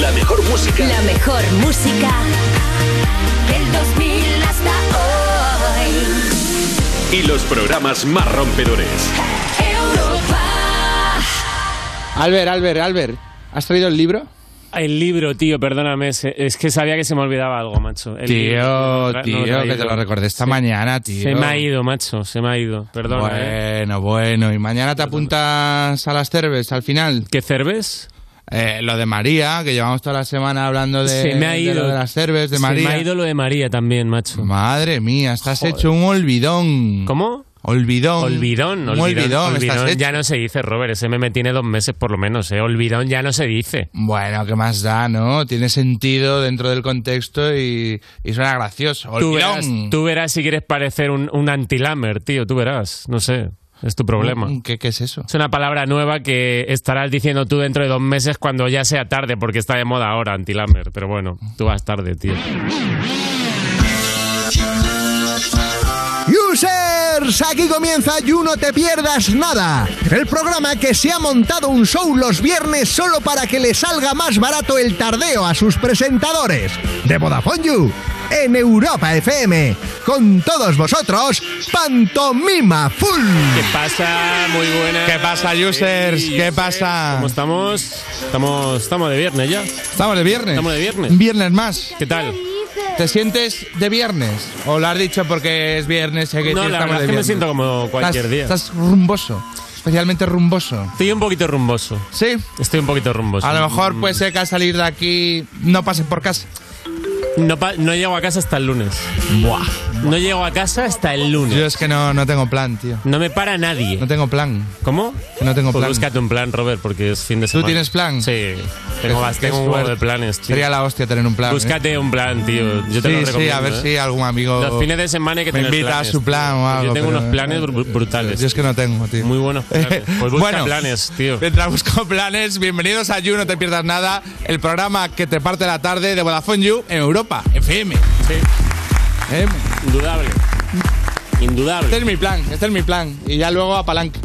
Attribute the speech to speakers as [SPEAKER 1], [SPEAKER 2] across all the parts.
[SPEAKER 1] La mejor música.
[SPEAKER 2] La mejor música del 2000 hasta hoy.
[SPEAKER 1] Y los programas más rompedores.
[SPEAKER 3] Albert, Albert, Albert, ¿has traído el libro?
[SPEAKER 4] El libro, tío, perdóname. se- Es que sabía que se me olvidaba algo, macho. El libro, no lo
[SPEAKER 3] Tío,
[SPEAKER 4] tra- no
[SPEAKER 3] tío,
[SPEAKER 4] lo
[SPEAKER 3] que
[SPEAKER 4] traigo.
[SPEAKER 3] te lo recordé esta mañana, tío.
[SPEAKER 4] Se me ha ido, macho. Se me ha ido. Perdona, ¿eh?
[SPEAKER 3] Bueno, bueno, y mañana te apuntas a las cerves al final.
[SPEAKER 4] ¿Qué cerves?
[SPEAKER 3] Eh, lo de María, que llevamos toda la semana hablando de,
[SPEAKER 4] se me ha
[SPEAKER 3] de
[SPEAKER 4] ido.
[SPEAKER 3] lo de las cerves de
[SPEAKER 4] se
[SPEAKER 3] María.
[SPEAKER 4] me ha ido lo de María también, macho.
[SPEAKER 3] Madre mía, estás
[SPEAKER 4] Joder.
[SPEAKER 3] hecho un olvidón.
[SPEAKER 4] ¿Cómo?
[SPEAKER 3] Mm. Olvidón.
[SPEAKER 4] Olvidón,
[SPEAKER 3] Un
[SPEAKER 4] olvidón.
[SPEAKER 3] olvidón,
[SPEAKER 4] olvidón
[SPEAKER 3] estás hecho.
[SPEAKER 4] ya no se dice, Robert. Ese meme tiene dos meses por lo menos, ¿eh? Olvidón ya no se dice.
[SPEAKER 3] Bueno, ¿qué más da, no? Tiene sentido dentro del contexto y, y suena gracioso.
[SPEAKER 4] Tú verás,
[SPEAKER 3] Olvidón.
[SPEAKER 4] tú verás si quieres parecer un, un anti-lamer, tío. Tú verás. No sé. Es tu problema.
[SPEAKER 3] Mm, ¿Qué, qué es eso?
[SPEAKER 4] Es una palabra nueva que estarás diciendo tú dentro de dos meses cuando ya sea tarde, porque está de moda ahora anti-lamer. Pero bueno, tú vas tarde, tío.
[SPEAKER 5] Users, aquí comienza You No Te Pierdas Nada, el programa que se ha montado un show los viernes solo para que le salga más barato el tardeo a sus presentadores. De Vodafone You, en Europa FM, con todos vosotros, Pantomima Full.
[SPEAKER 4] ¿Qué pasa? Muy buenas.
[SPEAKER 3] ¿Qué pasa, users?
[SPEAKER 4] Sí,
[SPEAKER 3] ¿Qué
[SPEAKER 4] users.
[SPEAKER 3] pasa?
[SPEAKER 4] ¿Cómo estamos? Estamos, estamos de viernes ya.
[SPEAKER 3] Estamos de viernes.
[SPEAKER 4] Estamos de viernes.
[SPEAKER 3] Un viernes más.
[SPEAKER 4] ¿Qué tal?
[SPEAKER 3] ¿Te sientes de viernes? ¿O lo has dicho porque es viernes? eh, que
[SPEAKER 4] No,
[SPEAKER 3] sí,
[SPEAKER 4] la
[SPEAKER 3] estamos
[SPEAKER 4] verdad
[SPEAKER 3] de
[SPEAKER 4] es que me
[SPEAKER 3] viernes?
[SPEAKER 4] siento como cualquier
[SPEAKER 3] estás,
[SPEAKER 4] día.
[SPEAKER 3] Estás rumboso. Especialmente rumboso.
[SPEAKER 4] Estoy un poquito rumboso.
[SPEAKER 3] Sí.
[SPEAKER 4] Estoy un poquito rumboso. Pues
[SPEAKER 3] A lo mejor pues, puede ser que al salir de aquí no pases por casa.
[SPEAKER 4] No, pa- no llego a casa hasta el lunes.
[SPEAKER 3] Buah.
[SPEAKER 4] No llego a casa hasta el
[SPEAKER 3] Yo
[SPEAKER 4] lunes.
[SPEAKER 3] es que no, no tengo plan, tío.
[SPEAKER 4] No me para nadie.
[SPEAKER 3] No tengo plan.
[SPEAKER 4] ¿Cómo?
[SPEAKER 3] No tengo
[SPEAKER 4] Pues
[SPEAKER 3] plan.
[SPEAKER 4] búscate un plan, Robert, porque es fin de semana.
[SPEAKER 3] tienes plan?
[SPEAKER 4] Sí. Tengo,
[SPEAKER 3] Qué-
[SPEAKER 4] bas-
[SPEAKER 3] qué
[SPEAKER 4] tengo un huevo
[SPEAKER 3] suerte.
[SPEAKER 4] de planes, tío.
[SPEAKER 3] Sería la hostia tener un plan. ¿eh?
[SPEAKER 4] Búscate un plan, tío. Yo te lo
[SPEAKER 3] Sí,
[SPEAKER 4] recomiendo.
[SPEAKER 3] sí, a ver
[SPEAKER 4] ¿eh?
[SPEAKER 3] si algún amigo
[SPEAKER 4] Los fines de semana hay que
[SPEAKER 3] me
[SPEAKER 4] tener
[SPEAKER 3] invita
[SPEAKER 4] planes,
[SPEAKER 3] a su plan
[SPEAKER 4] tío.
[SPEAKER 3] o algo.
[SPEAKER 4] Yo tengo
[SPEAKER 3] pero- eh,
[SPEAKER 4] unos planes br- brutales.
[SPEAKER 3] Yo es que no tengo, tío.
[SPEAKER 4] Muy buenos planes. Pues busca planes, tío.
[SPEAKER 3] Mientras busco planes, bienvenidos a You, no te pierdas nada. El programa que te parte la tarde de Vodafone You en Europa, FM.
[SPEAKER 4] Sí,
[SPEAKER 3] ¿eh?
[SPEAKER 4] indudable.
[SPEAKER 3] Este
[SPEAKER 4] Indudable.
[SPEAKER 3] es mi plan, este es mi plan. Y ya luego a palanca.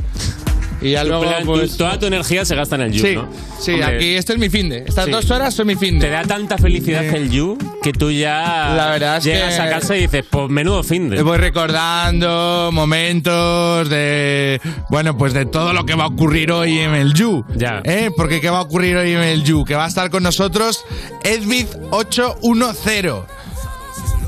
[SPEAKER 3] Y ya
[SPEAKER 4] Tu
[SPEAKER 3] luego,
[SPEAKER 4] plan- tu-
[SPEAKER 3] pues...
[SPEAKER 4] toda tu energía se gasta en el You,
[SPEAKER 3] Sí,
[SPEAKER 4] ¿no?
[SPEAKER 3] sí,
[SPEAKER 4] Hombre,
[SPEAKER 3] aquí este es mi fin de. Estas
[SPEAKER 4] Sí.
[SPEAKER 3] dos horas son mi fin
[SPEAKER 4] Te
[SPEAKER 3] de.
[SPEAKER 4] da tanta felicidad el You que tú ya
[SPEAKER 3] La verdad es
[SPEAKER 4] llegas
[SPEAKER 3] que-
[SPEAKER 4] a casa y dices, pues menudo fin de.
[SPEAKER 3] Voy recordando momentos de. Bueno, pues de todo lo que va a ocurrir hoy en el You.
[SPEAKER 4] Ya.
[SPEAKER 3] ¿Eh? Porque ¿qué va a ocurrir hoy en el You? Que va a estar con nosotros Edvid810.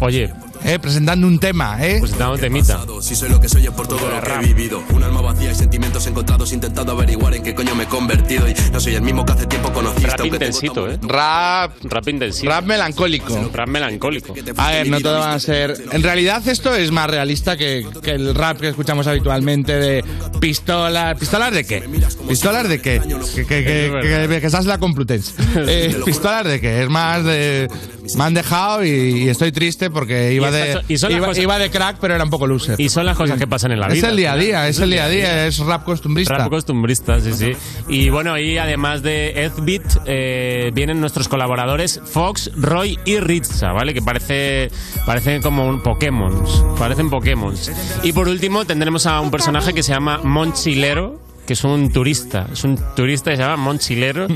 [SPEAKER 4] Oye,
[SPEAKER 3] ¿eh? Presentando un tema, ¿eh?
[SPEAKER 4] pues estamos temita.
[SPEAKER 6] Si soy lo que soy es por todo lo que he vivido. Un alma vacía y sentimientos encontrados intentando averiguar en qué coño me he convertido. Y no soy el mismo que hace tiempo conocí.
[SPEAKER 4] Rap
[SPEAKER 6] aunque tengo
[SPEAKER 4] intensito,
[SPEAKER 6] tan-
[SPEAKER 4] ¿eh?
[SPEAKER 3] Rap.
[SPEAKER 4] Rap intensito.
[SPEAKER 3] Rap melancólico.
[SPEAKER 4] Rap melancólico.
[SPEAKER 3] A ver, no todo va a ser. En realidad, esto es más realista que, que el rap que escuchamos habitualmente de pistolas. ¿Pistolas de qué? ¿Pistolas de qué? Que, que, que, que- que estás en la Complutense. Eh, ¿Pistolas de qué? Es más de. Me han dejado y, y estoy triste porque iba
[SPEAKER 4] Y
[SPEAKER 3] de,
[SPEAKER 4] estas- y son las
[SPEAKER 3] iba-
[SPEAKER 4] cosas-
[SPEAKER 3] iba de crack, pero era un poco loser.
[SPEAKER 4] Y son las cosas que pasan en la
[SPEAKER 3] es
[SPEAKER 4] vida.
[SPEAKER 3] el día a día, es el día a día, es rap costumbrista.
[SPEAKER 4] Rap costumbrista, sí, sí. Y bueno, y además de Edbit, eh, vienen nuestros colaboradores Fox, Roy y Ritza, ¿vale? Que parece, parecen como un Pokémon. Parecen Pokémon. Y por último, tendremos a un personaje que se llama Monchilero. Que es un turista, es un turista que se llama Monchilero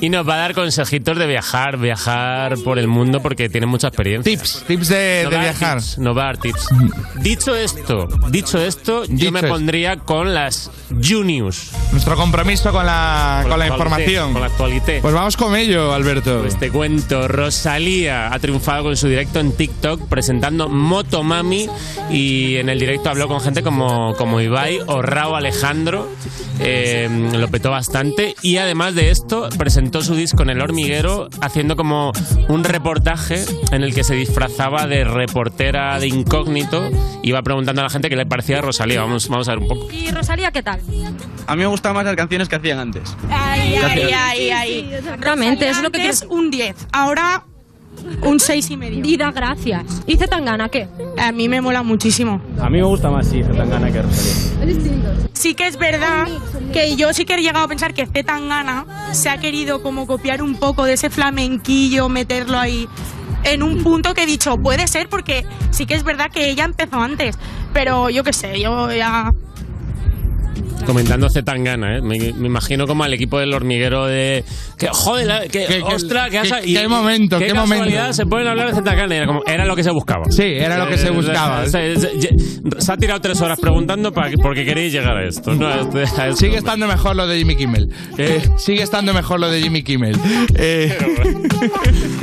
[SPEAKER 4] y nos va a dar consejitos de viajar, viajar por el mundo porque tiene mucha experiencia.
[SPEAKER 3] Tips, tips de,
[SPEAKER 4] No
[SPEAKER 3] de
[SPEAKER 4] va a dar
[SPEAKER 3] viajar.
[SPEAKER 4] tips, no va a dar tips. Dicho esto, dicho esto,
[SPEAKER 3] Dicho
[SPEAKER 4] yo me
[SPEAKER 3] esto.
[SPEAKER 4] pondría con las Juniors.
[SPEAKER 3] Nuestro compromiso con la, con la información.
[SPEAKER 4] Con la actualité.
[SPEAKER 3] Pues vamos con ello, Alberto.
[SPEAKER 4] Pues te cuento, Rosalía ha triunfado con su directo en TikTok presentando Motomami y en el directo habló con gente como, como Ibai o Rao Alejandro, eh, lo petó bastante y además de esto presentó su disco en El Hormiguero haciendo como un reportaje en el que se disfrazaba de reportera de incógnito, iba preguntando a la gente qué le parecía a Rosalía, vamos, vamos a ver un poco.
[SPEAKER 7] ¿Y Rosalía qué tal?
[SPEAKER 8] A mí me gustaban más las canciones que hacían antes.
[SPEAKER 9] Ay, ay, ay, ay.
[SPEAKER 7] Exactamente, eso es lo que
[SPEAKER 9] Antes
[SPEAKER 7] quieres.
[SPEAKER 9] un 10, ahora un 6 y
[SPEAKER 7] Y
[SPEAKER 9] medio.
[SPEAKER 7] da gracias. ¿Y Zetangana qué?
[SPEAKER 9] A mí me mola muchísimo.
[SPEAKER 8] A mí me gusta más, sí, Zetangana que Rosalía.
[SPEAKER 9] Sí que es verdad que yo sí que he llegado a pensar que Z Tangana se ha querido como copiar un poco de ese flamenquillo, meterlo ahí en un punto que he dicho, puede ser porque sí que es verdad que ella empezó antes, pero yo qué sé, yo ya
[SPEAKER 4] Comentando Z Tangana, ¿eh? me, me imagino como al equipo del hormiguero de. Que, joder, la- que,
[SPEAKER 3] Que- que-
[SPEAKER 4] ostras, que,
[SPEAKER 3] que-
[SPEAKER 4] asa-
[SPEAKER 3] qué momento, qué
[SPEAKER 4] casualidad,
[SPEAKER 3] momento.
[SPEAKER 4] Se pueden hablar de Z Tangana. y Era, como- era lo que se buscaba. Eh,
[SPEAKER 3] Sí, era lo que se buscaba.
[SPEAKER 4] Se, se- se- se ha tirado tres horas preguntando para, porque queréis llegar a esto. ¿no? A este- a esto.
[SPEAKER 3] Sigue estando mejor lo de Jimmy Kimmel. Eh, sigue estando mejor lo de Jimmy Kimmel. Eh,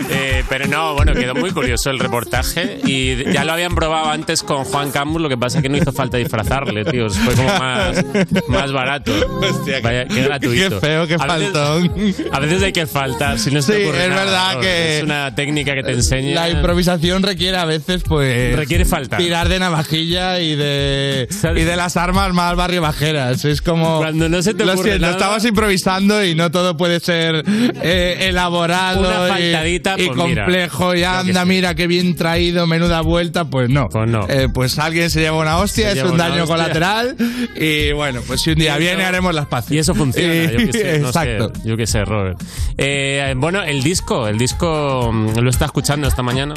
[SPEAKER 4] Eh, pero no, bueno, quedó muy curioso el reportaje y ya lo habían probado antes con Juan Camus, lo que pasa es que no hizo falta disfrazarle, tío, fue como más, más barato.
[SPEAKER 3] Hostia,
[SPEAKER 4] Vaya, qué gratuito.
[SPEAKER 3] Qué feo, qué
[SPEAKER 4] A veces-
[SPEAKER 3] faltón.
[SPEAKER 4] A veces hay que faltar, si no se
[SPEAKER 3] Sí,
[SPEAKER 4] te ocurre
[SPEAKER 3] es
[SPEAKER 4] nada,
[SPEAKER 3] verdad
[SPEAKER 4] ¿no?
[SPEAKER 3] que- eh,
[SPEAKER 4] es una técnica que te enseña.
[SPEAKER 3] La improvisación requiere a veces, pues.
[SPEAKER 4] Requiere falta.
[SPEAKER 3] Tirar de navajilla y de.
[SPEAKER 4] ¿Sabes?
[SPEAKER 3] Y de las armas más barrio bajeras. Es como.
[SPEAKER 4] Cuando no se te
[SPEAKER 3] Lo
[SPEAKER 4] ocurre
[SPEAKER 3] siento,
[SPEAKER 4] nada.
[SPEAKER 3] estabas improvisando y no todo puede ser eh, elaborado
[SPEAKER 4] Una
[SPEAKER 3] y-
[SPEAKER 4] faltadita,
[SPEAKER 3] y,
[SPEAKER 4] pues mira.
[SPEAKER 3] complejo. y
[SPEAKER 4] Yo que
[SPEAKER 3] anda,
[SPEAKER 4] sé.
[SPEAKER 3] mira qué bien traído, menuda vuelta. Pues no.
[SPEAKER 4] Pues no.
[SPEAKER 3] Eh, pues alguien se lleva una hostia,
[SPEAKER 4] Se
[SPEAKER 3] es
[SPEAKER 4] lleva
[SPEAKER 3] un
[SPEAKER 4] una
[SPEAKER 3] daño
[SPEAKER 4] hostia.
[SPEAKER 3] colateral. Y bueno, pues si un día
[SPEAKER 4] Y
[SPEAKER 3] viene,
[SPEAKER 4] eso-
[SPEAKER 3] haremos las paces.
[SPEAKER 4] Y eso funciona, yo qué sé, no sé,
[SPEAKER 3] Exacto.
[SPEAKER 4] yo qué sé, Robert. Eh, bueno, el disco, el disco mm, lo está escuchando esta mañana.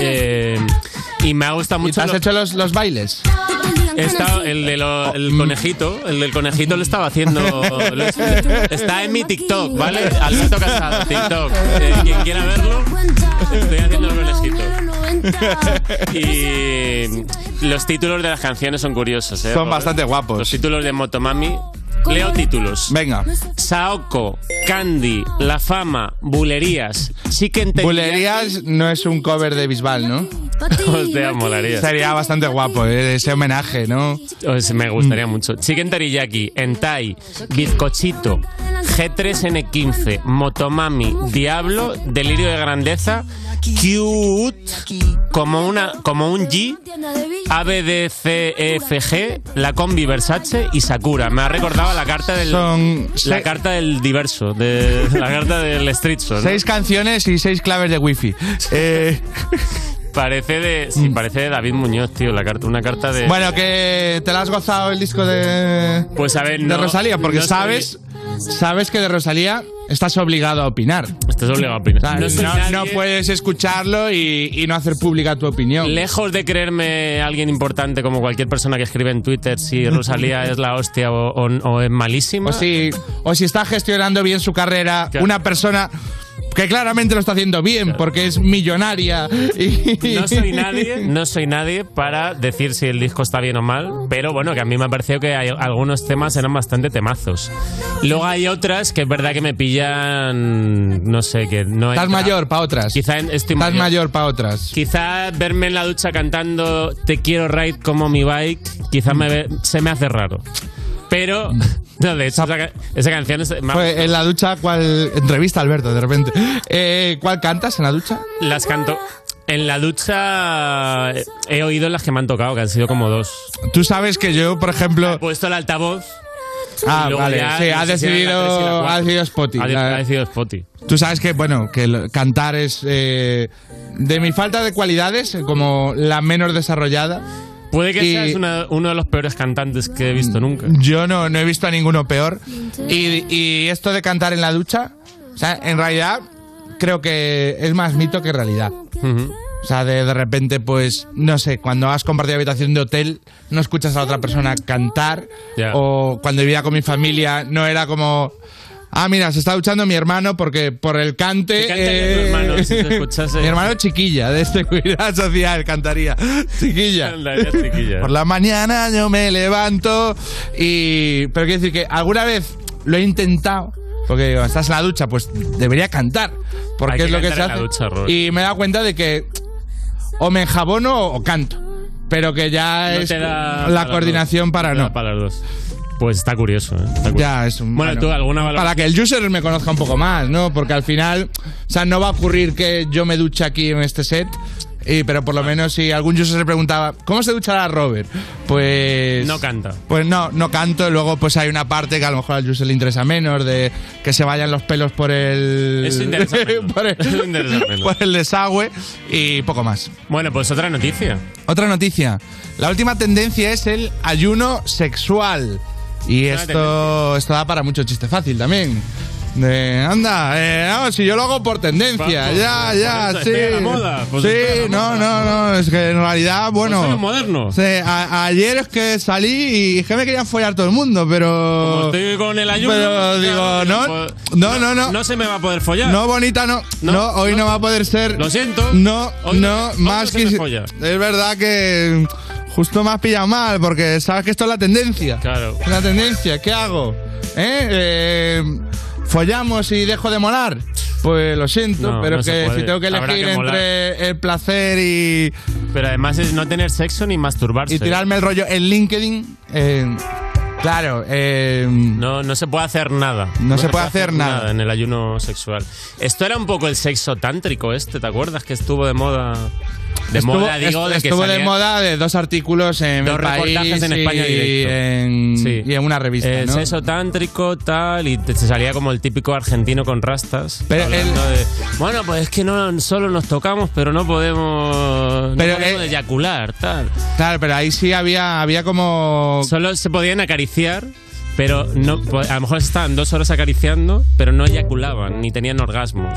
[SPEAKER 4] Eh, y me ha gustado
[SPEAKER 3] ¿Y te
[SPEAKER 4] mucho.
[SPEAKER 3] has
[SPEAKER 4] lo-
[SPEAKER 3] hecho los, los bailes?
[SPEAKER 4] He estado- el, de lo- el conejito, el del conejito lo estaba haciendo. lo es- está en mi TikTok, ¿vale? Alberto Casado, TikTok. Eh, quien quiera verlo, estoy haciendo el conejito. Y los títulos de las canciones son curiosos, ¿eh?
[SPEAKER 3] Son
[SPEAKER 4] Robert?
[SPEAKER 3] bastante guapos.
[SPEAKER 4] Los títulos de Motomami. Leo títulos.
[SPEAKER 3] Venga.
[SPEAKER 4] Saoko, Candy, La Fama, Bulerías, Chicken Teriyaki.
[SPEAKER 3] Bulerías no es un cover de Bisbal, ¿no?
[SPEAKER 4] Hostia, molaría.
[SPEAKER 3] Sería bastante guapo eh, ese homenaje, ¿no?
[SPEAKER 4] Pues me gustaría mucho. Chicken Teriyaki, Entai, Bizcochito, G3N15, Motomami, Diablo, Delirio de Grandeza, Cute, como, una, como un G, ABDCEFG, E La Combi Versace y Sakura. Me ha recordado la carta del.
[SPEAKER 3] Son
[SPEAKER 4] La
[SPEAKER 3] se-
[SPEAKER 4] carta del diverso, de, la carta del street show, ¿no?
[SPEAKER 3] seis canciones y seis claves de wifi. Eh,
[SPEAKER 4] Parece de, sí, parece de David Muñoz, tío, la carta, una carta de...
[SPEAKER 3] Mm. bueno, que te la has gozado el disco de,
[SPEAKER 4] pues a ver,
[SPEAKER 3] de
[SPEAKER 4] no-
[SPEAKER 3] Rosalía, porque
[SPEAKER 4] no estoy-
[SPEAKER 3] sabes, sabes que de Rosalía estás obligado a opinar.
[SPEAKER 4] Estás obligado a opinar.
[SPEAKER 3] O sea,
[SPEAKER 4] No soy
[SPEAKER 3] no,
[SPEAKER 4] nadie-
[SPEAKER 3] no puedes escucharlo y, y no hacer pública tu opinión.
[SPEAKER 4] Lejos de creerme alguien importante como cualquier persona que escribe en Twitter si Rosalía es la hostia o, o- o es malísima.
[SPEAKER 3] O si, o si está gestionando bien su carrera
[SPEAKER 4] Claro.
[SPEAKER 3] una persona que claramente lo está haciendo bien porque es millonaria. y-
[SPEAKER 4] No soy nadie, no soy nadie para decir si el disco está bien o mal, pero bueno, que a mí me ha parecido que hay- algunos temas eran bastante temazos. Luego hay otras que es verdad que me pillan, no sé, que no
[SPEAKER 3] Estás
[SPEAKER 4] entra-
[SPEAKER 3] mayor para otras.
[SPEAKER 4] Quizá en- estoy
[SPEAKER 3] Estás
[SPEAKER 4] mayor.
[SPEAKER 3] mayor para otras.
[SPEAKER 4] Quizá verme en la ducha cantando Te quiero ride como mi bike, quizá me ve- se me hace raro. Pero, no, de hecho, esa, ca- esa canción es- me ha
[SPEAKER 3] Fue Pues, en la ducha, ¿cuál entrevista, Alberto, de repente? Eh, ¿Cuál cantas en la ducha?
[SPEAKER 4] Las canto. En la ducha eh, he oído las que me han tocado, que han sido como dos.
[SPEAKER 3] Tú sabes que yo, por
[SPEAKER 4] He
[SPEAKER 3] ejemplo.
[SPEAKER 4] puesto el altavoz.
[SPEAKER 3] Ah,
[SPEAKER 4] y luego
[SPEAKER 3] vale.
[SPEAKER 4] ya,
[SPEAKER 3] sí,
[SPEAKER 4] no
[SPEAKER 3] ha
[SPEAKER 4] sé si eran la tres y la
[SPEAKER 3] decidido,
[SPEAKER 4] cuatro.
[SPEAKER 3] ha decidido Spotty.
[SPEAKER 4] Ha de-
[SPEAKER 3] La-
[SPEAKER 4] ha decidido Spotty.
[SPEAKER 3] Tú sabes que, bueno, que lo- cantar es. eh, de mi falta de cualidades, eh, como la menos desarrollada.
[SPEAKER 4] Puede que
[SPEAKER 3] Y-
[SPEAKER 4] seas una- uno de los peores cantantes que he visto nunca.
[SPEAKER 3] Yo no, no he visto a ninguno peor. Y, y esto de cantar en la ducha, o sea, en realidad creo que es más mito que realidad.
[SPEAKER 4] Ujú.
[SPEAKER 3] O sea, de, de repente, pues, no sé, cuando has compartido habitación de hotel, no escuchas a otra persona cantar.
[SPEAKER 4] Ya.
[SPEAKER 3] O cuando vivía con mi familia, no era como. Ah, mira, se está duchando mi hermano porque por el cante. eh,
[SPEAKER 4] Que cante tu hermano, si se escuchase.
[SPEAKER 3] Mi hermano chiquilla, de este cuidado social, cantaría. Chiquilla.
[SPEAKER 4] Cantaría chiquilla.
[SPEAKER 3] Por la mañana yo me levanto y. Pero quiero decir que alguna vez lo he intentado. Porque digo, estás en la ducha, pues debería cantar. Porque
[SPEAKER 4] Hay que
[SPEAKER 3] es lo que se
[SPEAKER 4] cantar
[SPEAKER 3] hace.
[SPEAKER 4] en la ducha, Robert.
[SPEAKER 3] y me he dado cuenta de que o me enjabono o, o canto. Pero que ya
[SPEAKER 4] No
[SPEAKER 3] es
[SPEAKER 4] te da para
[SPEAKER 3] la
[SPEAKER 4] los
[SPEAKER 3] coordinación
[SPEAKER 4] dos.
[SPEAKER 3] para
[SPEAKER 4] Te da
[SPEAKER 3] no.
[SPEAKER 4] Para los dos. Pues está curioso. ¿eh? Está curioso.
[SPEAKER 3] Ya es un.
[SPEAKER 4] Bueno, tú alguna valoración?
[SPEAKER 3] Para que el user me conozca un poco más, ¿no? Porque al final, o sea, no va a ocurrir que yo me duche aquí en este set. Y, pero por lo menos si algún user se preguntaba, ¿cómo se duchará Robert? Pues.
[SPEAKER 4] No canta.
[SPEAKER 3] Pues no, no canto. Luego, pues hay una parte que a lo mejor al user le interesa menos, de que se vayan los pelos por el.
[SPEAKER 4] Eso interesa menos.
[SPEAKER 3] por,
[SPEAKER 4] Eso
[SPEAKER 3] el
[SPEAKER 4] interesa menos.
[SPEAKER 3] por el desagüe y poco más.
[SPEAKER 4] Bueno, pues otra noticia.
[SPEAKER 3] Otra noticia. La última tendencia es el ayuno sexual. Y
[SPEAKER 4] Una
[SPEAKER 3] esto, esto da para mucho chiste fácil también. De, anda, eh, no, si yo lo hago por tendencia,
[SPEAKER 4] Vamos,
[SPEAKER 3] ya, ya,
[SPEAKER 4] pues
[SPEAKER 3] sí.
[SPEAKER 4] espera la moda, pues
[SPEAKER 3] sí,
[SPEAKER 4] espera la Pues
[SPEAKER 3] no, no, no, es que en realidad, bueno.
[SPEAKER 4] soy un moderno.
[SPEAKER 3] sí, a- ayer es que salí y es que me querían follar todo el mundo, pero.
[SPEAKER 4] Como estoy con el ayuno.
[SPEAKER 3] Pero digo,
[SPEAKER 4] claro,
[SPEAKER 3] no, no, no, no.
[SPEAKER 4] No se me va a poder follar.
[SPEAKER 3] No, bonita, no. No,
[SPEAKER 4] No,
[SPEAKER 3] hoy no, va a poder ser.
[SPEAKER 4] Lo siento.
[SPEAKER 3] No,
[SPEAKER 4] Hoy
[SPEAKER 3] no,
[SPEAKER 4] no- hoy
[SPEAKER 3] más
[SPEAKER 4] no se me
[SPEAKER 3] que.
[SPEAKER 4] folla.
[SPEAKER 3] Es verdad que. Justo me has pillado mal, porque sabes que esto es la tendencia.
[SPEAKER 4] Claro.
[SPEAKER 3] Es La tendencia, ¿qué hago? ¿Eh? Eh, follamos y dejo de molar? Pues lo siento,
[SPEAKER 4] No,
[SPEAKER 3] pero
[SPEAKER 4] no se
[SPEAKER 3] que
[SPEAKER 4] puede.
[SPEAKER 3] si tengo que
[SPEAKER 4] Habrá
[SPEAKER 3] elegir
[SPEAKER 4] que molar.
[SPEAKER 3] entre el placer y,
[SPEAKER 4] Pero además es no tener sexo ni masturbarse.
[SPEAKER 3] y tirarme el rollo en LinkedIn, eh, claro, eh,
[SPEAKER 4] No, no se puede hacer nada.
[SPEAKER 3] No se puede hacer nada.
[SPEAKER 4] en el ayuno sexual. Esto era un poco el sexo tántrico este, ¿te acuerdas? Que estuvo de moda. De
[SPEAKER 3] estuvo,
[SPEAKER 4] moda, digo,
[SPEAKER 3] est-
[SPEAKER 4] de que
[SPEAKER 3] estuvo de
[SPEAKER 4] salían-
[SPEAKER 3] moda de dos artículos en
[SPEAKER 4] Dos
[SPEAKER 3] El País
[SPEAKER 4] reportajes en España
[SPEAKER 3] y,
[SPEAKER 4] Directo.
[SPEAKER 3] en,
[SPEAKER 4] Sí.
[SPEAKER 3] y en una revista,
[SPEAKER 4] Eh,
[SPEAKER 3] ¿no?
[SPEAKER 4] Sexo tántrico, tal, y te, te salía como el típico argentino con rastas.
[SPEAKER 3] Pero
[SPEAKER 4] hablando de, bueno, pues es que no solo nos tocamos, pero no podemos, no
[SPEAKER 3] Pero
[SPEAKER 4] podemos
[SPEAKER 3] él-
[SPEAKER 4] eyacular, tal.
[SPEAKER 3] Claro, pero ahí sí había, había como...
[SPEAKER 4] Solo se podían acariciar, pero no, po- a lo mejor estaban dos horas acariciando, pero no eyaculaban, ni tenían orgasmos,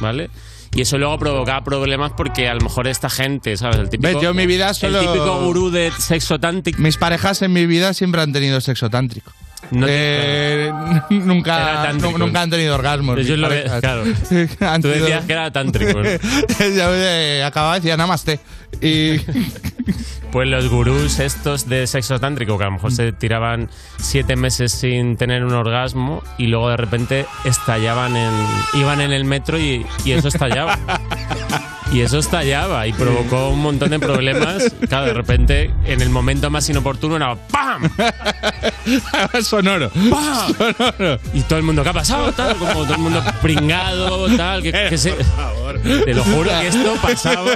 [SPEAKER 4] ¿vale? Y eso luego provocaba problemas porque a lo mejor esta gente, ¿sabes? El típico,
[SPEAKER 3] Ves, yo en mi vida solo-
[SPEAKER 4] El típico gurú de sexo tántrico.
[SPEAKER 3] Mis parejas en mi vida siempre han tenido sexo tántrico.
[SPEAKER 4] No
[SPEAKER 3] Eh, nunca,
[SPEAKER 4] Era tántrico. Pues
[SPEAKER 3] nu- nunca han tenido orgasmos.
[SPEAKER 4] Yo
[SPEAKER 3] mis
[SPEAKER 4] lo ve-
[SPEAKER 3] parejas.
[SPEAKER 4] claro.
[SPEAKER 3] Han
[SPEAKER 4] Tú
[SPEAKER 3] sido-
[SPEAKER 4] decías que era tántrico. ¿no?
[SPEAKER 3] Yo, eh, acababa de decir namaste. Y
[SPEAKER 4] Pues los gurús estos de sexo tántrico, que a lo mejor se tiraban siete meses sin tener un orgasmo y luego de repente estallaban en. iban en el metro y, y eso estallaba. Y eso estallaba y provocó un montón de problemas. Claro, de repente, en el momento más inoportuno era ¡Pam!
[SPEAKER 3] sonoro.
[SPEAKER 4] ¡Pam!
[SPEAKER 3] Sonoro.
[SPEAKER 4] Y todo el mundo, ¿qué ha pasado? Tal, como todo el mundo pringado, tal. Que, que se- Te lo juro que esto pasaba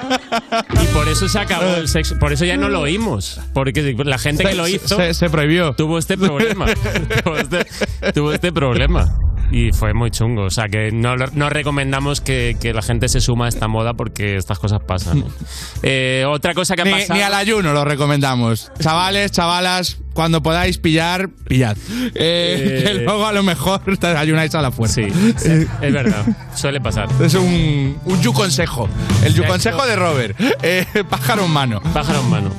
[SPEAKER 4] y por eso se acabó el sexo. Por eso ya no lo oímos. Porque la gente que lo
[SPEAKER 3] Se-
[SPEAKER 4] hizo
[SPEAKER 3] Se, se prohibió.
[SPEAKER 4] tuvo este problema. tuvo, este, tuvo este problema. Y fue muy chungo. O sea, que no, lo- no recomendamos que, que la gente se suma a esta moda porque estas cosas pasan. ¿no? Eh, otra cosa que ha
[SPEAKER 3] Ni,
[SPEAKER 4] pasado.
[SPEAKER 3] ni al ayuno lo recomendamos. Chavales, chavalas, cuando podáis pillar, pillad. Eh,
[SPEAKER 4] Eh.
[SPEAKER 3] que luego a lo mejor te ayunáis a la fuerza.
[SPEAKER 4] Sí, sí, es verdad. Suele pasar.
[SPEAKER 3] Es un, un yu consejo. El yu consejo de Robert. Eh, pájaro en mano.
[SPEAKER 4] Pájaro en mano.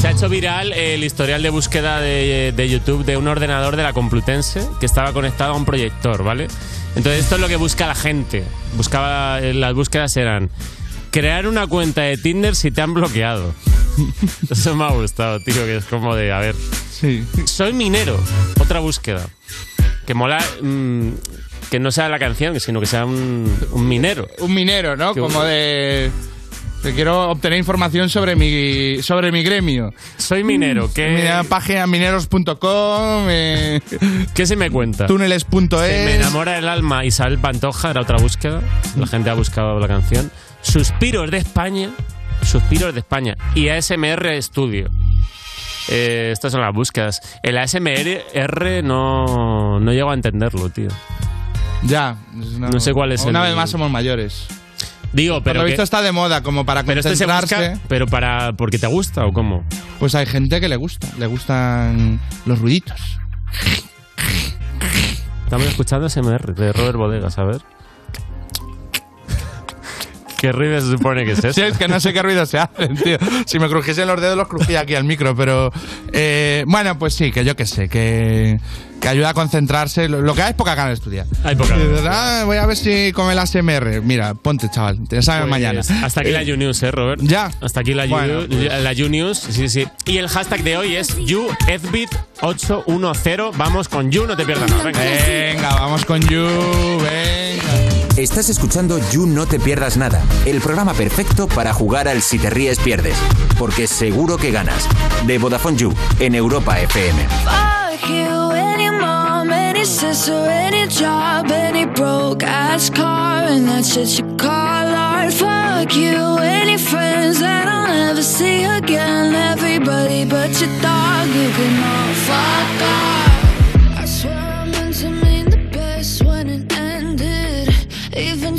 [SPEAKER 4] Se ha hecho viral el historial de búsqueda de, de YouTube de un ordenador de la Complutense que estaba conectado a un proyector, ¿vale? Entonces esto es lo que busca la gente. Buscaba, eh, las búsquedas eran crear una cuenta de Tinder si te han bloqueado. Eso me ha gustado, tío, que es como de, a ver,
[SPEAKER 3] Sí.
[SPEAKER 4] soy minero. Otra búsqueda. Que mola mm, que no sea la canción, sino que sea un, un minero.
[SPEAKER 3] Un minero, ¿no?
[SPEAKER 4] Qué
[SPEAKER 3] Como
[SPEAKER 4] bueno.
[SPEAKER 3] de. Te quiero obtener información sobre mi sobre mi gremio.
[SPEAKER 4] Soy minero.
[SPEAKER 3] Mira,
[SPEAKER 4] ¿Qué,
[SPEAKER 3] página mineros.com, eh,
[SPEAKER 4] ¿qué se me cuenta? Se me
[SPEAKER 3] túneles.es.
[SPEAKER 4] enamora el alma Isabel Pantoja, era otra búsqueda. La gente ha buscado la canción. Suspiros de España. Suspiros de España. Y ASMR Studio. Eh, estas son las búsquedas. El ASMR no, no llego a entenderlo, tío.
[SPEAKER 3] Ya.
[SPEAKER 4] No sé cuál es
[SPEAKER 3] Una
[SPEAKER 4] el-
[SPEAKER 3] vez más somos mayores.
[SPEAKER 4] Digo,
[SPEAKER 3] Por
[SPEAKER 4] pero.
[SPEAKER 3] lo
[SPEAKER 4] que-
[SPEAKER 3] visto está de moda, como para
[SPEAKER 4] pero este se
[SPEAKER 3] concentrarse.
[SPEAKER 4] busca. Pero para. ¿Porque te gusta o cómo?
[SPEAKER 3] Pues hay gente que le gusta. Le gustan los ruiditos.
[SPEAKER 4] Estamos escuchando ASMR de Robert Bodegas, a ver. ¿Qué ruido se supone que es eso?
[SPEAKER 3] Sí, es que no sé qué ruido se hacen, tío. Si me crujiesen los dedos, los crujía aquí al micro, pero. eh, bueno, pues sí, que yo qué sé, que, que ayuda a concentrarse. Lo, lo que hay es poca gana de estudiar.
[SPEAKER 4] Hay poca gana de
[SPEAKER 3] Eh, ah, voy a ver si come el ASMR. Mira, ponte, chaval, te examen
[SPEAKER 4] Pues,
[SPEAKER 3] mañana.
[SPEAKER 4] Hasta aquí la YouNews, ¿eh, Robert?
[SPEAKER 3] Ya.
[SPEAKER 4] Hasta aquí la, You-
[SPEAKER 3] Bueno, pues.
[SPEAKER 4] la YouNews. Sí, sí. Y el hashtag de hoy es YouFBit810. Vamos con You, no te pierdas nada. Venga. eh.
[SPEAKER 3] Venga, vamos con You, venga.
[SPEAKER 7] Estás escuchando You No Te Pierdas Nada, el programa perfecto para jugar al Si Te Ríes Pierdes, porque seguro que ganas. De Vodafone You, en Europa FM.
[SPEAKER 10] Fuck you, any mom, any sister, any job, any broke ass car, and that shit you call art. Fuck you, any friends that I'll never see again. Everybody but your dog, you can all fuck off. I swear I meant to mean the best when it ended. Even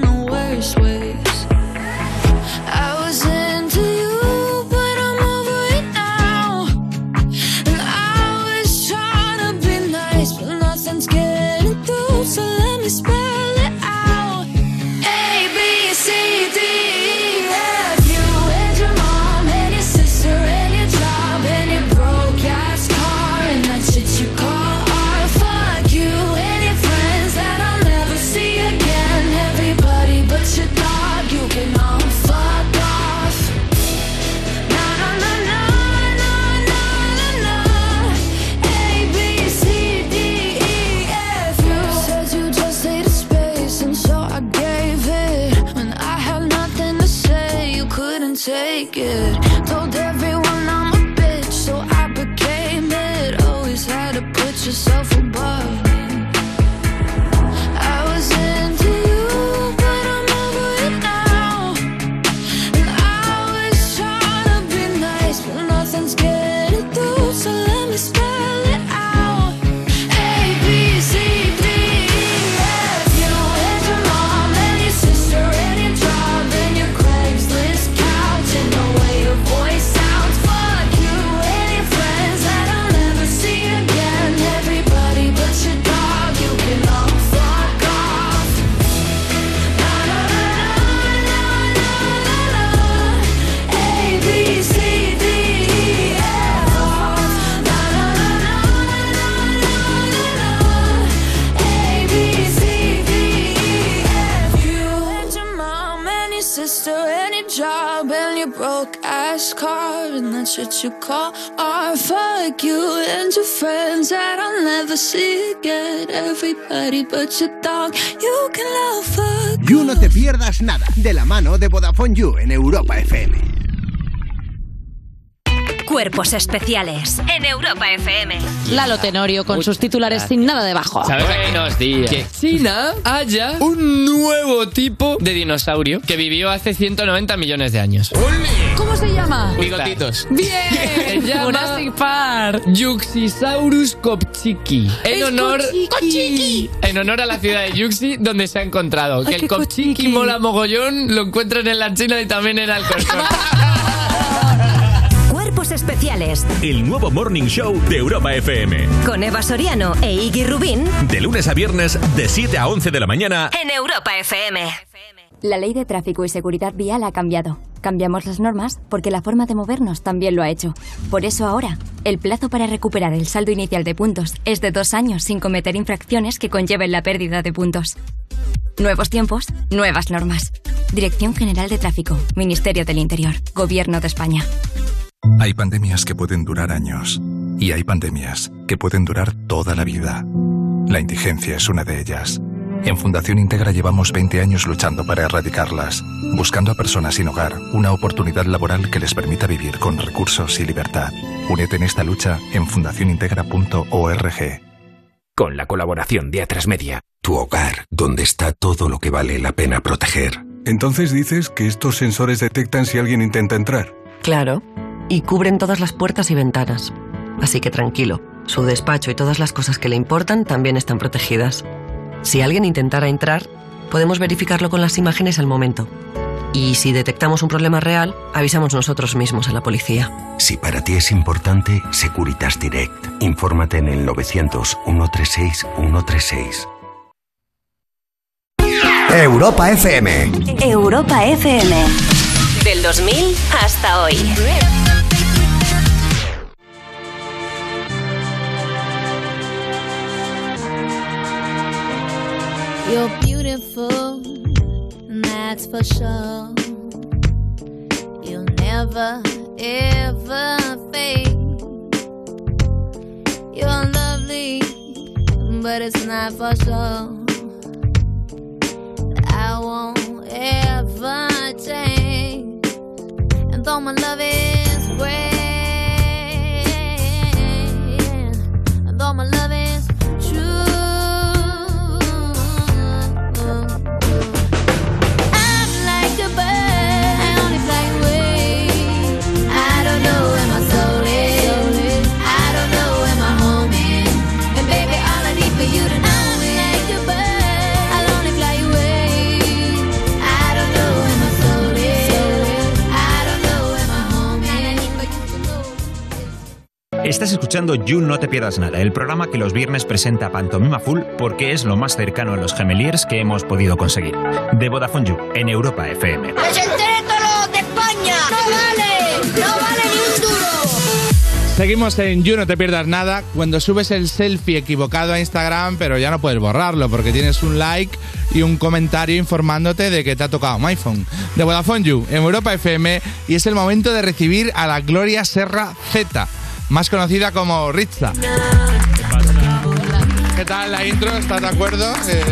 [SPEAKER 10] the worst ways. I was into you, but I'm over it now. And I was trying to be nice, but nothing's getting through. So let me spell it out. A, B, C, D, E, F. You and your mom and your sister and your job and your broke ass car and that shit you call art. Fuck you and your friends that I'll never see again. Everybody but your dog, you can all fuck off. Na na na na na na na na. A B C D E F. You said you just needed space, and so I gave it. When I had nothing to say, you couldn't take it. Told everyone I'm a bitch, so I became it. Always had to put yourself above me. I was into you, but I'm over it now. And I was trying to be nice, but nothing's getting through. So let me spell it out. A B C D E F. You and your mom and your sister and your job and your Craigslist couch and the way your voice sounds. Fuck you and your friends that I'll never see again. Everybody but your dog, you can all fuck off. Na na na na na na na na. A B C D E F. Na na na na na na na na. A B C D E F. You and your mom and your sister and your job and your broke ass car and that shit you call art. Fuck you and your friends that I'll never see again. Everybody but your dog. You can love fuck.
[SPEAKER 5] You no te pierdas nada de la mano de Vodafone You en Europa FM.
[SPEAKER 11] Cuerpos especiales en Europa FM.
[SPEAKER 7] Lalo Tenorio con
[SPEAKER 12] Uy,
[SPEAKER 7] sus titulares
[SPEAKER 12] ah.
[SPEAKER 7] sin nada debajo.
[SPEAKER 12] ¿Sabes a qué nos días? Que China haya un nuevo tipo de dinosaurio que vivió hace 190 millones de años.
[SPEAKER 7] ¿Cómo se llama?
[SPEAKER 12] Bigotitos.
[SPEAKER 7] Bien.
[SPEAKER 12] Se llama-
[SPEAKER 7] Jurassic Park.
[SPEAKER 12] Yuxisaurus copchiqui. En
[SPEAKER 7] Es
[SPEAKER 12] honor.
[SPEAKER 7] Kopchiki.
[SPEAKER 12] En honor a la ciudad de Yuxi, donde se ha encontrado. Que el copchiqui mola mogollón, lo encuentran en la China y también en Alcorcón.
[SPEAKER 11] Cuerpos especiales
[SPEAKER 13] El nuevo Morning Show de Europa FM.
[SPEAKER 11] con Eva Soriano e Iggy Rubín
[SPEAKER 13] De lunes a viernes, de 7 a 11 de la mañana.
[SPEAKER 11] en Europa FM.
[SPEAKER 14] La ley de tráfico y seguridad vial ha cambiado. Cambiamos las normas porque la forma de movernos también lo ha hecho. Por eso ahora, el plazo para recuperar el saldo inicial de puntos es de dos años sin cometer infracciones que conlleven la pérdida de puntos. Nuevos tiempos, nuevas normas. Dirección General de Tráfico, Ministerio del Interior, Gobierno de España.
[SPEAKER 15] Hay pandemias que pueden durar años y hay pandemias que pueden durar toda la vida. La indigencia es una de ellas. En Fundación Integra llevamos 20 años luchando para erradicarlas, buscando a personas sin hogar una oportunidad laboral que les permita vivir con recursos y libertad. Únete en esta lucha en fundacionintegra.org.
[SPEAKER 1] Con la colaboración de Atrasmedia. Tu hogar, donde está todo lo que vale la pena proteger.
[SPEAKER 16] Entonces dices que estos sensores detectan si alguien intenta entrar.
[SPEAKER 17] Claro. Y cubren todas las puertas y ventanas. Así que tranquilo, su despacho y todas las cosas que le importan también están protegidas. Si alguien intentara entrar, podemos verificarlo con las imágenes al momento. Y si detectamos un problema real, avisamos nosotros mismos a la policía.
[SPEAKER 1] Si para ti es importante, Securitas Direct. Infórmate en el 900 136 136.
[SPEAKER 18] Europa FM.
[SPEAKER 11] Europa FM. Del 2000 hasta hoy.
[SPEAKER 19] You're beautiful, and that's for sure. You'll never, ever fade. You're lovely, but it's not for sure. I won't ever change. And though my love is great, and though my love is true. I'm like a bird, I only fly away. I don't know where my soul is. I don't know where my home is. And baby,
[SPEAKER 13] Estás escuchando You No Te Pierdas Nada, el programa que los viernes presenta Pantomima Full porque es lo más cercano a los gemeliers que hemos podido conseguir. De Vodafone You, en Europa FM.
[SPEAKER 20] ¡Que se enteren todos los de España! ¡No vale! ¡No vale ni un duro!
[SPEAKER 3] Seguimos en You, no te pierdas nada. Cuando subes el selfie equivocado a Instagram, pero ya no puedes borrarlo porque tienes un like y un comentario informándote de que te ha tocado un iPhone. De Vodafone You, en Europa FM, y es el momento de recibir a la Gloria Serra Z, más conocida como Ritza. ¿Qué tal la intro? ¿Estás de acuerdo? Eh,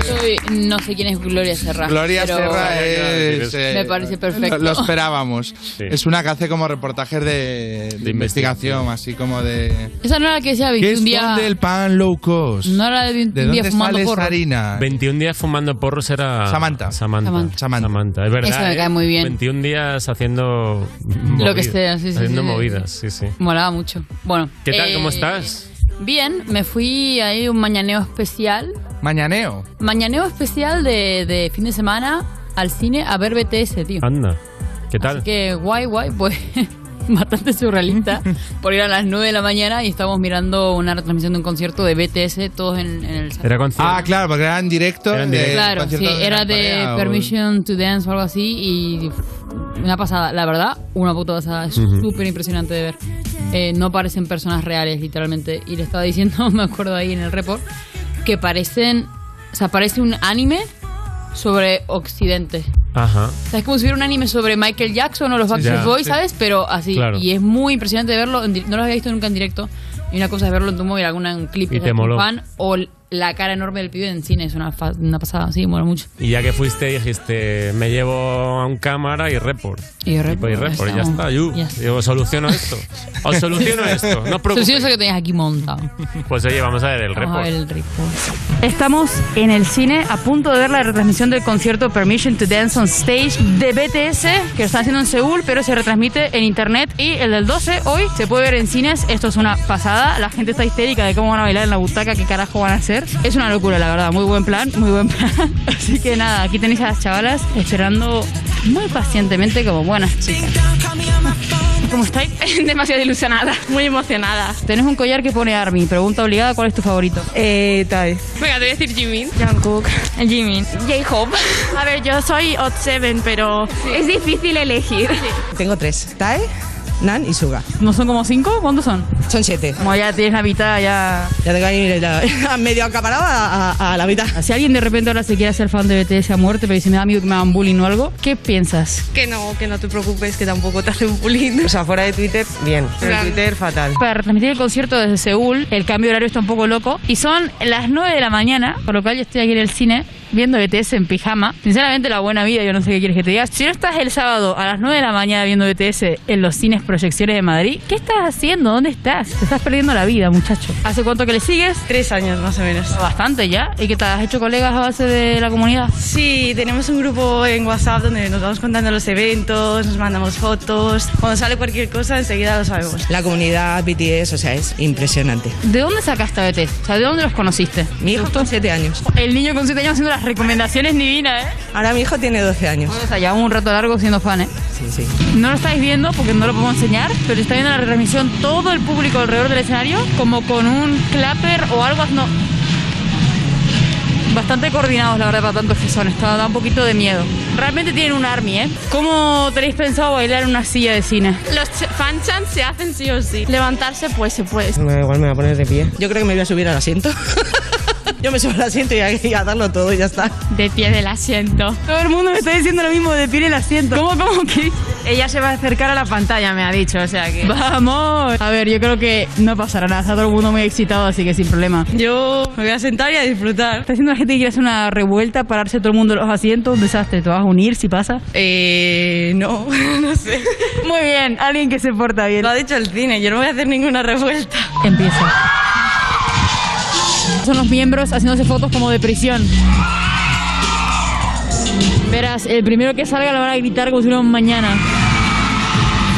[SPEAKER 21] Soy- no sé quién es Gloria Serra.
[SPEAKER 3] Gloria
[SPEAKER 21] pero
[SPEAKER 3] Serra es... eh,
[SPEAKER 21] Me parece perfecto.
[SPEAKER 3] Lo, lo esperábamos. Es una que hace como reportajes de, de investigación, así como de...
[SPEAKER 21] Esa no era la que decía
[SPEAKER 3] ¿Qué
[SPEAKER 21] Vicky
[SPEAKER 3] es
[SPEAKER 21] un día.
[SPEAKER 3] del pan low cost?
[SPEAKER 21] No era la de un día fumando porro.
[SPEAKER 4] 21 días fumando porros era.
[SPEAKER 3] Samantha.
[SPEAKER 4] Samantha.
[SPEAKER 21] Samantha.
[SPEAKER 4] Samantha. Es verdad.
[SPEAKER 21] Esa me
[SPEAKER 4] ¿eh?
[SPEAKER 21] cae muy bien.
[SPEAKER 4] 21 días haciendo.
[SPEAKER 21] Lo que
[SPEAKER 4] movidas,
[SPEAKER 21] sea, sí, sí,
[SPEAKER 4] Haciendo
[SPEAKER 21] sí, sí.
[SPEAKER 4] movidas, sí, sí.
[SPEAKER 21] Molaba mucho. Bueno.
[SPEAKER 4] ¿Qué tal?
[SPEAKER 21] eh,
[SPEAKER 4] ¿Cómo estás?
[SPEAKER 21] Bien, me fui ahí un mañaneo especial.
[SPEAKER 3] Mañaneo.
[SPEAKER 21] Mañaneo especial de, de fin de semana al cine a ver BTS, tío.
[SPEAKER 4] Anda. ¿Qué tal?
[SPEAKER 21] Así que guay, guay, pues bastante surrealista. Por ir a las 9 de la mañana y estábamos mirando una retransmisión de un concierto de BTS, todos en, en el
[SPEAKER 4] Era concierto.
[SPEAKER 3] Ah, claro, porque eran directos.
[SPEAKER 4] Eran directos.
[SPEAKER 21] Claro, sí, era de Permission to Dance o algo así y pff, una pasada, la verdad, una puta pasada, es
[SPEAKER 4] Ujú.
[SPEAKER 21] súper impresionante de ver. Eh, no parecen personas reales, literalmente, y le estaba diciendo, me acuerdo ahí en el report, que parecen, o sea, parece un anime sobre Occidente.
[SPEAKER 4] Ajá.
[SPEAKER 21] O sea, es como si hubiera un anime sobre Michael Jackson o los Backstreet
[SPEAKER 4] Ya,
[SPEAKER 21] Boys,
[SPEAKER 4] sí.
[SPEAKER 21] ¿sabes? Pero así.
[SPEAKER 4] Claro.
[SPEAKER 21] Y es muy impresionante verlo. en di- No lo había visto nunca en directo. Y una cosa es verlo en tu móvil, alguna en clip
[SPEAKER 4] Y
[SPEAKER 21] de
[SPEAKER 4] te moló.
[SPEAKER 21] fan. O l- la cara enorme del pibe en cine. Es una, fa- una pasada. Sí, mola mucho.
[SPEAKER 4] Y ya que fuiste, dijiste, me llevo a un cámara y report.
[SPEAKER 21] Y report,
[SPEAKER 4] Y report,
[SPEAKER 21] ya
[SPEAKER 4] y ya
[SPEAKER 21] está.
[SPEAKER 4] está. Yo,
[SPEAKER 21] Ya está.
[SPEAKER 4] Digo, soluciono esto. Os soluciono esto. No
[SPEAKER 21] Solución
[SPEAKER 4] os preocupéis.
[SPEAKER 21] eso que tenías aquí montado.
[SPEAKER 4] Pues oye, vamos a ver el
[SPEAKER 21] Vamos a
[SPEAKER 4] report.
[SPEAKER 21] ver el report.
[SPEAKER 22] Estamos en el cine a punto de ver la retransmisión del concierto Permission to Dance on Stage de BTS que está haciendo en Seúl, pero se retransmite en internet y el del 12 hoy se puede ver en cines. Esto es una pasada. La gente está histérica de cómo van a bailar en la butaca, qué carajo van a hacer. Es una locura, la verdad. Muy buen plan, muy buen plan. Así que nada, aquí tenéis a las chavalas esperando muy pacientemente como buenas chicas. ¿Cómo estáis? Demasiado ilusionada, muy emocionada. Tenés un collar que pone Army. Pregunta obligada, ¿cuál es tu favorito? Eh, Tai.
[SPEAKER 9] Venga, te voy a decir Jimin. Jungkook. Jimin. J-Hope. A ver, yo soy Ot7, pero es difícil elegir.
[SPEAKER 23] Tengo tres. Tae, Nan y Suga.
[SPEAKER 22] ¿No son como cinco? ¿Cuántos son?
[SPEAKER 23] Son siete.
[SPEAKER 22] Como ya tienes la mitad, ya...
[SPEAKER 23] Ya tengo ahí la- medio acaparado a, a- a la mitad.
[SPEAKER 22] Si alguien de repente ahora se quiere hacer fan de BTS a muerte, pero dice, me da miedo que me hagan bullying o algo, ¿qué piensas?
[SPEAKER 9] Que no, que no te preocupes, que tampoco te hacen bullying.
[SPEAKER 23] O sea, fuera de Twitter, bien. Pero en Twitter, fatal.
[SPEAKER 22] Para retransmitir el concierto desde Seúl, el cambio de horario está un poco loco. Y son las 9 de la mañana, por lo cual yo estoy aquí en el cine viendo BTS en pijama. Sinceramente, la buena vida, yo no sé qué quieres que te diga. Si no estás el sábado a las 9 de la mañana viendo BTS en los cines proyecciones de Madrid, ¿qué estás haciendo? ¿Dónde estás? Te estás perdiendo la vida, muchacho. ¿Hace cuánto que le sigues? Tres años, más o menos. Bastante ya. ¿Y que te has hecho colegas a base de la comunidad?
[SPEAKER 9] Sí, tenemos un grupo en WhatsApp donde nos vamos contando los eventos, nos mandamos fotos. Cuando sale cualquier cosa, enseguida lo sabemos.
[SPEAKER 23] La comunidad BTS, o sea, es impresionante.
[SPEAKER 22] ¿De dónde sacaste a BTS? O sea, ¿de dónde los conociste?
[SPEAKER 23] Mi hijo con 7 años.
[SPEAKER 22] El niño con 7 años haciendo las recomendaciones divinas, ¿eh?
[SPEAKER 23] Ahora mi hijo tiene 12 años.
[SPEAKER 22] O sea, llevamos un rato largo siendo fan, ¿eh?
[SPEAKER 23] Sí, sí.
[SPEAKER 22] No lo estáis viendo porque no lo podemos enseñar, pero está viendo la retransmisión todo el público alrededor del escenario, como con un clapper o algo no. Bastante coordinados, la verdad, para tantos que son. Está, da un poquito de miedo. Realmente tienen un army, ¿eh? ¿Cómo tenéis pensado bailar en una silla de cine?
[SPEAKER 9] Los fanchans se hacen sí o sí. Levantarse, pues se puede.
[SPEAKER 23] igual me voy a poner de pie. Yo creo que me voy a subir al asiento. Yo me subo al asiento y a, y a darlo todo y ya está.
[SPEAKER 9] De pie del asiento.
[SPEAKER 22] Todo el mundo me está diciendo lo mismo, de pie en el asiento. ¿Cómo, cómo que?
[SPEAKER 9] Ella se va a acercar a la pantalla, me ha dicho, o sea que.
[SPEAKER 22] Vamos. A ver, yo creo que no pasará nada. Está todo el mundo muy excitado, así que sin problema. Yo me voy a sentar y a disfrutar. Está haciendo la gente que quiere hacer una revuelta, pararse todo el mundo en los asientos. Un desastre. ¿Te vas a unir si pasa? Eh, no, no sé. Muy bien, alguien que se porta bien. Lo ha dicho el cine, yo no voy a hacer ninguna revuelta. Empieza. Son los miembros haciéndose fotos como de prisión. Verás, el primero que salga lo van a gritar como si fuera un mañana.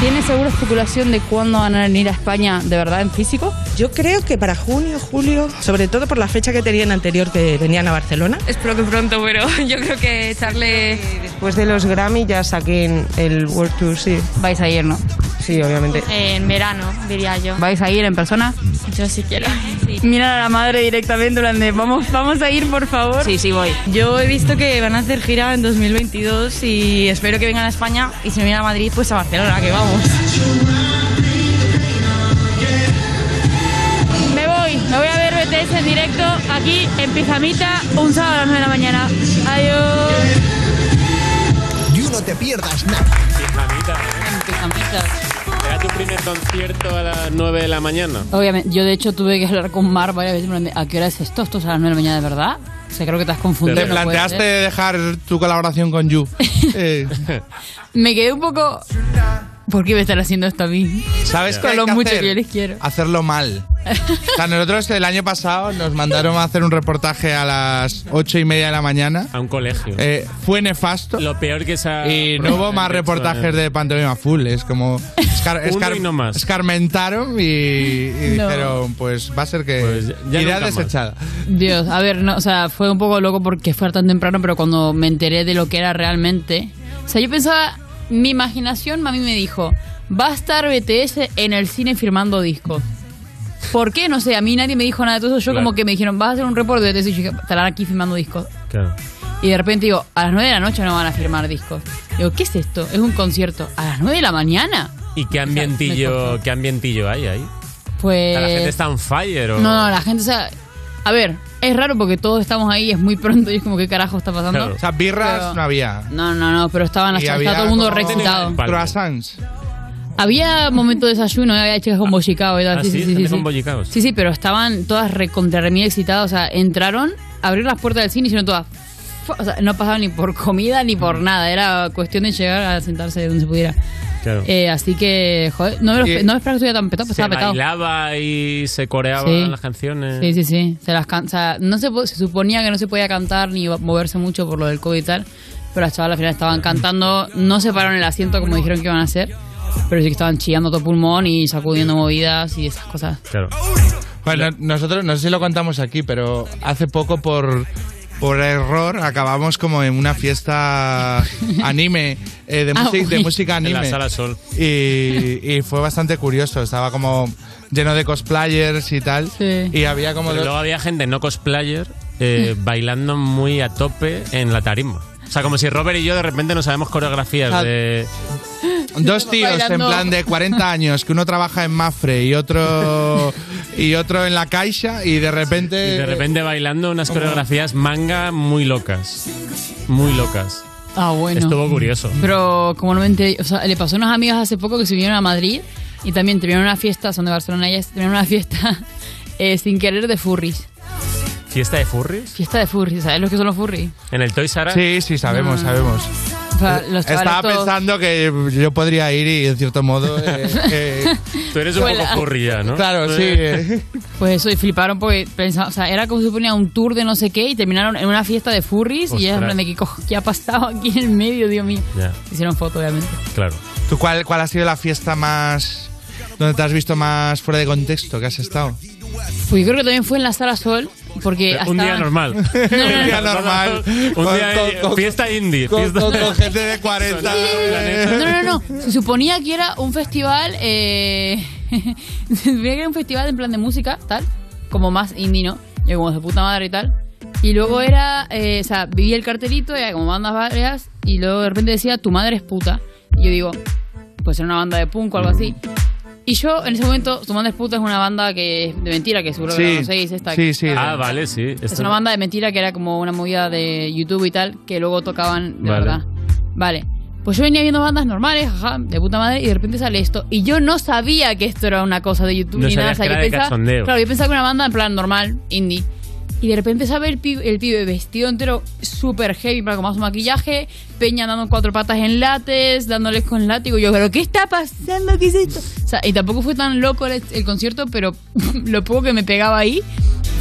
[SPEAKER 22] ¿Tienes seguro especulación de cuándo van a venir a España de verdad en físico?
[SPEAKER 23] Yo creo que para junio, julio, sobre todo por la fecha que tenían anterior que venían a Barcelona.
[SPEAKER 9] Espero que pronto, pero yo creo que echarle.
[SPEAKER 23] Después de los Grammy ya saquen el World Tour, sí.
[SPEAKER 22] Vais a ir, ¿no? Eh,
[SPEAKER 24] Sí, obviamente.
[SPEAKER 20] En verano, diría yo. ¿Vais a ir en persona? Yo sí quiero.
[SPEAKER 9] Mira a la madre directamente durante. Vamos, vamos a ir, por favor. Sí, sí, voy. Yo he visto que van a hacer gira en 2022 y espero que vengan a España. Y si no vienen a Madrid, pues a Barcelona, que vamos.
[SPEAKER 20] Me voy, me voy a ver BTS en directo aquí en Pijamita un sábado a las 9 de la mañana. Adiós.
[SPEAKER 5] You no te pierdas nada.
[SPEAKER 4] ¿Era tu primer concierto a las 9 de la mañana?
[SPEAKER 22] Obviamente, yo de hecho tuve que hablar con Mar varias veces. en plan de, ¿A qué hora es esto? ¿Esto es a las 9 de la mañana de verdad? O sea, creo que te has confundido.
[SPEAKER 3] ¿Te
[SPEAKER 22] no puede
[SPEAKER 3] planteaste
[SPEAKER 22] ser.
[SPEAKER 3] dejar tu colaboración con Yu? Eh,
[SPEAKER 22] Me quedé un poco. ¿Por qué me están haciendo esto a mí?
[SPEAKER 3] ¿Sabes qué
[SPEAKER 22] Con
[SPEAKER 3] hay
[SPEAKER 22] lo
[SPEAKER 3] que
[SPEAKER 22] mucho
[SPEAKER 3] hacer?
[SPEAKER 22] que yo les quiero.
[SPEAKER 3] Hacerlo mal. O sea, nosotros el año pasado nos mandaron a hacer un reportaje a las ocho y media de la mañana.
[SPEAKER 4] A un colegio.
[SPEAKER 3] Eh, fue nefasto.
[SPEAKER 4] Lo peor que se ha...
[SPEAKER 3] Y no hubo más reportajes de pantomima full. Es como. escar-
[SPEAKER 4] Uno
[SPEAKER 3] escar-
[SPEAKER 4] eh. y no más.
[SPEAKER 3] Escarmentaron y, y
[SPEAKER 22] No.
[SPEAKER 3] dijeron: Pues va a ser que. idea
[SPEAKER 4] nunca más.
[SPEAKER 3] desechada.
[SPEAKER 22] Dios, a ver, no, o sea, fue un poco loco porque fue tan temprano, pero cuando me enteré de lo que era realmente. O sea, yo pensaba, mi imaginación, mami me dijo, va a estar BTS en el cine firmando discos. ¿Por qué? No sé, a mí nadie me dijo nada de todo eso. Yo
[SPEAKER 4] Claro.
[SPEAKER 22] como que me dijeron, vas a hacer un report de BTS y yo dije, estarán aquí firmando discos. Y de repente digo, a las 9 de la noche no van a firmar discos. Digo, ¿qué es esto? Es un concierto. ¿A las 9 de la mañana?
[SPEAKER 4] ¿Y qué ambientillo, qué ambientillo hay ahí?
[SPEAKER 21] Eh,
[SPEAKER 22] Pues...
[SPEAKER 4] ¿La gente está on fire o...?
[SPEAKER 22] No, no, la gente, o sea, a ver, es raro porque todos estamos ahí, es muy pronto y es como, ¿qué carajo está pasando?
[SPEAKER 3] O sea, birras
[SPEAKER 22] Pero-
[SPEAKER 3] no había.
[SPEAKER 22] No, no, no, pero estaban las
[SPEAKER 3] Y
[SPEAKER 22] chicas,
[SPEAKER 3] había
[SPEAKER 22] estaba todo el mundo
[SPEAKER 3] como
[SPEAKER 22] re excitado.
[SPEAKER 3] Croissants.
[SPEAKER 22] Había momento de desayuno, había chicas con bollicao y tal.
[SPEAKER 4] Ah,
[SPEAKER 22] sí,
[SPEAKER 4] sí,
[SPEAKER 22] sí, sí,
[SPEAKER 4] gente
[SPEAKER 22] sí,
[SPEAKER 4] con
[SPEAKER 22] sí.
[SPEAKER 4] bollicaos.
[SPEAKER 22] Sí, sí, pero estaban todas re, contra re mil excitadas, o sea, entraron, abrieron las puertas del cine y hicieron todas... fu- O sea, no pasaban ni por comida ni
[SPEAKER 4] Mm.
[SPEAKER 22] por nada, era cuestión de llegar a sentarse donde se pudiera. Eh, así que, joder, no me, lo,
[SPEAKER 4] Y-
[SPEAKER 22] no me esperaba que estuviera tan petado, pero
[SPEAKER 4] Se
[SPEAKER 22] estaba petado.
[SPEAKER 4] bailaba y se coreaban
[SPEAKER 22] Sí.
[SPEAKER 4] las canciones.
[SPEAKER 22] Sí, sí, sí. Se las can- o sea, no se, po- se suponía que no se podía cantar ni va- moverse mucho por lo del COVID y tal, pero las chavalas al final estaban cantando, no separaron el asiento como dijeron que iban a hacer, pero sí que estaban chillando a todo pulmón y sacudiendo movidas y esas cosas.
[SPEAKER 4] Claro.
[SPEAKER 3] Bueno, nosotros, no sé si lo contamos aquí, pero hace poco por, por error acabamos como en una fiesta anime, eh, de,
[SPEAKER 4] Ah,
[SPEAKER 3] música- de
[SPEAKER 4] uy.
[SPEAKER 3] música
[SPEAKER 4] En
[SPEAKER 3] anime.
[SPEAKER 4] la Sala Sol.
[SPEAKER 3] Y, y fue bastante curioso, estaba como lleno de cosplayers y tal. Y había como...
[SPEAKER 4] Pero
[SPEAKER 3] dos-
[SPEAKER 4] luego había gente no cosplayer eh,
[SPEAKER 22] Mm.
[SPEAKER 4] bailando muy a tope en la tarima. O sea, como si Robert y yo de repente no sabemos coreografías
[SPEAKER 3] Ah.
[SPEAKER 4] de...
[SPEAKER 3] Dos tíos
[SPEAKER 4] Bailando.
[SPEAKER 3] en plan de 40 años, que uno trabaja en Mafre y otro y otro en la Caixa y de repente
[SPEAKER 4] Y de repente bailando unas coreografías manga muy locas. Muy locas.
[SPEAKER 22] Ah, bueno.
[SPEAKER 4] Estuvo curioso.
[SPEAKER 22] Pero como no me enteré, o sea, le pasó a unas amigas hace poco que se vinieron a Madrid y también terminaron una fiesta, son de Barcelona ellas, terminaron una fiesta eh, sin querer de furries.
[SPEAKER 4] ¿Fiesta de furries?
[SPEAKER 22] Fiesta de furries, ¿sabes los que son los furries?
[SPEAKER 4] ¿En el Toy Sara?
[SPEAKER 3] Sí, sí, sabemos,
[SPEAKER 22] Ah.
[SPEAKER 3] sabemos.
[SPEAKER 22] O sea, los chavales
[SPEAKER 3] Estaba
[SPEAKER 22] todos-
[SPEAKER 3] pensando que yo podría ir y, en cierto modo... eh, eh,
[SPEAKER 4] Tú eres un
[SPEAKER 22] Hola.
[SPEAKER 4] poco furry ya, ¿no?
[SPEAKER 3] Claro, sí. eh.
[SPEAKER 22] Pues eso, y fliparon porque pensaban, o sea, era como si ponía un tour de no sé qué y terminaron en una fiesta de furries y ya
[SPEAKER 3] Ostras.
[SPEAKER 22] me ¿qué, co- qué ha pasado aquí en el medio, Dios mío? Hicieron foto, obviamente.
[SPEAKER 4] Claro.
[SPEAKER 3] ¿Tú cuál, cuál ha sido la fiesta más... donde te has visto más fuera de contexto que has estado?
[SPEAKER 22] Pues yo creo que también fue en la Sala Sol, porque
[SPEAKER 3] Un día
[SPEAKER 22] estaban-
[SPEAKER 3] normal. Un día normal.
[SPEAKER 4] Un
[SPEAKER 3] Con-
[SPEAKER 4] día de-
[SPEAKER 3] con- con-
[SPEAKER 4] fiesta indie.
[SPEAKER 3] con-
[SPEAKER 4] fiesta-
[SPEAKER 3] con- con gente de 40.
[SPEAKER 22] No, no, no. Se suponía que era un festival. Eh, se suponía que era un festival en plan de música, tal. Como más indie, ¿no? Y como de puta madre y tal. Y luego era. eh, o sea, vivía el cartelito, era como bandas varias. Y luego de repente decía, tu madre es puta. Y yo digo, pues era una banda de punk o algo así. Y yo, en ese momento, tu madre es puta es una banda que es de mentira, que seguro que la conocéis. Esta,
[SPEAKER 4] Ah, vale, sí.
[SPEAKER 22] es
[SPEAKER 4] Esto-
[SPEAKER 22] una banda de mentira que era como una movida de YouTube y tal, que luego tocaban de
[SPEAKER 4] Vale.
[SPEAKER 22] verdad. Vale. Pues yo venía viendo bandas normales, ajá, de puta madre, y de repente sale esto. Y yo no sabía que esto era una cosa de YouTube
[SPEAKER 4] No
[SPEAKER 22] ni nada.
[SPEAKER 4] sabías que
[SPEAKER 22] yo
[SPEAKER 4] era de cachondeo.
[SPEAKER 22] claro, yo pensaba que era una banda en plan normal, indie. Y de repente sale el pibe, el pibe vestido entero súper heavy, para con más maquillaje, Peña dando cuatro patas en lates, dándoles con látigo. Y Yo, ¿pero qué está pasando? ¿Qué es esto? O sea, y tampoco fue tan loco el, el concierto, pero lo poco que me pegaba ahí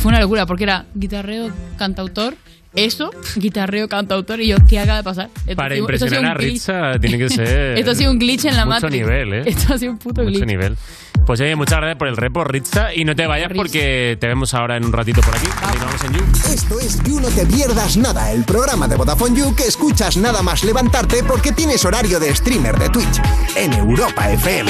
[SPEAKER 22] fue una locura, porque era guitarreo, cantautor, eso, guitarreo, cantautor, y yo, ¿qué acaba de pasar? Esto
[SPEAKER 4] Para
[SPEAKER 22] ha sido- esto ha sido
[SPEAKER 4] impresionar
[SPEAKER 22] un
[SPEAKER 4] a
[SPEAKER 22] glitch.
[SPEAKER 4] Ritza tiene que ser...
[SPEAKER 22] Esto ha sido un glitch en la
[SPEAKER 4] mucho
[SPEAKER 22] Matrix.
[SPEAKER 4] nivel, ¿eh?
[SPEAKER 22] Esto ha sido un puto
[SPEAKER 4] Mucho
[SPEAKER 22] glitch.
[SPEAKER 4] nivel. Pues oye, muchas gracias por el report, Ritza. Y no te vayas porque te vemos ahora en un ratito por aquí. Continuamos en You.
[SPEAKER 5] Esto es You No Te Pierdas Nada, el programa de Vodafone You que escuchas nada más levantarte porque tienes horario de streamer de Twitch en Europa FM.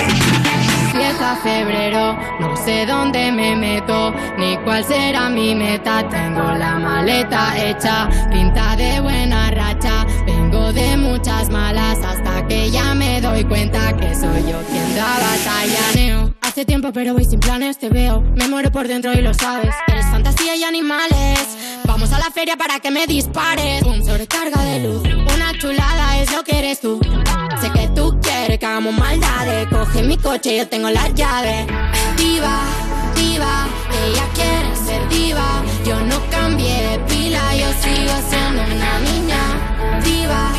[SPEAKER 25] Si es a febrero, no sé dónde me meto, ni cuál será mi meta. Tengo la maleta hecha, pinta de buena racha. Vengo de muchas malas hasta que ya me doy cuenta que soy yo quien da batalla. Neo, Hace tiempo pero voy sin planes, te veo, me muero por dentro y lo sabes. Eres fantasía y animales, vamos a la feria para que me dispares. Un sobrecarga de luz, una chulada es lo que eres tú. Sé que tú quieres que hagamos maldades. Coge mi coche, yo tengo las llaves. Diva, diva, ella quiere ser diva. Yo no cambié de pila, yo sigo siendo una niña. Diva,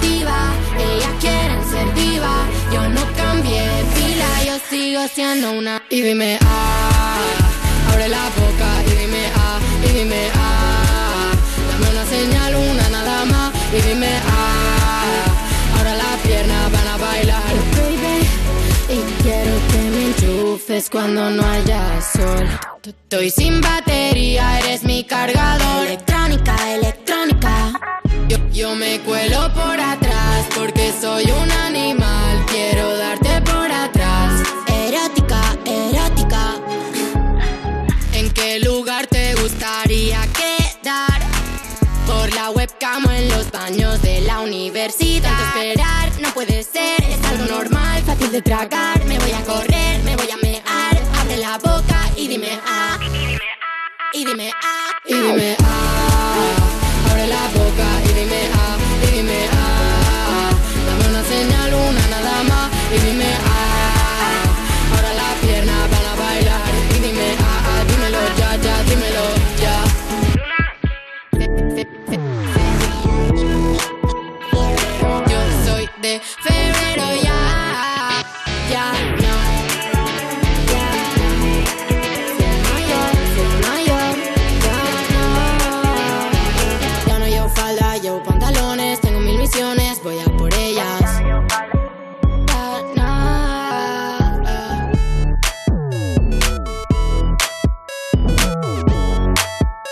[SPEAKER 25] diva, ella quiere ser diva. Yo no cambié de pila, yo sigo siendo una. Y dime, ah, abre la boca y dime, ah, y dime, ah. Dame una señal, una nada más. Y dime, ah. Ahora las piernas van a bailar Baby, y quiero que me enchufes cuando no haya sol Estoy sin batería, eres mi cargador Electrónica, electrónica Yo, yo me cuelo por atrás porque soy un animal Quiero darte por atrás Erótica, erótica ¿En qué lugar te gustaría quedar? Por la webcam o en los baños de la universidad. Tanto esperar no puede ser, es algo normal, fácil de tragar. Me voy a correr, me voy a mear. Abre la boca y dime ah. Y dime ah. Y dime ah. Abre la boca y dime ah. Y dime ah. Dame una señal, una nada más. Y dime ah. Ahora las piernas van a bailar. Y dime ah, ah. Dímelo ya, ya, dímelo ya. Yo soy de febrero ya, ya no. Ya no llevo falda, llevo pantalones, tengo mil misiones, voy a por ellas. Ah, no, ah.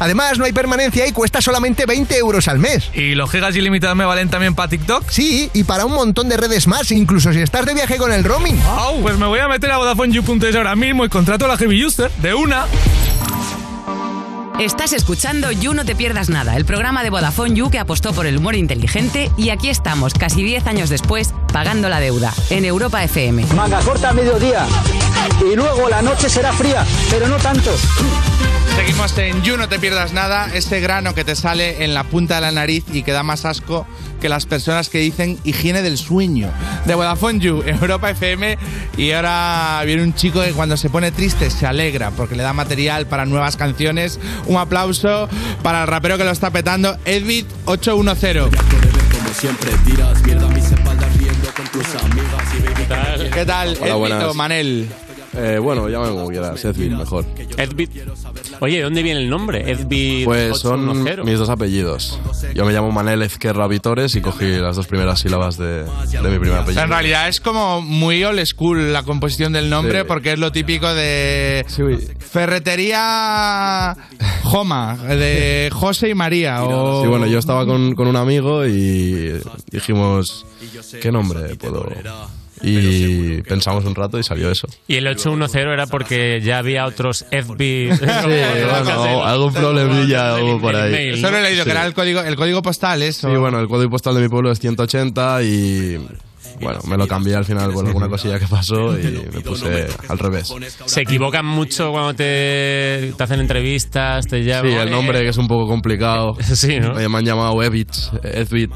[SPEAKER 5] Además, no hay permanencia y cuesta solamente 20 euros al mes.
[SPEAKER 26] ¿Y los gigas ilimitados me valen también para TikTok?
[SPEAKER 5] Sí, y para un montón de redes más, incluso si estás de viaje con el roaming.
[SPEAKER 26] Au, pues me voy a meter a VodafoneYou.es ahora mismo y contrato a la heavy user de una.
[SPEAKER 27] Estás escuchando You No Te Pierdas Nada, el programa de Vodafone You que apostó por el humor inteligente y aquí estamos, casi 10 años después, pagando la deuda, en Europa FM.
[SPEAKER 28] Manga corta a mediodía. Y luego la noche será fría, pero no tanto.
[SPEAKER 3] Seguimos en You, no te pierdas nada. Este grano que te sale en la punta de la nariz y que da más asco que las personas que dicen higiene del sueño. De Vodafone You, Europa FM. Y ahora viene un chico que cuando se pone triste se alegra porque le da material para nuevas canciones. Un aplauso para el rapero que lo está petando, Edwin 810.
[SPEAKER 6] Siempre tiras mierda a mis espaldas riendo con tus amigas y baby.
[SPEAKER 3] ¿Qué tal,
[SPEAKER 6] Hola,
[SPEAKER 3] Edwin o
[SPEAKER 6] buenas.
[SPEAKER 3] Manel?
[SPEAKER 6] Eh, bueno, llámame como quieras, Edwin, mejor.
[SPEAKER 4] Edbit. Oye, ¿de dónde viene el nombre? Edbit.
[SPEAKER 6] Pues son
[SPEAKER 4] 810.
[SPEAKER 6] mis dos apellidos. Yo me llamo Manel Ezquerra Vitores y cogí las dos primeras sílabas de, de mi primer
[SPEAKER 3] O sea,
[SPEAKER 6] apellido.
[SPEAKER 3] en realidad es como muy old school la composición del nombre porque es lo típico de ferretería Joma, de José y María. O...
[SPEAKER 6] Y bueno, yo estaba con, con un amigo y dijimos, ¿qué nombre puedo...? Y pensamos un rato y salió eso.
[SPEAKER 4] Y el 810 era porque ya había otros Edbit. Sí,
[SPEAKER 6] Bueno, algún problemilla hubo por ahí.
[SPEAKER 3] Eso lo he leído, que era el código, el código postal, eso.
[SPEAKER 6] Sí, bueno, el código postal de mi pueblo es 180 y Bueno, me lo cambié al final por alguna cosilla que pasó y me puse al revés.
[SPEAKER 4] Se equivocan mucho cuando te, te hacen entrevistas, te llaman.
[SPEAKER 6] Sí, el nombre que es un poco complicado.
[SPEAKER 4] Sí, ¿no?
[SPEAKER 6] Oye, me han llamado Evitz, Edwitz,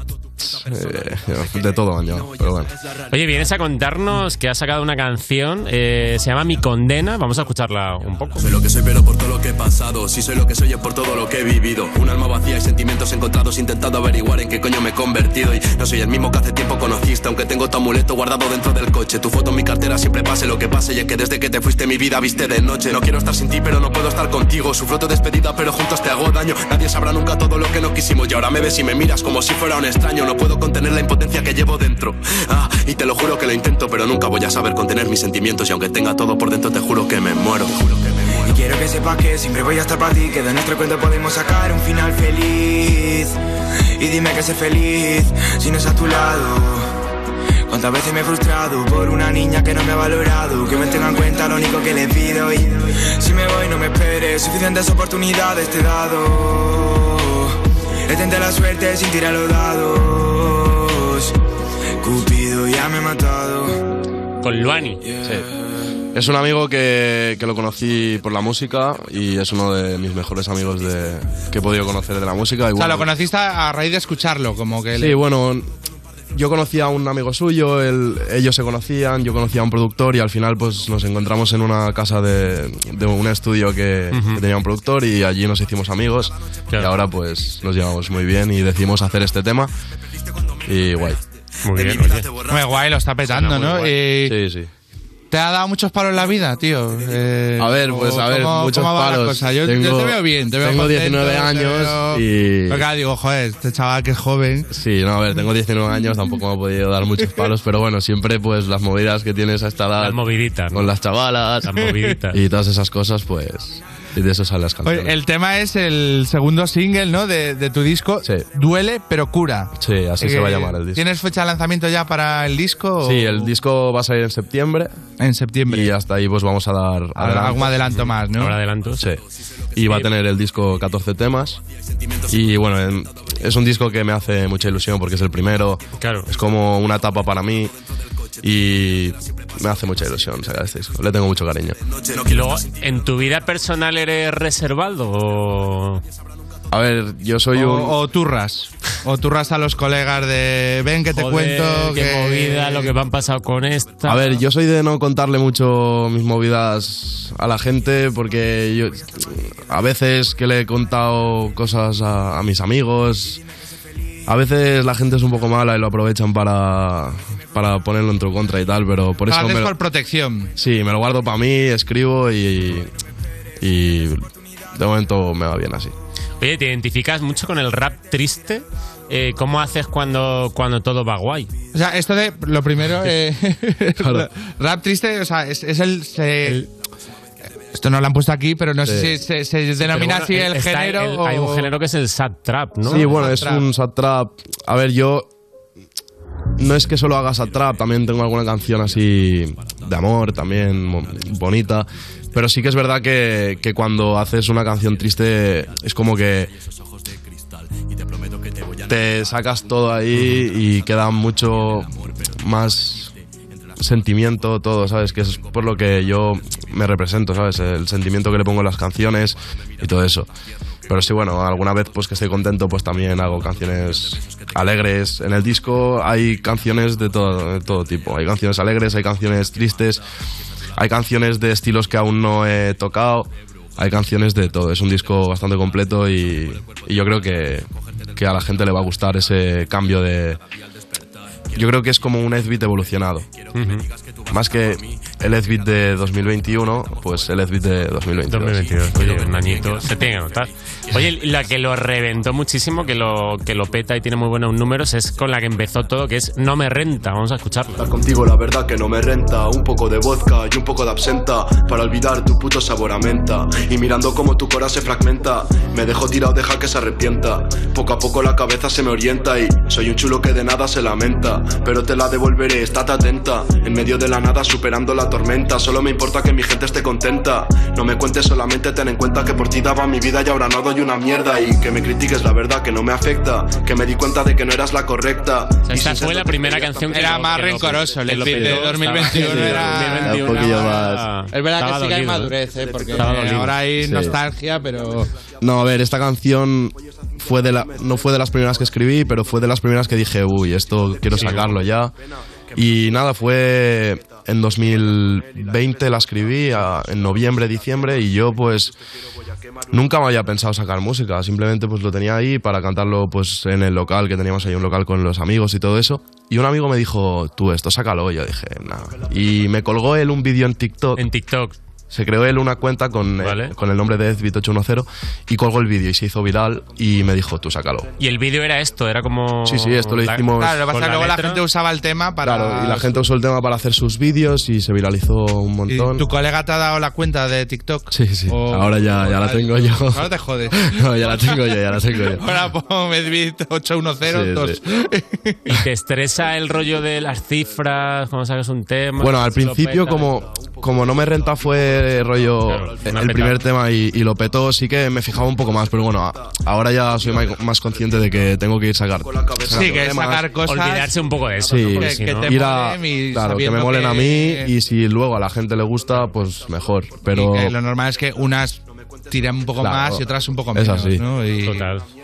[SPEAKER 6] eh, de todo me han llamado, pero bueno.
[SPEAKER 4] Oye, vienes a contarnos que has sacado una canción, eh, se llama Mi Condena, vamos a escucharla un poco.
[SPEAKER 29] Soy lo que soy, pero por todo lo que he pasado. Si soy lo que soy, es por todo lo que he vivido. Un alma vacía y sentimientos encontrados, intentando averiguar en qué coño me he convertido. Y no soy el mismo que hace tiempo conociste, aunque tengo tu amuleto guardado dentro del coche. Tu foto en mi cartera siempre pase lo que pase. Y es que desde que te fuiste, mi vida viste de noche. No quiero estar sin ti, pero no puedo estar contigo. Sufro tu despedida, pero juntos te hago daño. Nadie sabrá nunca todo lo que no quisimos. Y ahora me ves y me miras como si fuera un extraño. No puedo contener la impotencia que llevo dentro. Ah, y te lo juro que lo intento, pero nunca voy a saber contener mis sentimientos. Y aunque tenga todo por dentro, te juro que me muero.
[SPEAKER 7] Y quiero que sepas que siempre voy a estar para ti, que de nuestro cuento podemos sacar un final feliz. Y dime que sé feliz si no estás a tu lado. Cuántas veces me he frustrado por una niña que no me ha valorado, que me tenga en cuenta lo único que le pido. Y si me voy, no me esperes, suficientes oportunidades te he dado. Detente la suerte sin tirar los dados. Cupido ya me ha matado.
[SPEAKER 4] Con Luani.
[SPEAKER 6] Es un amigo que, que lo conocí por la música y es uno de mis mejores amigos de, que he podido conocer de la música. Y
[SPEAKER 3] O sea,
[SPEAKER 6] bueno,
[SPEAKER 3] lo conociste a a raíz de escucharlo, como que...
[SPEAKER 6] Sí, bueno, yo conocía a un amigo suyo, él- ellos se conocían, yo conocía a un productor y al final pues nos encontramos en una casa de, de un estudio que,
[SPEAKER 4] Ujú.
[SPEAKER 6] que tenía un productor y allí nos hicimos amigos y ahora pues nos llevamos muy bien y decidimos hacer este tema y guay.
[SPEAKER 4] Muy bien,
[SPEAKER 3] Muy guay, lo está petando, ¿no? Eh,
[SPEAKER 6] sí, sí.
[SPEAKER 3] ¿Te ha dado muchos palos en la vida, tío? Eh,
[SPEAKER 6] A ver,
[SPEAKER 3] ¿o
[SPEAKER 6] pues a ver,
[SPEAKER 3] cómo-
[SPEAKER 6] muchos
[SPEAKER 3] cómo va la
[SPEAKER 6] palos.
[SPEAKER 3] cosa? Yo, yo
[SPEAKER 6] Tengo-
[SPEAKER 3] te veo bien, te veo
[SPEAKER 6] tengo
[SPEAKER 3] contento,
[SPEAKER 6] 19
[SPEAKER 3] te
[SPEAKER 6] años
[SPEAKER 3] veo-
[SPEAKER 6] y-
[SPEAKER 3] Pero claro, digo, joder, este chaval que es joven...
[SPEAKER 6] Sí, no, a ver, tengo 19 años, tampoco me he podido dar muchos palos, pero bueno, siempre pues las movidas que tienes a esta edad. Las
[SPEAKER 4] moviditas.
[SPEAKER 6] Con las chavalas.
[SPEAKER 4] Las moviditas.
[SPEAKER 6] Y todas esas cosas, pues. Y de eso salen las canciones.
[SPEAKER 3] Oye, el tema es el segundo single, ¿no? De, de tu disco. Duele, pero cura.
[SPEAKER 6] Sí, así se va a
[SPEAKER 3] Eh,
[SPEAKER 6] llamar el disco.
[SPEAKER 3] ¿Tienes fecha de lanzamiento ya para el disco? o-
[SPEAKER 6] Sí, el disco va a salir en septiembre.
[SPEAKER 3] En septiembre.
[SPEAKER 6] Y hasta ahí pues vamos a dar
[SPEAKER 3] algún adelanto más, ¿no? Habrá
[SPEAKER 4] adelantos.
[SPEAKER 6] Sí. Y va a tener el disco 14 temas. Y bueno, em, es un disco que me hace mucha ilusión porque es el primero.
[SPEAKER 4] Claro.
[SPEAKER 6] Es como una etapa para mí. Y me hace mucha ilusión sacar este disco. Le tengo mucho cariño.
[SPEAKER 4] Y luego, ¿en tu vida personal eres reservado o...?
[SPEAKER 6] A ver, yo soy
[SPEAKER 3] o,
[SPEAKER 6] un...
[SPEAKER 3] o turras. O turras a los colegas de. Ven, que te
[SPEAKER 4] Joder,
[SPEAKER 3] cuento.
[SPEAKER 4] qué
[SPEAKER 3] que...
[SPEAKER 4] movida, lo que me han pasado con esta.
[SPEAKER 6] A ver, yo soy de no contarle mucho mis movidas a la gente porque yo a veces que le he contado cosas a, a mis amigos, a veces la gente es un poco mala y lo aprovechan para, para ponerlo en tu contra y tal, pero por
[SPEAKER 3] Lo
[SPEAKER 6] eso...
[SPEAKER 3] haces
[SPEAKER 6] me lo-
[SPEAKER 3] por protección.
[SPEAKER 6] sí, me lo guardo para mí, escribo y, y de momento me va bien así.
[SPEAKER 4] Oye, ¿te identificas mucho con el rap triste? Eh, ¿Cómo haces cuando, cuando todo va guay?
[SPEAKER 3] O sea, esto de. Lo primero. eh, Rap triste, o sea, es, es el. se- Esto no lo han puesto aquí, pero no sé
[SPEAKER 6] eh,
[SPEAKER 4] Sí.
[SPEAKER 3] si se, se
[SPEAKER 4] Pero
[SPEAKER 3] denomina
[SPEAKER 4] bueno,
[SPEAKER 3] así el
[SPEAKER 4] está
[SPEAKER 3] género.
[SPEAKER 4] el-
[SPEAKER 3] o...
[SPEAKER 4] Hay un género que es el sad trap, ¿no?
[SPEAKER 6] Sí, bueno,
[SPEAKER 4] Sad
[SPEAKER 6] es
[SPEAKER 4] trap.
[SPEAKER 6] un sad trap. A ver, yo. No es que solo haga sad trap, también tengo alguna canción así de amor, también mo- bonita. Pero sí que es verdad que, que cuando haces una canción triste es como que te sacas todo ahí y queda mucho más sentimiento todo, ¿sabes? Que es por lo que yo me represento, ¿sabes? El sentimiento que le pongo en las canciones y todo eso. Pero sí, bueno, alguna vez pues que estoy contento, pues también hago canciones alegres. En el disco hay canciones de todo, de todo tipo. Hay canciones alegres, hay canciones tristes, hay canciones de estilos que aún no he tocado, hay canciones de todo. Es un disco bastante completo y, y yo creo que, que a la gente le va a gustar ese cambio de... Yo creo que es como un Edbit evolucionado. Más que el Edbit de 2021, pues el Edbit de 2022.
[SPEAKER 4] 2022, oye, un añito. Se tiene que notar. Oye, la que lo reventó muchísimo, que lo, que lo peta y tiene muy buenos números, es con la que empezó todo, que es No me renta. Vamos a escucharla.
[SPEAKER 29] Estar contigo la verdad que no me renta Un poco de vodka y un poco de absenta Para olvidar tu puto sabor a menta Y mirando como tu cora se fragmenta Me dejo tirado, deja que se arrepienta Poco a poco la cabeza se me orienta Y soy un chulo que de nada se lamenta Pero te la devolveré, estate atenta En medio de la nada superando la tormenta Solo me importa que mi gente esté contenta No me cuentes solamente, ten en cuenta que por ti daba mi vida Y ahora no doy soy una mierda y que me critiques la verdad que no me afecta, que me di cuenta de que no eras la correcta.
[SPEAKER 4] Esta fue la primera canción que
[SPEAKER 3] Era
[SPEAKER 4] lo-
[SPEAKER 3] más
[SPEAKER 4] que lo-
[SPEAKER 3] rencoroso,
[SPEAKER 4] que
[SPEAKER 3] el
[SPEAKER 4] lo
[SPEAKER 3] clip de
[SPEAKER 4] petó.
[SPEAKER 3] 2021
[SPEAKER 4] Estaba-
[SPEAKER 3] era-
[SPEAKER 4] sí,
[SPEAKER 3] Un poquillo
[SPEAKER 4] estaba-
[SPEAKER 3] Es verdad
[SPEAKER 4] estaba
[SPEAKER 3] que sí que
[SPEAKER 4] dolido,
[SPEAKER 3] hay
[SPEAKER 4] ¿eh?
[SPEAKER 3] madurez, ¿eh? porque
[SPEAKER 4] Estaba
[SPEAKER 3] eh,
[SPEAKER 4] dolido.
[SPEAKER 3] ahora hay
[SPEAKER 6] Sí.
[SPEAKER 3] nostalgia, pero
[SPEAKER 6] No, a ver, esta canción fue de la, no fue de las primeras que escribí, pero fue de las primeras que dije, uy, esto quiero sacarlo ya. Y nada, fue en 2020 la escribí, a- en noviembre, diciembre, y yo pues nunca me había pensado sacar música, simplemente pues lo tenía ahí para cantarlo pues en el local, que teníamos ahí un local con los amigos y todo eso. Y un amigo me dijo, tú esto, sácalo, y yo dije, nada. Y me colgó él un vídeo en TikTok.
[SPEAKER 4] En TikTok.
[SPEAKER 6] Se creó él una cuenta con, eh, con el nombre de Edbit810 y colgó el vídeo y se hizo viral y me dijo, tú sácalo.
[SPEAKER 4] Y el vídeo era esto, era como...
[SPEAKER 6] Sí, sí, esto lo
[SPEAKER 4] la-
[SPEAKER 6] hicimos- Claro, lo que pasa
[SPEAKER 4] con
[SPEAKER 6] es que luego la
[SPEAKER 4] letra.
[SPEAKER 3] gente usaba el tema para...
[SPEAKER 6] Claro, y la gente usó el tema para hacer sus vídeos y se viralizó un montón.
[SPEAKER 3] ¿Tu colega te ha dado la cuenta de TikTok?
[SPEAKER 6] Sí, sí.
[SPEAKER 3] O-
[SPEAKER 6] Ahora ya, ya la tengo yo.
[SPEAKER 3] Ahora te jodes.
[SPEAKER 6] No, ya la tengo yo, ya la tengo yo.
[SPEAKER 3] Ahora pongo Medvid 8102.
[SPEAKER 4] ¿Y te estresa el rollo de las cifras, cómo sacas un tema?
[SPEAKER 6] Bueno, al
[SPEAKER 4] si lo ¿eh?
[SPEAKER 6] principio
[SPEAKER 4] petas?
[SPEAKER 6] como, como no me renta fue rollo el primer tema y, y lo petó, sí que me fijaba un poco más, pero bueno, a- ahora ya soy mai- más consciente de que tengo que ir sacar.
[SPEAKER 3] Sí, que es sacar cosas...
[SPEAKER 4] Olvidarse un
[SPEAKER 3] Ah,
[SPEAKER 4] poco de eso.
[SPEAKER 6] ¿eh?
[SPEAKER 3] pues,
[SPEAKER 6] Sí,
[SPEAKER 4] ¿no? Porque si no-
[SPEAKER 6] ir a- claro, que me
[SPEAKER 3] sabiendo
[SPEAKER 6] molen a mí
[SPEAKER 3] que-
[SPEAKER 6] y si luego a la gente le gusta, pues mejor. Pero
[SPEAKER 3] Y que lo normal es que unas tiran un poco
[SPEAKER 6] Claro,
[SPEAKER 3] más y otras un poco
[SPEAKER 6] es
[SPEAKER 3] menos.
[SPEAKER 6] así.
[SPEAKER 3] ¿no? Y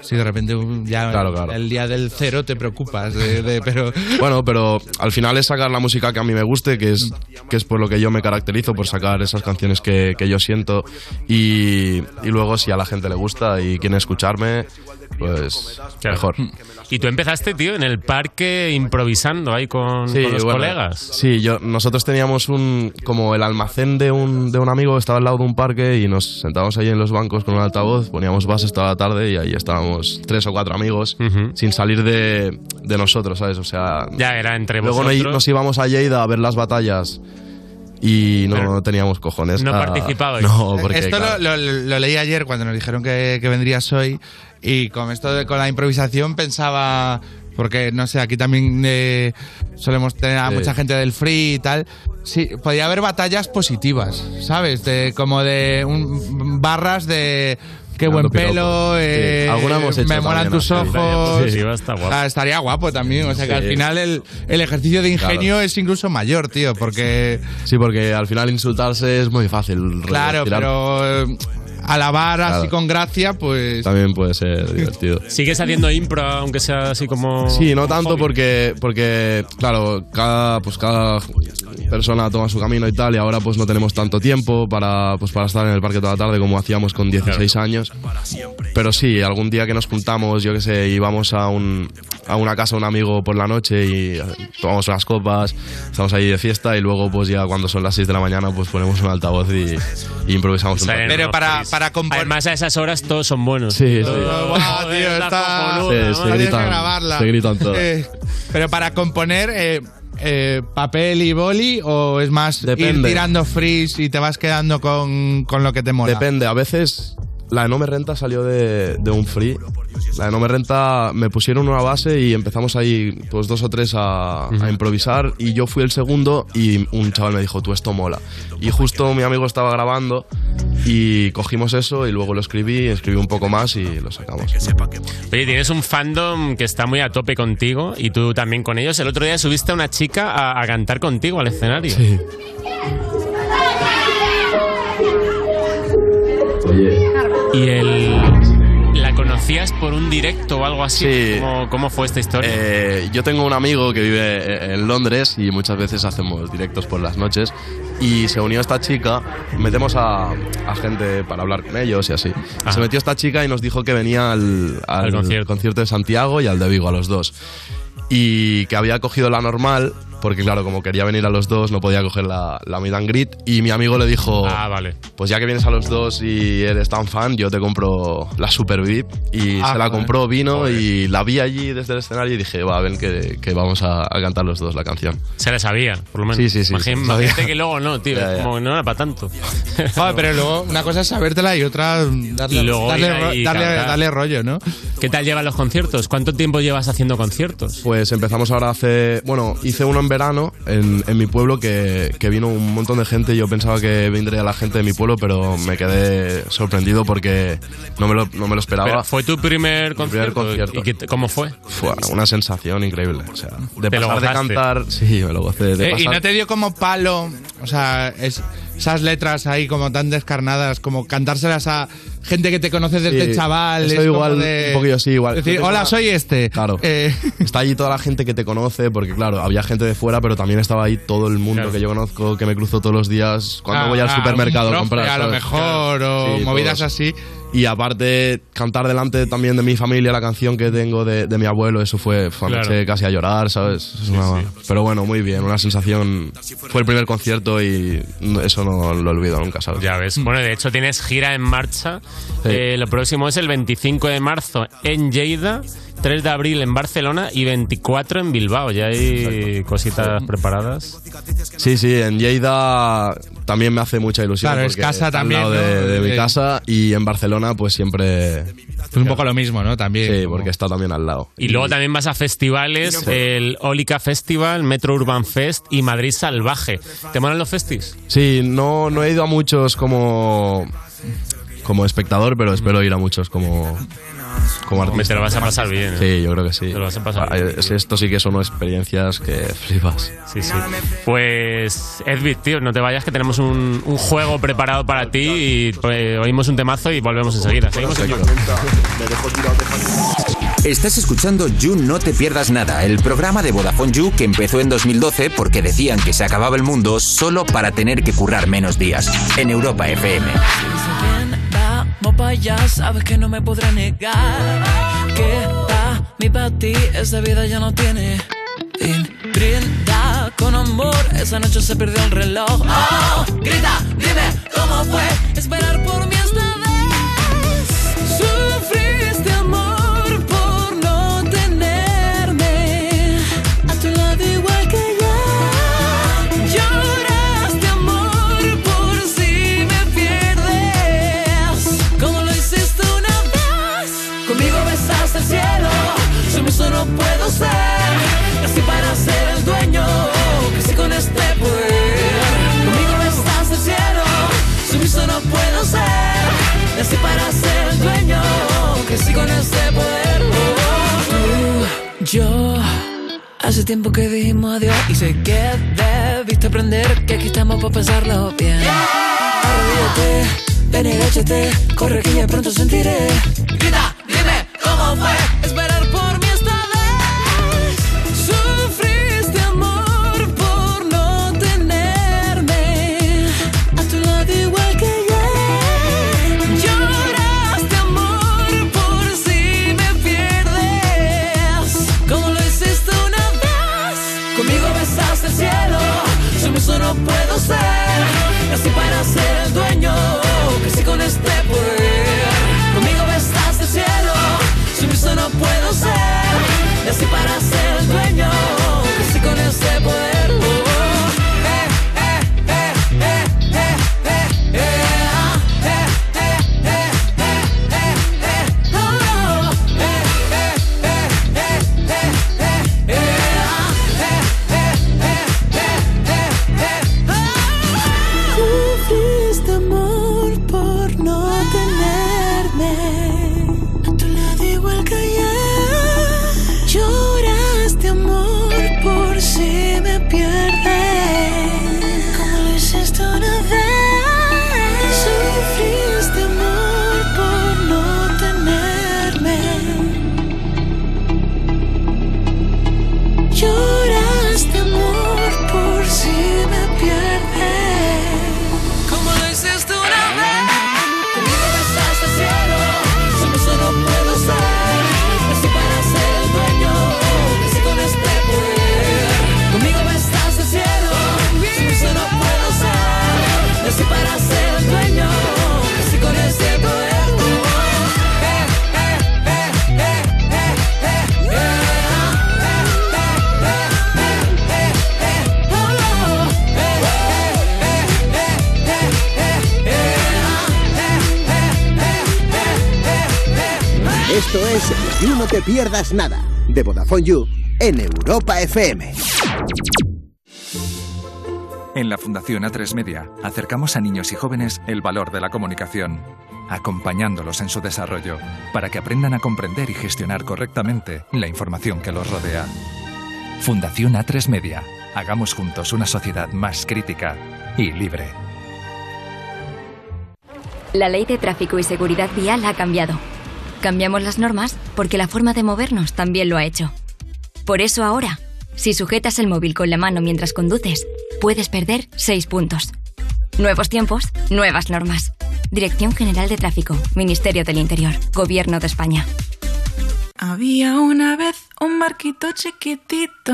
[SPEAKER 3] Si de repente ya
[SPEAKER 6] Claro, claro.
[SPEAKER 3] el día del cero te preocupas, de- de- pero
[SPEAKER 6] Bueno, pero al final es sacar la música que a mí me guste, que es, que es por lo que yo me caracterizo, por sacar esas canciones que, que yo siento. Y, y luego, si a la gente le gusta y quiere escucharme, pues mejor.
[SPEAKER 4] Y tú empezaste, tío, en el parque improvisando ahí con, con los
[SPEAKER 6] bueno,
[SPEAKER 4] colegas.
[SPEAKER 6] Sí, yo, nosotros teníamos un como el almacén de un, de un amigo, estaba al lado de un parque y nos sentábamos ahí en los bancos con un altavoz, poníamos bases toda la tarde y ahí estábamos tres o cuatro amigos sin salir de, de nosotros, ¿sabes? O sea,
[SPEAKER 4] Ya era entre
[SPEAKER 6] luego no-
[SPEAKER 4] vosotros.
[SPEAKER 6] nos íbamos a Lleida a ver las batallas y no,
[SPEAKER 4] Pero
[SPEAKER 6] no teníamos cojones.
[SPEAKER 4] no
[SPEAKER 6] a-
[SPEAKER 4] participabais.
[SPEAKER 6] No, porque
[SPEAKER 3] esto
[SPEAKER 6] claro,
[SPEAKER 3] lo, lo- lo leí ayer cuando nos dijeron que, que vendrías hoy y con esto de, con la improvisación pensaba porque no sé aquí también eh, solemos tener a
[SPEAKER 6] Sí.
[SPEAKER 3] mucha gente del free y tal sí podía haber batallas positivas sabes de como de un- barras de qué buen
[SPEAKER 6] Tirando
[SPEAKER 3] pelo
[SPEAKER 6] piropos. Sí,
[SPEAKER 3] eh,
[SPEAKER 6] alguna hemos hecho
[SPEAKER 3] me molan
[SPEAKER 6] también,
[SPEAKER 3] tus
[SPEAKER 6] así.
[SPEAKER 3] ojos
[SPEAKER 6] Sí, está guapo.
[SPEAKER 3] Ah, estaría guapo también o sea que
[SPEAKER 6] Sí.
[SPEAKER 3] al final el, el ejercicio de ingenio
[SPEAKER 6] Claro.
[SPEAKER 3] es incluso mayor tío porque
[SPEAKER 6] Sí, porque al final insultarse es muy fácil.
[SPEAKER 3] Claro,
[SPEAKER 6] Pues tirar-
[SPEAKER 3] pero eh, alabar así
[SPEAKER 6] Claro.
[SPEAKER 3] con gracia, pues.
[SPEAKER 6] También puede ser divertido.
[SPEAKER 4] ¿Sigues haciendo impro, aunque sea así como...
[SPEAKER 6] Sí, no
[SPEAKER 4] como
[SPEAKER 6] tanto
[SPEAKER 4] hobby?
[SPEAKER 6] porque, porque claro, cada, pues cada persona toma su camino y tal, y ahora pues no tenemos tanto tiempo para, pues, para estar en el parque toda la tarde como hacíamos con 16 años. Pero sí, algún día que nos juntamos, yo qué sé, y vamos a, un, a una casa de un amigo por la noche y eh, tomamos unas copas, estamos ahí de fiesta y luego pues ya cuando son las 6 de la mañana pues ponemos un altavoz y, y improvisamos un
[SPEAKER 4] Salen
[SPEAKER 6] rato.
[SPEAKER 4] unos fris. Pues Además, a esas horas todos son buenos.
[SPEAKER 6] Sí, sí.
[SPEAKER 3] Guau, tío, está.
[SPEAKER 6] cojonuda, Sí, se
[SPEAKER 3] Tienes que
[SPEAKER 6] gritan-
[SPEAKER 3] grabarla.
[SPEAKER 6] se gritan todas.
[SPEAKER 3] Eh, pero para componer. eh, eh, ¿Papel y boli o es más ir
[SPEAKER 6] Depende.
[SPEAKER 3] tirando freeze y te vas quedando con, con lo que te mola?
[SPEAKER 6] Depende, a veces la de No Me Renta salió de, de un free. La de No Me Renta me pusieron una base y empezamos ahí, pues dos o tres a, a improvisar. Y yo fui el segundo y un chaval me dijo, tú esto mola. Y justo mi amigo estaba grabando y cogimos eso y luego lo escribí, escribí un poco más y lo sacamos.
[SPEAKER 4] Oye, tienes un fandom que está muy a tope contigo y tú también con ellos. El otro día subiste a una chica a, a cantar contigo al escenario. ¿Y el, la conocías por un directo o algo así? ¿Cómo, cómo fue esta historia?
[SPEAKER 6] Eh, yo tengo un amigo que vive eh, en Londres y muchas veces hacemos directos por las noches. Y se unió esta chica, metemos a, a gente para hablar con ellos y así. Se metió esta chica y nos dijo que venía al, al
[SPEAKER 4] Al concierto.
[SPEAKER 6] concierto de Santiago y al de Vigo, a los dos. Y que había cogido la normal, porque claro, como quería venir a los dos, no podía coger la, la meet and greet. Y mi amigo le dijo:
[SPEAKER 4] Ah, vale.
[SPEAKER 6] Pues ya que vienes a los dos y eres tan fan, yo te compro la Super VIP. Y
[SPEAKER 4] Ah,
[SPEAKER 6] se la
[SPEAKER 4] joder.
[SPEAKER 6] compró, vino y la vi allí desde el escenario y dije: Va, ven que, que vamos a, a cantar los dos la canción.
[SPEAKER 4] Se la sabía, por lo menos.
[SPEAKER 6] Sí, sí, sí.
[SPEAKER 4] Imagín-
[SPEAKER 6] se la sabía.
[SPEAKER 4] Imagínate que luego no, tío.
[SPEAKER 6] Ya, ya.
[SPEAKER 4] Como que no era para tanto. Ah,
[SPEAKER 3] Joder, pero luego una cosa es sabértela y otra mm, darle,
[SPEAKER 4] Y luego
[SPEAKER 3] darle,
[SPEAKER 4] ir ahí
[SPEAKER 3] ro-
[SPEAKER 4] y
[SPEAKER 3] darle-
[SPEAKER 4] cantar.
[SPEAKER 3] darle rollo, ¿no?
[SPEAKER 4] ¿Qué tal llevan los conciertos? ¿Cuánto tiempo llevas haciendo conciertos?
[SPEAKER 6] Pues empezamos ahora hace. Bueno, hice uno en verano en, en mi pueblo que, que vino un montón de gente. Yo pensaba que vendría la gente de mi pueblo, pero me quedé sorprendido porque no me lo, no me lo esperaba.
[SPEAKER 4] Pero fue tu primer
[SPEAKER 6] Mi primer
[SPEAKER 4] concierto. ¿Y qué te- cómo fue?
[SPEAKER 6] Fue una sensación increíble. O sea, de
[SPEAKER 4] Te lo
[SPEAKER 6] pasar de
[SPEAKER 4] gozaste.
[SPEAKER 6] cantar. Sí, me lo gocé. De
[SPEAKER 3] Eh, y
[SPEAKER 6] pasar-
[SPEAKER 3] no te dio como palo, o sea, es- esas letras ahí como tan descarnadas, como cantárselas a gente que te conoces desde
[SPEAKER 6] Sí,
[SPEAKER 3] chaval.
[SPEAKER 6] eso
[SPEAKER 3] es como
[SPEAKER 6] igual,
[SPEAKER 3] de-
[SPEAKER 6] un poquillo sí, igual.
[SPEAKER 3] decir,
[SPEAKER 6] Yo tengo
[SPEAKER 3] hola,
[SPEAKER 6] una-
[SPEAKER 3] soy este.
[SPEAKER 6] Claro. Está allí toda la gente que te conoce, porque claro, había gente de fuera, pero también estaba ahí todo el mundo que yo conozco, que me cruzo todos los días cuando
[SPEAKER 3] Ah,
[SPEAKER 6] voy al
[SPEAKER 3] ah,
[SPEAKER 6] supermercado
[SPEAKER 3] un
[SPEAKER 6] a comprar.
[SPEAKER 3] profe, a lo
[SPEAKER 6] ¿sabes?
[SPEAKER 3] mejor, o movidas así.
[SPEAKER 6] Y aparte, cantar delante también de mi familia la canción que tengo de, de mi abuelo, eso fue, fue
[SPEAKER 4] Claro.
[SPEAKER 6] anoche casi a llorar, ¿sabes? Es una- Pero bueno, muy bien, una sensación. Fue el primer concierto y no- eso no lo olvido nunca, ¿sabes?
[SPEAKER 3] Ah,
[SPEAKER 4] Ya ves. Bueno, de hecho tienes gira en marcha. Eh, lo próximo es el 25 de marzo en Lleida, 3 de abril en Barcelona y 24 en Bilbao. Ya hay cositas preparadas.
[SPEAKER 6] Sí, sí, en Lleida también me hace mucha ilusión.
[SPEAKER 4] Claro, es
[SPEAKER 6] porque
[SPEAKER 4] casa
[SPEAKER 6] está al
[SPEAKER 4] también,
[SPEAKER 6] lado
[SPEAKER 4] ¿no?
[SPEAKER 6] de, de mi
[SPEAKER 4] Sí.
[SPEAKER 6] casa y en Barcelona, pues siempre.
[SPEAKER 3] Pues un poco lo mismo, ¿no? También.
[SPEAKER 6] Sí, porque está también al lado.
[SPEAKER 4] Y luego también vas a festivales, el Ólica Festival, Metro Urban Fest y Madrid Salvaje. ¿Te molan los festis?
[SPEAKER 6] Sí, no, no he ido a muchos como. Como espectador, pero espero ir a muchos como. Como artista.
[SPEAKER 4] te lo vas a pasar bien, ¿eh?
[SPEAKER 6] Sí, yo creo que sí. Te lo
[SPEAKER 4] vas a pasar
[SPEAKER 6] Esto sí que son experiencias que flipas.
[SPEAKER 4] Sí, sí. Pues, Edwin, tío, no te vayas, que tenemos un, un juego preparado para ti y pues, oímos un temazo y volvemos enseguida. Seguimos en You.
[SPEAKER 13] Estás escuchando You No Te Pierdas Nada, el programa de Vodafone You que empezó en 2012 porque decían que se acababa el mundo solo para tener que currar menos días. En Europa FM.
[SPEAKER 20] Vamos para allá, sabes que no me podrá negar Que para mí, para ti, esa vida ya no tiene fin Brinda con amor, esa noche se perdió el reloj Oh, grita, dime cómo fue esperar por mí esta vez Sufriste este amor por no tenerme A tu lado igual que yo Lloraste amor por si me pierdes Como lo hiciste una vez Conmigo besaste el cielo Sin eso no puedo ser Así para ser el dueño Crecí con este poder Conmigo besaste el cielo Sin eso no puedo ser Así para ser el dueño Crecí con este poder Tú, yo Hace tiempo que dijimos adiós y sé que debiste aprender que aquí estamos para pasarlo bien. Arrodíllate, ven y agáchate, corre que ya pronto sentiré. Grita, dime cómo fue esperar por mí esta vez. Sufriste amor por no tenerme a tu lado igual que yo. Lloraste amor por si me pierdes. Como lo hiciste una vez, conmigo besaste el cielo. Sin eso no puedo ser, así para ser el dueño. Crecí con este poder. Conmigo besaste el cielo, sin eso no puedo ser, y así para ser el dueño. Crecí con este poder. Oh, oh. Eh, eh, eh, eh, eh, eh, eh, ah, eh, eh, eh, eh, eh, eh, oh, oh. Eh, eh, eh, eh, eh, eh, eh, ah, eh, eh, eh, eh, eh, eh, ah. Sufriste amor por no tenerme a tu lado igual que ayer. Lloraste amor por si me pierdes. Como lo hiciste una vez. Sufriste amor por no tenerme. Lloraste amor por si me pierdes. Como lo hiciste una vez. Conmigo besaste el cielo. Solo eso no puedo ser. Así para ser el dueño. Crecí con este poder. Conmigo besaste el cielo. Solo eso no puedo ser. Así para ser el dueño. Crecí con este poder. Eh, eh, eh, eh, eh, eh, eh.
[SPEAKER 19] Esto es You No Te Pierdas Nada, de Vodafone You, en Europa FM.
[SPEAKER 15] En la Fundación A3 Media acercamos a niños y jóvenes el valor de la comunicación, acompañándolos en su desarrollo para que aprendan a comprender y gestionar correctamente la información que los rodea. Fundación A3 Media. Hagamos juntos una sociedad más crítica y libre.
[SPEAKER 14] La ley de tráfico y seguridad vial ha cambiado. Cambiamos las normas porque la forma de movernos también lo ha hecho. Por eso ahora, si sujetas el móvil con la mano mientras conduces, puedes perder 6 puntos. Nuevos tiempos, nuevas normas. Dirección General de Tráfico, Ministerio del Interior, Gobierno de España.
[SPEAKER 30] Había una vez un barquito chiquitito.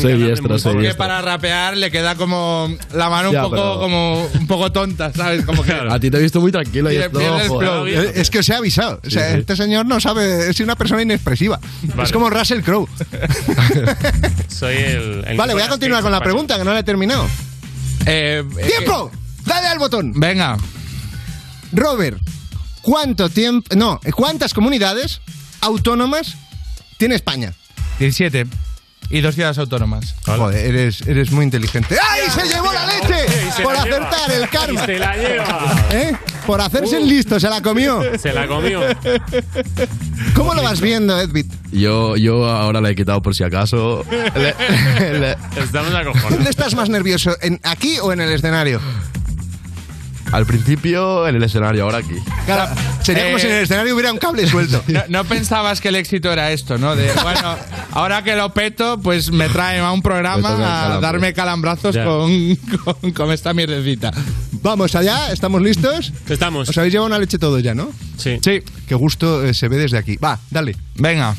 [SPEAKER 6] Soy diestro, soy
[SPEAKER 3] Porque
[SPEAKER 6] diestro.
[SPEAKER 3] para rapear le queda como la mano un
[SPEAKER 6] Ya,
[SPEAKER 3] poco
[SPEAKER 6] pero-
[SPEAKER 3] como un poco tonta, ¿sabes? Como que
[SPEAKER 6] A ti te he visto muy tranquilo y
[SPEAKER 3] Tiene
[SPEAKER 6] esto,
[SPEAKER 3] piel del
[SPEAKER 6] joder.
[SPEAKER 3] flow.
[SPEAKER 5] Eh, Es que os he avisado. O sea,
[SPEAKER 6] sí.
[SPEAKER 5] Este señor no sabe, es una persona inexpresiva.
[SPEAKER 4] Vale.
[SPEAKER 5] Es como Russell Crowe.
[SPEAKER 4] Soy el,
[SPEAKER 5] Vale,
[SPEAKER 4] el
[SPEAKER 5] voy
[SPEAKER 4] Nicolas
[SPEAKER 5] a continuar
[SPEAKER 4] Cage
[SPEAKER 5] con la
[SPEAKER 4] español.
[SPEAKER 5] pregunta, que no la he terminado.
[SPEAKER 3] Eh, eh,
[SPEAKER 5] ¡Tiempo! ¡Dale al botón!
[SPEAKER 3] Venga.
[SPEAKER 5] Robert, ¿cuánto tiempo. No, ¿cuántas comunidades autónomas tiene España?
[SPEAKER 3] 17. Y dos ciudades autónomas.
[SPEAKER 5] Joder, eres, eres muy inteligente. ¡Ay! ¡Se llevó la
[SPEAKER 4] Y
[SPEAKER 5] leche!
[SPEAKER 4] se
[SPEAKER 5] Por
[SPEAKER 4] la lleva.
[SPEAKER 5] acertar el
[SPEAKER 4] Y
[SPEAKER 5] karma.
[SPEAKER 4] Se la lleva. Uh.
[SPEAKER 5] ¿Eh? Por hacerse el listo, se la comió.
[SPEAKER 4] Se la comió.
[SPEAKER 5] ¿Cómo lo vas viendo, Edwin?
[SPEAKER 6] Yo, yo ahora la he quitado por si acaso. Le- le-
[SPEAKER 4] Estamos acojonados.
[SPEAKER 5] ¿Dónde estás más nervioso? ¿En aquí o en el escenario?
[SPEAKER 6] al principio en el escenario, ahora aquí.
[SPEAKER 5] Claro, sería como
[SPEAKER 3] Eh,
[SPEAKER 5] si en el escenario hubiera un cable suelto.
[SPEAKER 3] No, no pensabas que el éxito era esto, ¿no? De, bueno, ahora que lo peto, pues me traen a un
[SPEAKER 6] Me tocan
[SPEAKER 3] programa a
[SPEAKER 6] calambres.
[SPEAKER 3] darme calambrazos
[SPEAKER 4] Ya.
[SPEAKER 3] con, con, con esta mierdecita.
[SPEAKER 5] Vamos allá, ¿estamos listos?
[SPEAKER 4] Estamos.
[SPEAKER 5] Os habéis llevado una leche todo ya, ¿no?
[SPEAKER 4] Sí.
[SPEAKER 3] Sí,
[SPEAKER 5] Qué gusto eh, se ve desde aquí. Va, dale.
[SPEAKER 3] venga.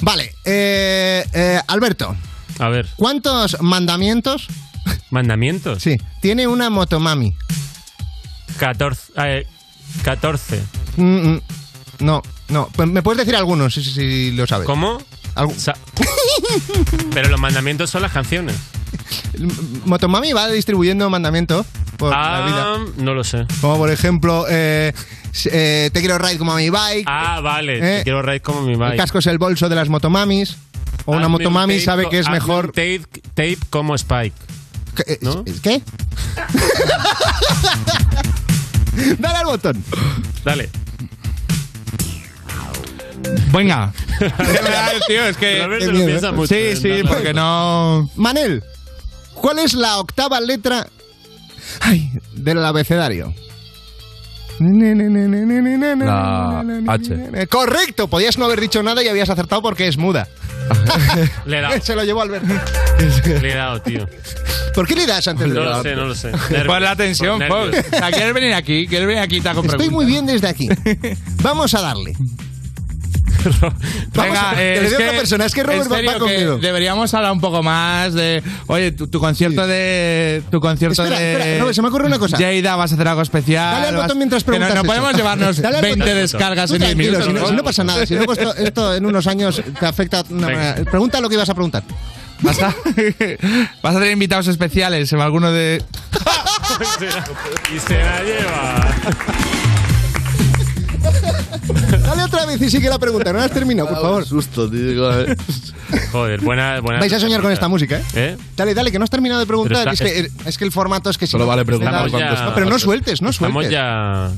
[SPEAKER 5] Vale, eh, eh, Alberto,
[SPEAKER 4] A ver,
[SPEAKER 5] ¿cuántos mandamientos
[SPEAKER 4] mandamientos.
[SPEAKER 5] sí, tiene una motomami?
[SPEAKER 4] 14. eh, 14.
[SPEAKER 5] Mm, mm, no, no. Pues ¿Me puedes decir algunos si, si- si lo sabes?
[SPEAKER 4] ¿Cómo?
[SPEAKER 5] Algu-
[SPEAKER 4] Sa- Pero los mandamientos son las canciones.
[SPEAKER 5] Motomami va distribuyendo mandamientos por Pues, la vida.
[SPEAKER 4] Ah, no lo sé.
[SPEAKER 5] Como por ejemplo, eh, s- eh, te quiero ride como a mi bike.
[SPEAKER 4] Ah, vale. te
[SPEAKER 5] Eh,
[SPEAKER 4] quiero raíz como mi
[SPEAKER 5] el
[SPEAKER 4] bike.
[SPEAKER 5] casco es el bolso de las motomamis. O una
[SPEAKER 4] Hazme un
[SPEAKER 5] motomami
[SPEAKER 4] tape
[SPEAKER 5] sabe
[SPEAKER 4] co-
[SPEAKER 5] que es
[SPEAKER 4] hazme
[SPEAKER 5] mejor.
[SPEAKER 4] un Tape, tape como Spike.
[SPEAKER 5] ¿Qué? eh,
[SPEAKER 4] ¿No?
[SPEAKER 5] ¿qué? Dale al botón.
[SPEAKER 4] Dale.
[SPEAKER 3] Venga. De verdad, tío, es que.
[SPEAKER 5] qué
[SPEAKER 4] Roberto lo
[SPEAKER 5] miedo,
[SPEAKER 4] piensa
[SPEAKER 5] ¿eh?
[SPEAKER 4] mucho.
[SPEAKER 3] Sí, sí,
[SPEAKER 4] Dale.
[SPEAKER 3] porque no.
[SPEAKER 5] Manel, ¿cuál es la octava letra ay, del abecedario?
[SPEAKER 6] La H.
[SPEAKER 5] Correcto, podías no haber dicho nada y habías acertado porque es muda.
[SPEAKER 4] Le he dado.
[SPEAKER 5] Se lo llevó Alberto.
[SPEAKER 4] Le he dado, tío.
[SPEAKER 5] ¿Por qué le das antes de
[SPEAKER 4] No lo
[SPEAKER 5] dar?
[SPEAKER 4] sé, no lo sé.
[SPEAKER 3] Por la tensión,
[SPEAKER 4] Por
[SPEAKER 3] Fox.
[SPEAKER 4] nervios.
[SPEAKER 3] O sea, ¿Quieres venir aquí? ¿Quieres venir aquí? Te hago
[SPEAKER 5] Estoy
[SPEAKER 3] preguntas.
[SPEAKER 5] muy bien desde aquí. Vamos a darle. Vamos
[SPEAKER 3] Venga,
[SPEAKER 5] a-
[SPEAKER 3] eh,
[SPEAKER 5] que le
[SPEAKER 3] es
[SPEAKER 5] dé otra
[SPEAKER 3] que,
[SPEAKER 5] persona, es que Robert
[SPEAKER 3] en
[SPEAKER 5] va- va
[SPEAKER 3] serio, que
[SPEAKER 5] conmigo.
[SPEAKER 3] Deberíamos hablar un poco más de. Oye, tu, tu concierto de. Tu concierto
[SPEAKER 5] Espera,
[SPEAKER 3] de.
[SPEAKER 5] espera, Robert, se me ocurre una cosa.
[SPEAKER 3] Jada, vas a hacer algo especial.
[SPEAKER 5] Dale al
[SPEAKER 3] vas-
[SPEAKER 5] botón mientras
[SPEAKER 3] Que no-
[SPEAKER 5] preguntas.
[SPEAKER 3] No,
[SPEAKER 5] eso.
[SPEAKER 3] podemos llevarnos
[SPEAKER 5] Dale al
[SPEAKER 3] 20
[SPEAKER 5] botón.
[SPEAKER 3] descargas
[SPEAKER 5] Tú
[SPEAKER 3] en 10
[SPEAKER 5] tranquilo,
[SPEAKER 3] minutos.
[SPEAKER 5] Si no, si no pasa nada. Si luego esto, esto en unos años te afecta de una
[SPEAKER 4] Venga.
[SPEAKER 5] manera. Pregunta lo que ibas a preguntar.
[SPEAKER 3] Vas a, vas a tener invitados especiales en alguno de.
[SPEAKER 4] Y se la lleva.
[SPEAKER 5] Dale otra vez y sigue la pregunta. No la has terminado, por favor.
[SPEAKER 6] Susto, tío. joder.
[SPEAKER 4] Joder, buena, buena.
[SPEAKER 5] Vais a soñar con esta música, ¿eh?
[SPEAKER 4] ¿Eh?
[SPEAKER 5] Dale, dale, que no has terminado de preguntar.
[SPEAKER 4] Pero está-
[SPEAKER 5] es, que, es que el formato es que si
[SPEAKER 6] Solo
[SPEAKER 5] no-
[SPEAKER 6] vale preguntar
[SPEAKER 4] Estamos ya-
[SPEAKER 6] cuántos.
[SPEAKER 5] No, pero no sueltes, no
[SPEAKER 4] Estamos
[SPEAKER 5] sueltes.
[SPEAKER 4] ya.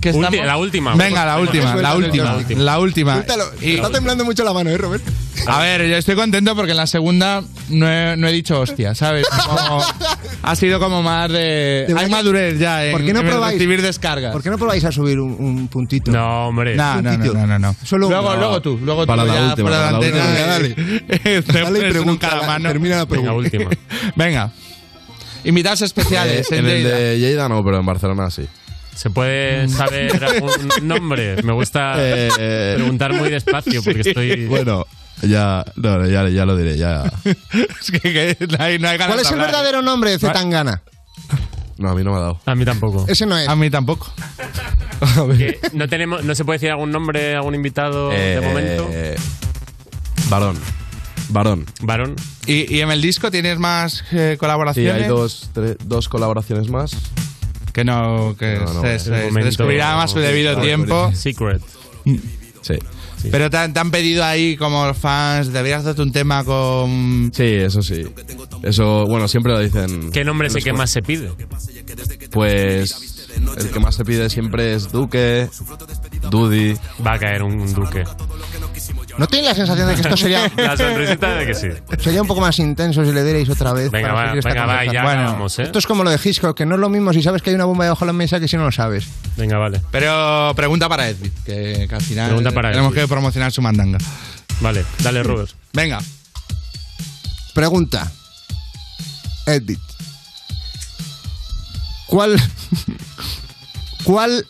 [SPEAKER 3] ¿Qué
[SPEAKER 4] Ulti-
[SPEAKER 3] estamos?
[SPEAKER 4] la última.
[SPEAKER 3] Venga, la última, la
[SPEAKER 5] Suelta,
[SPEAKER 3] última.
[SPEAKER 4] suelta.
[SPEAKER 3] La última.
[SPEAKER 5] Suéltalo.
[SPEAKER 3] Y-
[SPEAKER 5] Está temblando mucho la mano, ¿eh, Robert?
[SPEAKER 3] A ver, yo estoy contento porque en la segunda no he, no he dicho hostia, ¿sabes? Como- ha sido como más de.
[SPEAKER 5] verdad
[SPEAKER 3] Hay
[SPEAKER 5] que-
[SPEAKER 3] madurez ya en,
[SPEAKER 5] ¿Por qué no
[SPEAKER 3] en
[SPEAKER 5] probáis?
[SPEAKER 3] recibir descargas.
[SPEAKER 5] ¿Por qué no probáis a subir un, un puntito?
[SPEAKER 4] No, hombre.
[SPEAKER 3] No, no, no,
[SPEAKER 5] puntito.
[SPEAKER 3] no, no, no.
[SPEAKER 5] Solo
[SPEAKER 3] luego,
[SPEAKER 5] uno.
[SPEAKER 3] luego tú, luego
[SPEAKER 6] Para
[SPEAKER 3] tú.
[SPEAKER 6] la
[SPEAKER 3] ya
[SPEAKER 6] última, para
[SPEAKER 3] fuera de
[SPEAKER 6] la
[SPEAKER 3] antena.
[SPEAKER 5] última. Dale.
[SPEAKER 3] Eh, te
[SPEAKER 5] Dale y
[SPEAKER 3] pones un
[SPEAKER 5] pregunta,
[SPEAKER 3] calamano.
[SPEAKER 5] termina la
[SPEAKER 4] Venga,
[SPEAKER 5] pregunta.
[SPEAKER 4] última.
[SPEAKER 3] Venga. Invitados
[SPEAKER 6] Eh,
[SPEAKER 3] especiales en
[SPEAKER 6] en el
[SPEAKER 3] Lleida.
[SPEAKER 6] de Lleida no, pero en Barcelona sí.
[SPEAKER 4] ¿Se puede saber algún nombre? Me gusta
[SPEAKER 6] Eh,
[SPEAKER 4] preguntar muy despacio porque
[SPEAKER 6] sí.
[SPEAKER 4] estoy...
[SPEAKER 6] Bueno, ya, no, ya, ya lo diré, ya.
[SPEAKER 3] Es que, que no hay, no hay ganas
[SPEAKER 5] ¿Cuál es
[SPEAKER 3] de
[SPEAKER 5] el
[SPEAKER 3] hablar.
[SPEAKER 5] verdadero nombre de Zetangana?
[SPEAKER 6] No, a mí no me ha dado.
[SPEAKER 4] A mí tampoco.
[SPEAKER 5] Ese no es.
[SPEAKER 3] A mí tampoco.
[SPEAKER 4] Que Eh, no, tenemos, ¿No se puede decir algún nombre, algún invitado
[SPEAKER 5] Eh,
[SPEAKER 4] de momento?
[SPEAKER 6] Eh, Varón. Varón.
[SPEAKER 4] Varón.
[SPEAKER 3] ¿Y, y en el disco tienes más eh,
[SPEAKER 6] Sí,
[SPEAKER 3] colaboraciones?
[SPEAKER 6] hay dos, tres- dos colaboraciones más.
[SPEAKER 3] Que no, que
[SPEAKER 6] No, no,
[SPEAKER 3] se,
[SPEAKER 6] bueno.
[SPEAKER 3] se-
[SPEAKER 6] De
[SPEAKER 3] se
[SPEAKER 6] momento-
[SPEAKER 3] descubrirá más su debido
[SPEAKER 6] Secret.
[SPEAKER 3] tiempo.
[SPEAKER 4] Secret.
[SPEAKER 6] Sí.
[SPEAKER 3] Pero te, han- te han pedido ahí como los fans, deberías darte un tema con...
[SPEAKER 6] Sí, eso sí. Eso, bueno, siempre lo dicen.
[SPEAKER 4] ¿Qué nombre es
[SPEAKER 6] los
[SPEAKER 4] el que
[SPEAKER 6] fans.
[SPEAKER 4] más se pide?
[SPEAKER 6] Pues el que más se pide siempre es Duque, Dudi.
[SPEAKER 4] Va a caer un Duque.
[SPEAKER 5] ¿No tiene la sensación de que esto sería,
[SPEAKER 4] La sonrisita de que sí.
[SPEAKER 5] sería un poco más intenso si le dierais otra vez?
[SPEAKER 4] Venga,
[SPEAKER 5] para
[SPEAKER 4] va,
[SPEAKER 5] seguir esta
[SPEAKER 4] venga, va,
[SPEAKER 5] conversación?
[SPEAKER 4] ya acabamos, ¿eh?
[SPEAKER 5] Esto es como lo de Hitchcock, que no es lo mismo si sabes que hay una bomba debajo de la mesa que si no lo sabes.
[SPEAKER 4] Venga, vale.
[SPEAKER 3] Pero pregunta para Edwin, que, que al final
[SPEAKER 4] Pregunta para
[SPEAKER 3] tenemos
[SPEAKER 4] Edwin.
[SPEAKER 3] que promocionar su mandanga.
[SPEAKER 4] Vale, dale, Robert.
[SPEAKER 3] Venga.
[SPEAKER 5] Pregunta. Edit. ¿Cuál, ¿Cuál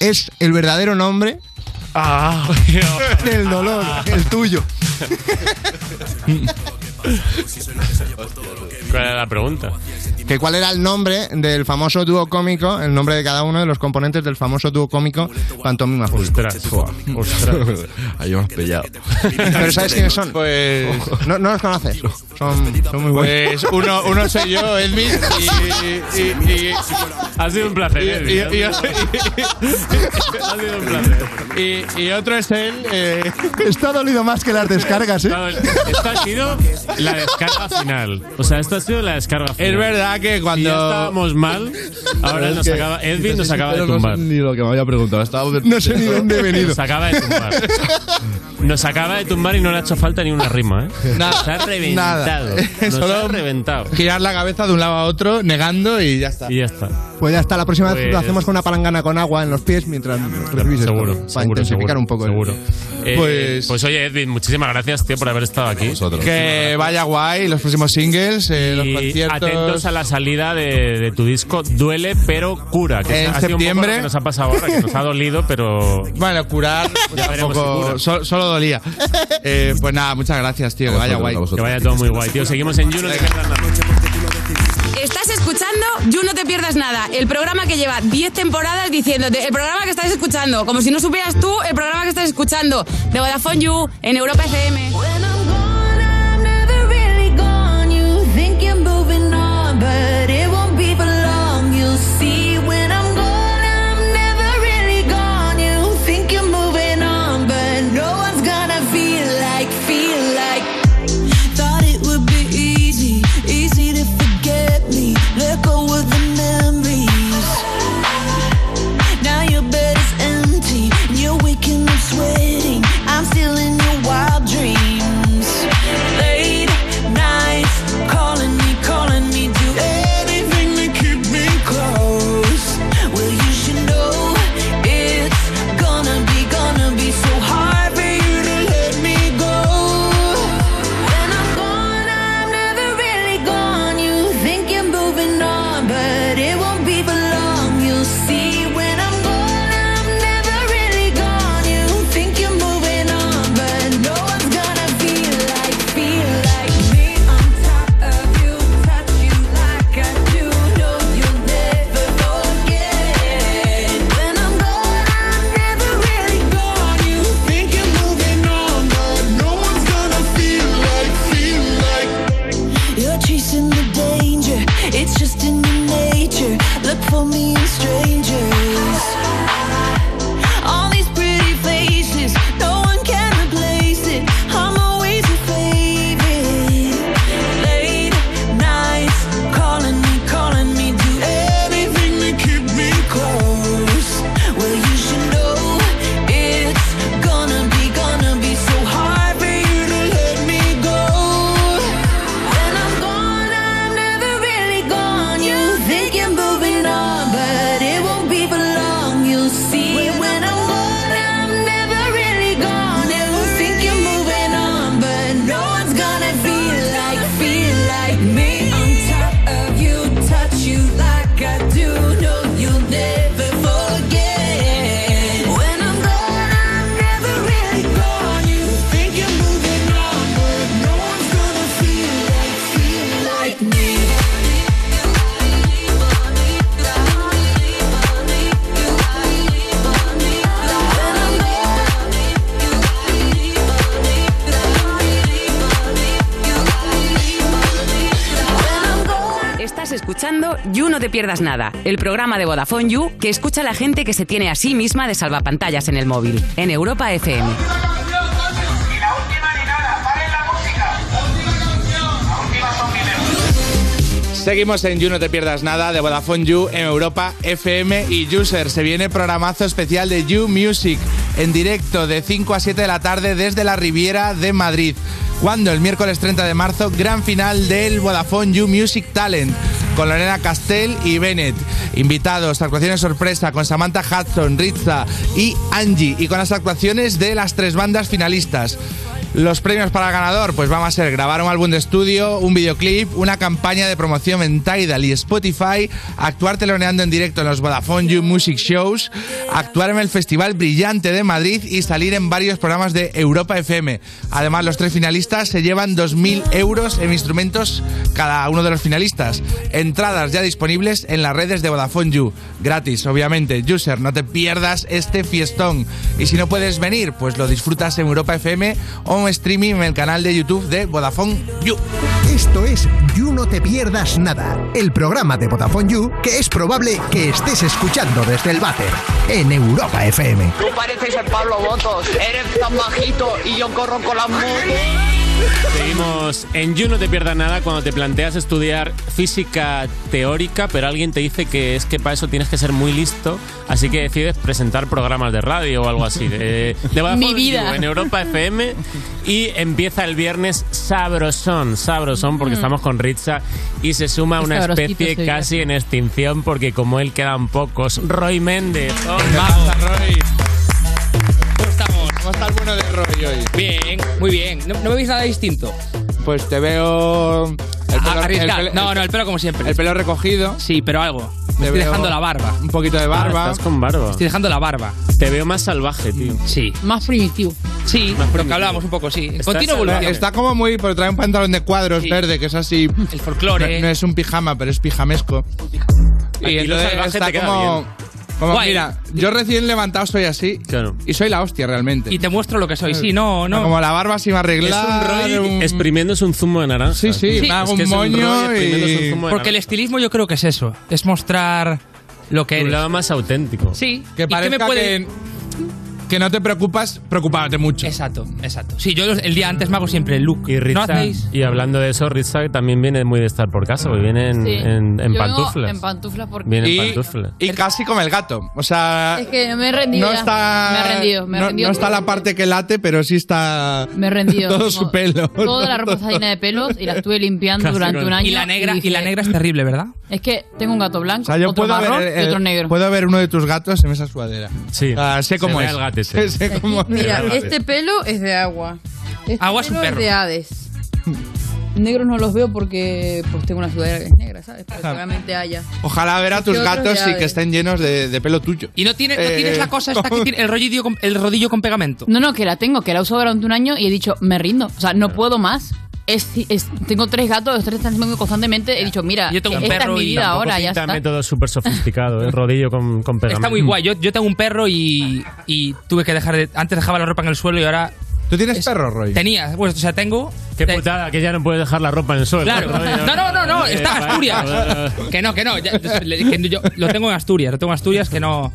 [SPEAKER 5] es el verdadero nombre
[SPEAKER 4] Ah.
[SPEAKER 5] del dolor? El tuyo.
[SPEAKER 4] ¿Cuál era la pregunta?
[SPEAKER 5] que cuál era el nombre del famoso dúo cómico, el nombre de cada uno de los componentes del famoso dúo cómico Pantomima Full.
[SPEAKER 4] Ostras, ostras.
[SPEAKER 6] Ahí me has pillado.
[SPEAKER 5] Pero ¿sabes quiénes son? No, no los conoces. Son, son muy buenos.
[SPEAKER 3] Pues uno, uno soy yo, Edwin, y... y- y-
[SPEAKER 4] Ha sido un placer,
[SPEAKER 3] y- y-
[SPEAKER 4] Edwin.
[SPEAKER 3] y-
[SPEAKER 4] Ha sido un placer.
[SPEAKER 3] y- y- y otro es él... eh,
[SPEAKER 5] Está dolido más que las descargas, ¿eh?
[SPEAKER 4] Esta ha sido la descarga final. O sea, esta ha sido la descarga final.
[SPEAKER 3] Es verdad que cuando-
[SPEAKER 4] Si ya estábamos mal, ahora
[SPEAKER 6] Es
[SPEAKER 4] nos
[SPEAKER 6] que,
[SPEAKER 4] acaba,
[SPEAKER 6] si te
[SPEAKER 4] Edwin nos
[SPEAKER 6] soy
[SPEAKER 4] acaba de
[SPEAKER 6] sincero,
[SPEAKER 4] tumbar.
[SPEAKER 6] No sé ni lo que me había preguntado. Estaba
[SPEAKER 5] No sé ni dónde he venido.
[SPEAKER 4] Nos acaba de tumbar. Nos acaba de tumbar y no le ha hecho falta ni una rima, ¿eh?
[SPEAKER 3] Nada,
[SPEAKER 4] Nos ha reventado.
[SPEAKER 3] nada.
[SPEAKER 4] Nos
[SPEAKER 3] Solo-
[SPEAKER 4] ha reventado.
[SPEAKER 3] girar la cabeza de un lado a otro, negando y ya está.
[SPEAKER 4] Y ya está.
[SPEAKER 5] Pues ya está, la próxima vez lo
[SPEAKER 4] Pues-
[SPEAKER 5] hacemos con una palangana con agua en los pies mientras recibís esto,
[SPEAKER 4] Seguro,
[SPEAKER 5] Para
[SPEAKER 4] seguro,
[SPEAKER 5] intensificar
[SPEAKER 4] seguro,
[SPEAKER 5] un poco. el-
[SPEAKER 4] seguro. Eh,
[SPEAKER 3] Pues-
[SPEAKER 4] pues... oye, Edwin, muchísimas gracias, tío, por haber estado aquí.
[SPEAKER 3] Que vaya guay los próximos singles, eh, los
[SPEAKER 4] Y
[SPEAKER 3] conciertos.
[SPEAKER 4] atentos a la salida de, de tu disco Duele pero cura, que
[SPEAKER 3] En
[SPEAKER 4] ha sido un poco
[SPEAKER 3] septiembre.
[SPEAKER 4] lo que nos ha pasado ahora, que nos ha dolido, pero
[SPEAKER 3] Bueno, curar pues
[SPEAKER 4] Ya veremos si
[SPEAKER 3] tampoco,
[SPEAKER 4] cura.
[SPEAKER 3] sol- solo dolía. Eh, pues nada, muchas gracias, tío. Que vaya guay.
[SPEAKER 4] que vaya todo muy guay, tío. Seguimos en Juno de Fernanda.
[SPEAKER 31] Estás escuchando You No Te Pierdas Nada, el programa que lleva 10 temporadas diciéndote, el programa que estás escuchando, como si no supieras tú el programa que estás escuchando, de Vodafone You en Europa FM.
[SPEAKER 20] Thought it would be easy, easy to forget me. Let go of the memories. Now your bed is empty, and you're waking up sweating. I'm still in your wild dreams.
[SPEAKER 27] escuchando You No Te Pierdas Nada, el programa de Vodafone You que escucha a la gente que se tiene a sí misma de salvapantallas en el móvil, en Europa FM.
[SPEAKER 3] Seguimos en You No Te Pierdas Nada de Vodafone You en Europa FM y User. Se viene programazo especial de You Music en directo de 5 a 7 de la tarde desde la Riviera de Madrid. Cuando el miércoles 30 de marzo, gran final del Vodafone You Music Talent con Lorena Castell y Bennett. Invitados, actuaciones sorpresa con Samantha Hudson, Ritza y Angie y con las actuaciones de las tres bandas finalistas. Los premios para el ganador pues van a ser grabar un álbum de estudio, un videoclip, una campaña de promoción en Tidal y Spotify, actuar teloneando en directo en los Vodafone You Music Shows, actuar en el Festival Brillante de Madrid y salir en varios programas de Europa FM. Además, los tres finalistas se llevan 2.000 euros en instrumentos cada uno de los finalistas. Entradas ya disponibles en las redes de Vodafone You. Gratis, obviamente. User, no te pierdas este fiestón. Y si no puedes venir, pues lo disfrutas en Europa FM o en streaming en el canal de YouTube de Vodafone You.
[SPEAKER 18] Esto es You No Te Pierdas Nada, el programa de Vodafone You que es probable que estés escuchando desde el váter en Europa FM.
[SPEAKER 17] Tú pareces el Pablo Botos, eres tan bajito y yo corro con las motos.
[SPEAKER 4] Seguimos en You No Te Pierdas Nada cuando te planteas estudiar física teórica, pero alguien te dice que es que para eso tienes que ser muy listo, así que decides presentar programas de radio o algo así. Eh, de Vodafone
[SPEAKER 10] Mi vida.
[SPEAKER 4] You En Europa FM y empieza el viernes sabrosón, sabrosón, porque estamos con Ritza y se suma
[SPEAKER 12] Qué
[SPEAKER 4] una
[SPEAKER 12] Mm. sabrosito
[SPEAKER 4] especie
[SPEAKER 12] soy yo.
[SPEAKER 4] casi en extinción, porque como él quedan pocos. Roy Méndez. Oh,
[SPEAKER 3] ¿Cómo está el bueno de Roy hoy?
[SPEAKER 12] Bien, muy bien. No, no me veis nada distinto.
[SPEAKER 3] Pues te veo. El
[SPEAKER 12] Ah, arriesgado.
[SPEAKER 3] el pelo-
[SPEAKER 12] no, no, el pelo como siempre.
[SPEAKER 3] El pelo recogido.
[SPEAKER 12] Sí, pero algo.
[SPEAKER 3] Te
[SPEAKER 12] Me estoy
[SPEAKER 3] veo
[SPEAKER 12] dejando la barba.
[SPEAKER 3] Un poquito de barba.
[SPEAKER 4] Ah, estás con barba.
[SPEAKER 12] Estoy dejando la barba.
[SPEAKER 4] Te veo más salvaje, tío.
[SPEAKER 12] Sí.
[SPEAKER 22] Más primitivo.
[SPEAKER 12] Sí, lo que hablábamos un poco, sí. Continua evolución.
[SPEAKER 3] Está como muy. Pero trae un pantalón de cuadros verde, que es así.
[SPEAKER 12] El folclore. ¿eh?
[SPEAKER 3] No, no es un pijama, pero es pijamesco.
[SPEAKER 12] Y
[SPEAKER 3] Y
[SPEAKER 12] lo
[SPEAKER 3] entonces
[SPEAKER 12] salvaje
[SPEAKER 3] está
[SPEAKER 12] te queda
[SPEAKER 3] como.
[SPEAKER 12] bien.
[SPEAKER 3] Como,
[SPEAKER 12] Guay.
[SPEAKER 3] mira, yo recién levantado soy así. Y soy la hostia realmente.
[SPEAKER 12] Y te muestro lo que soy. Sí, no, no.
[SPEAKER 3] Como la barba sin arreglar.
[SPEAKER 12] Es un Roy
[SPEAKER 4] exprimiéndose un zumo de naranja.
[SPEAKER 3] Sí, sí, me hago un moño y.
[SPEAKER 12] Porque el estilismo yo creo que es eso. Es mostrar lo que
[SPEAKER 4] Tu
[SPEAKER 12] eres.
[SPEAKER 4] lado más auténtico.
[SPEAKER 12] Sí.
[SPEAKER 3] Que
[SPEAKER 12] ¿Y qué me
[SPEAKER 3] parezca
[SPEAKER 12] puede-
[SPEAKER 3] que, que no te preocupas, preocuparte mucho.
[SPEAKER 12] Exacto, exacto. Sí, yo los- el día antes me hago siempre el look.
[SPEAKER 4] Y
[SPEAKER 12] ¿No
[SPEAKER 4] Ritza,
[SPEAKER 12] hacéis?
[SPEAKER 4] y hablando de eso, Ritza también viene muy de estar por casa, porque viene en,
[SPEAKER 22] Sí.
[SPEAKER 4] en- en
[SPEAKER 22] Yo vengo
[SPEAKER 4] pantuflas.
[SPEAKER 22] En pantuflas porque.
[SPEAKER 4] Viene
[SPEAKER 3] Y-
[SPEAKER 4] en pantuflas.
[SPEAKER 3] Y casi como el gato. O sea.
[SPEAKER 22] Es que me he rendido.
[SPEAKER 3] No
[SPEAKER 22] ya.
[SPEAKER 3] está.
[SPEAKER 22] Me he rendido. Me he
[SPEAKER 3] no-
[SPEAKER 22] rendido.
[SPEAKER 3] no está la parte que late, pero sí está.
[SPEAKER 22] Me he rendido.
[SPEAKER 3] Todo
[SPEAKER 22] Como
[SPEAKER 3] su pelo.
[SPEAKER 22] Toda la ropa está llena de pelos y la estuve limpiando durante un año.
[SPEAKER 12] Y la negra,
[SPEAKER 22] dije,
[SPEAKER 12] y la negra es terrible, ¿verdad?
[SPEAKER 22] Es que tengo un gato blanco,
[SPEAKER 3] O sea, yo
[SPEAKER 22] otro
[SPEAKER 3] puedo
[SPEAKER 22] marrón
[SPEAKER 3] ver, el-
[SPEAKER 22] y otro negro.
[SPEAKER 3] puedo ver uno de tus gatos en esa sudadera.
[SPEAKER 4] Sí.
[SPEAKER 3] O sea, sé
[SPEAKER 4] Se
[SPEAKER 3] cómo
[SPEAKER 4] ve
[SPEAKER 3] es.
[SPEAKER 4] el gatete.
[SPEAKER 3] sé cómo es.
[SPEAKER 22] Mira, este pelo es de agua. Este
[SPEAKER 12] Agua es un
[SPEAKER 22] pelo
[SPEAKER 12] perro.
[SPEAKER 22] de Hades. Negros no los veo porque pues tengo una sudadera que es negra, ¿sabes? Pero
[SPEAKER 3] Claro.
[SPEAKER 22] seguramente haya.
[SPEAKER 3] Ojalá ver a
[SPEAKER 22] Este
[SPEAKER 3] tus
[SPEAKER 22] otro
[SPEAKER 3] gatos
[SPEAKER 22] ya
[SPEAKER 3] y
[SPEAKER 22] ves.
[SPEAKER 3] que estén llenos de, de pelo tuyo.
[SPEAKER 12] Y no, tiene, no
[SPEAKER 3] Eh,
[SPEAKER 12] tienes la cosa esta que tiene el rodillo con, el rodillo con pegamento.
[SPEAKER 22] No, no, que la tengo, que la uso durante un año y he dicho, me rindo. O sea, no puedo más. Es, es- tengo tres gatos, los tres están conmigo constantemente. He dicho, mira,
[SPEAKER 12] Yo tengo un
[SPEAKER 22] esta es
[SPEAKER 12] perro
[SPEAKER 22] mi
[SPEAKER 12] y
[SPEAKER 22] vida
[SPEAKER 12] tampoco
[SPEAKER 22] ahora, ya
[SPEAKER 4] Pinta
[SPEAKER 22] está.
[SPEAKER 4] método súper sofisticado, el rodillo con, con pegamento.
[SPEAKER 12] Está muy guay. Yo, yo tengo un perro y, y tuve que dejar de. Antes dejaba la ropa en el suelo y ahora.
[SPEAKER 3] ¿Tú tienes perro, Roy?
[SPEAKER 12] Tenía, pues, o sea, tengo.
[SPEAKER 4] Qué putada, que ya no puedes dejar la ropa en el suelo.
[SPEAKER 12] Claro.
[SPEAKER 4] Rodillo.
[SPEAKER 12] No, no, no, no, está en Asturias. Que no, que no. ya- que yo lo tengo en Asturias, lo tengo en Asturias que no.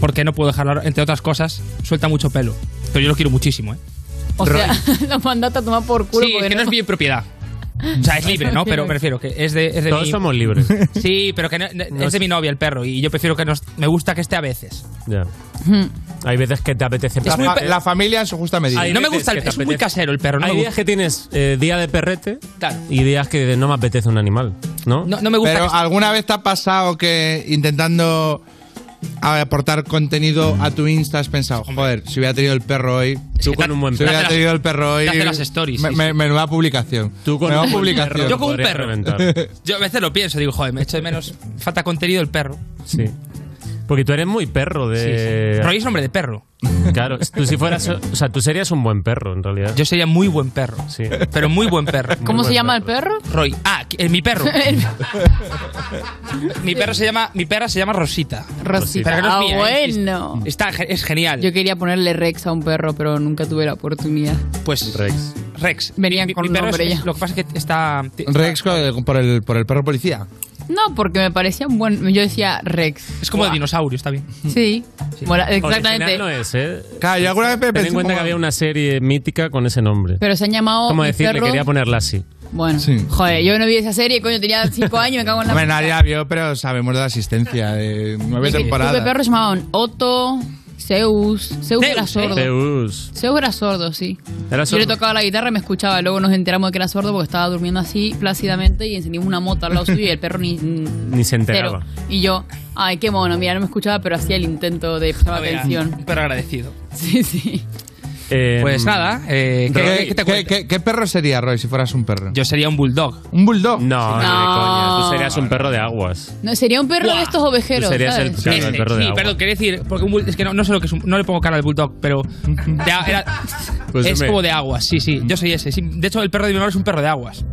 [SPEAKER 12] Porque no puedo dejarlo, entre otras cosas, suelta mucho pelo. Pero yo lo quiero muchísimo, ¿eh?
[SPEAKER 22] O sea, lo mandaste a tomar por culo.
[SPEAKER 12] Sí,
[SPEAKER 22] porque
[SPEAKER 12] que no es mi propiedad. O sea, es libre, ¿no? Pero prefiero que es de, es de
[SPEAKER 4] Todos
[SPEAKER 12] mi-
[SPEAKER 4] somos libres.
[SPEAKER 12] Sí, pero que no- es de mi novia el perro y yo prefiero que nos, me gusta que esté a veces.
[SPEAKER 4] Ya. Hay veces que te apetece.
[SPEAKER 3] La, fa- Ah, la familia en su justa medida.
[SPEAKER 4] Hay
[SPEAKER 12] no me
[SPEAKER 4] veces
[SPEAKER 12] gusta el-
[SPEAKER 4] que te
[SPEAKER 12] es muy
[SPEAKER 4] apetece.
[SPEAKER 12] casero el perro, no
[SPEAKER 4] Hay
[SPEAKER 12] me
[SPEAKER 4] días
[SPEAKER 12] gusta.
[SPEAKER 4] que tienes eh, día de perrete
[SPEAKER 12] Claro.
[SPEAKER 4] y días que dices, no me apetece un animal, ¿no?
[SPEAKER 12] No, no me gusta.
[SPEAKER 3] Pero
[SPEAKER 12] que-
[SPEAKER 3] ¿alguna vez te ha pasado que intentando aportar contenido a tu Insta has pensado, joder, si hubiera tenido el perro hoy...
[SPEAKER 4] Tú con un buen
[SPEAKER 3] Si hubiera
[SPEAKER 4] perro.
[SPEAKER 3] tenido el perro hoy...
[SPEAKER 12] te hace las stories,
[SPEAKER 3] me-
[SPEAKER 12] sí,
[SPEAKER 3] me- Menuda publicación.
[SPEAKER 4] Tú con
[SPEAKER 3] menuda
[SPEAKER 4] un buen perro.
[SPEAKER 3] publicación.
[SPEAKER 12] yo con un
[SPEAKER 4] podría
[SPEAKER 12] perro.
[SPEAKER 4] reventar.
[SPEAKER 12] Yo a veces lo pienso, digo, joder, me echo de menos. Falta contenido el perro.
[SPEAKER 4] Sí. Porque tú eres muy perro de.
[SPEAKER 12] Roy es nombre de perro.
[SPEAKER 4] Claro, tú si fueras. O sea, tú serías un buen perro, en realidad.
[SPEAKER 12] Yo sería muy buen perro.
[SPEAKER 4] Sí.
[SPEAKER 12] Pero muy buen perro.
[SPEAKER 22] ¿Cómo se llama el perro?
[SPEAKER 12] Roy. Ah, que- eh, mi perro. mi perro se llama. Mi perra se llama Rosita.
[SPEAKER 22] Rosita.
[SPEAKER 12] Pero que no es
[SPEAKER 22] Ah,
[SPEAKER 12] mía, ¿eh?
[SPEAKER 22] bueno.
[SPEAKER 12] Está, ge- es genial.
[SPEAKER 22] Yo quería ponerle Rex a un perro, pero nunca tuve la oportunidad.
[SPEAKER 12] pues
[SPEAKER 4] Rex.
[SPEAKER 12] Rex.
[SPEAKER 22] Venían
[SPEAKER 12] Mi- mi
[SPEAKER 22] con
[SPEAKER 12] perro es-
[SPEAKER 22] nombre ya.
[SPEAKER 12] es- Lo que pasa es que está.
[SPEAKER 3] Rex con el- por el, por el perro policía.
[SPEAKER 22] No, porque me parecía un buen. Yo decía Rex.
[SPEAKER 12] Es como de dinosaurio, está bien.
[SPEAKER 22] Sí. Mola- exactamente.
[SPEAKER 4] Original no es, ¿eh?
[SPEAKER 3] Claro, yo alguna vez
[SPEAKER 4] Ten en cuenta que había una serie mítica con ese nombre.
[SPEAKER 22] Pero se han llamado.
[SPEAKER 4] Como
[SPEAKER 22] mi
[SPEAKER 4] decirle,
[SPEAKER 22] perro-
[SPEAKER 4] quería ponerla así.
[SPEAKER 22] Bueno, joder, yo no vi esa serie, coño, tenía 5 años, me cago en la.
[SPEAKER 3] Hombre,
[SPEAKER 22] puta.
[SPEAKER 3] nadie la vio, pero sabemos de la asistencia de nueve
[SPEAKER 22] Es que Tuve
[SPEAKER 3] temporadas.
[SPEAKER 22] perros que se llamaban Otto, Zeus. Zeus era sordo.
[SPEAKER 4] Zeus.
[SPEAKER 22] Zeus era sordo, sí.
[SPEAKER 4] Era
[SPEAKER 22] Yo le
[SPEAKER 4] sordo.
[SPEAKER 22] tocaba la guitarra y me escuchaba. Luego nos enteramos de que era sordo porque estaba durmiendo así plácidamente y encendimos una mota al lado suyo y el perro ni,
[SPEAKER 4] Ni se enteraba.
[SPEAKER 22] cero. Y yo, ay, qué mono, mira, no me escuchaba, pero hacía el intento de prestar
[SPEAKER 12] Ah, Mira,
[SPEAKER 22] atención.
[SPEAKER 12] un perro agradecido.
[SPEAKER 22] Sí, sí.
[SPEAKER 12] Pues nada, eh, ¿qué-
[SPEAKER 3] Roy,
[SPEAKER 12] qué te
[SPEAKER 3] qué, qué- qué perro sería, Roy, si fueras un perro? Yo
[SPEAKER 12] sería un bulldog.
[SPEAKER 3] ¿Un bulldog?
[SPEAKER 4] No,
[SPEAKER 22] ni de No. coña.
[SPEAKER 4] Tú serías un perro de aguas.
[SPEAKER 22] No, sería un perro de estos ovejeros,
[SPEAKER 4] Tú serías el-
[SPEAKER 22] ¿sabes?
[SPEAKER 4] claro, el perro de
[SPEAKER 12] Este. sí,
[SPEAKER 4] agua.
[SPEAKER 12] perdón, quería decir, porque un bull- es que no, no sé lo que es, un- no le pongo cara al bulldog, pero de a- era-
[SPEAKER 4] Pues
[SPEAKER 12] es
[SPEAKER 4] hombre.
[SPEAKER 12] como de aguas, sí, sí, yo soy ese. sí. De hecho, el perro de mi hermano es un perro de aguas.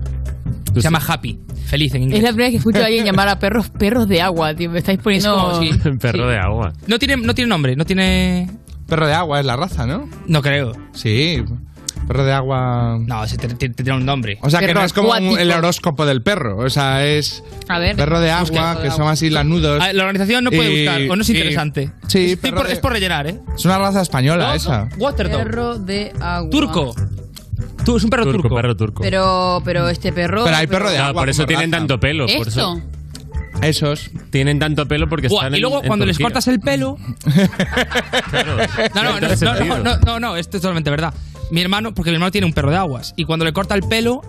[SPEAKER 4] Pues
[SPEAKER 12] Se llama Happy, feliz en
[SPEAKER 22] Es
[SPEAKER 12] inglés.
[SPEAKER 22] la primera vez que escucho a alguien llamar a perros perros de agua, tío. Me estáis poniendo.
[SPEAKER 4] perro de agua.
[SPEAKER 12] No tiene, no tiene nombre, no tiene...
[SPEAKER 3] Perro de agua es la raza, ¿no?
[SPEAKER 12] No creo.
[SPEAKER 3] Sí, perro de agua...
[SPEAKER 12] No, ese te- te- te tiene un nombre.
[SPEAKER 3] O sea, que
[SPEAKER 12] Perro
[SPEAKER 3] no es como un-
[SPEAKER 12] acuático.
[SPEAKER 3] el horóscopo del perro. O sea, es
[SPEAKER 22] A ver,
[SPEAKER 3] perro de
[SPEAKER 12] busca
[SPEAKER 3] agua,
[SPEAKER 12] perro de
[SPEAKER 3] que son
[SPEAKER 12] agua.
[SPEAKER 3] así lanudos.
[SPEAKER 12] Ah, La organización no puede
[SPEAKER 3] Y-
[SPEAKER 12] buscar, o no es
[SPEAKER 3] y-
[SPEAKER 12] interesante.
[SPEAKER 3] Sí,
[SPEAKER 12] es,
[SPEAKER 3] perro
[SPEAKER 12] por,
[SPEAKER 3] de-
[SPEAKER 12] es por rellenar, ¿eh?
[SPEAKER 3] Es una raza española esa.
[SPEAKER 12] Waterdog.
[SPEAKER 22] Perro de agua.
[SPEAKER 12] Turco. Tú, es un perro turco.
[SPEAKER 4] Perro turco.
[SPEAKER 22] Pero, pero este perro.
[SPEAKER 4] No, por eso tienen tanto pelo. Ah, Por
[SPEAKER 22] ¿Esto?
[SPEAKER 4] eso
[SPEAKER 3] esos
[SPEAKER 4] tienen tanto pelo porque
[SPEAKER 12] Buah,
[SPEAKER 4] están
[SPEAKER 12] y luego
[SPEAKER 4] en- en
[SPEAKER 12] cuando les
[SPEAKER 4] Turquía.
[SPEAKER 12] cortas el pelo. no, no, no,
[SPEAKER 4] tiene
[SPEAKER 12] no,
[SPEAKER 4] sentido.
[SPEAKER 12] no, no, no, no, esto es totalmente verdad. Mi hermano, porque mi hermano tiene un perro de aguas. Y cuando le corta el pelo,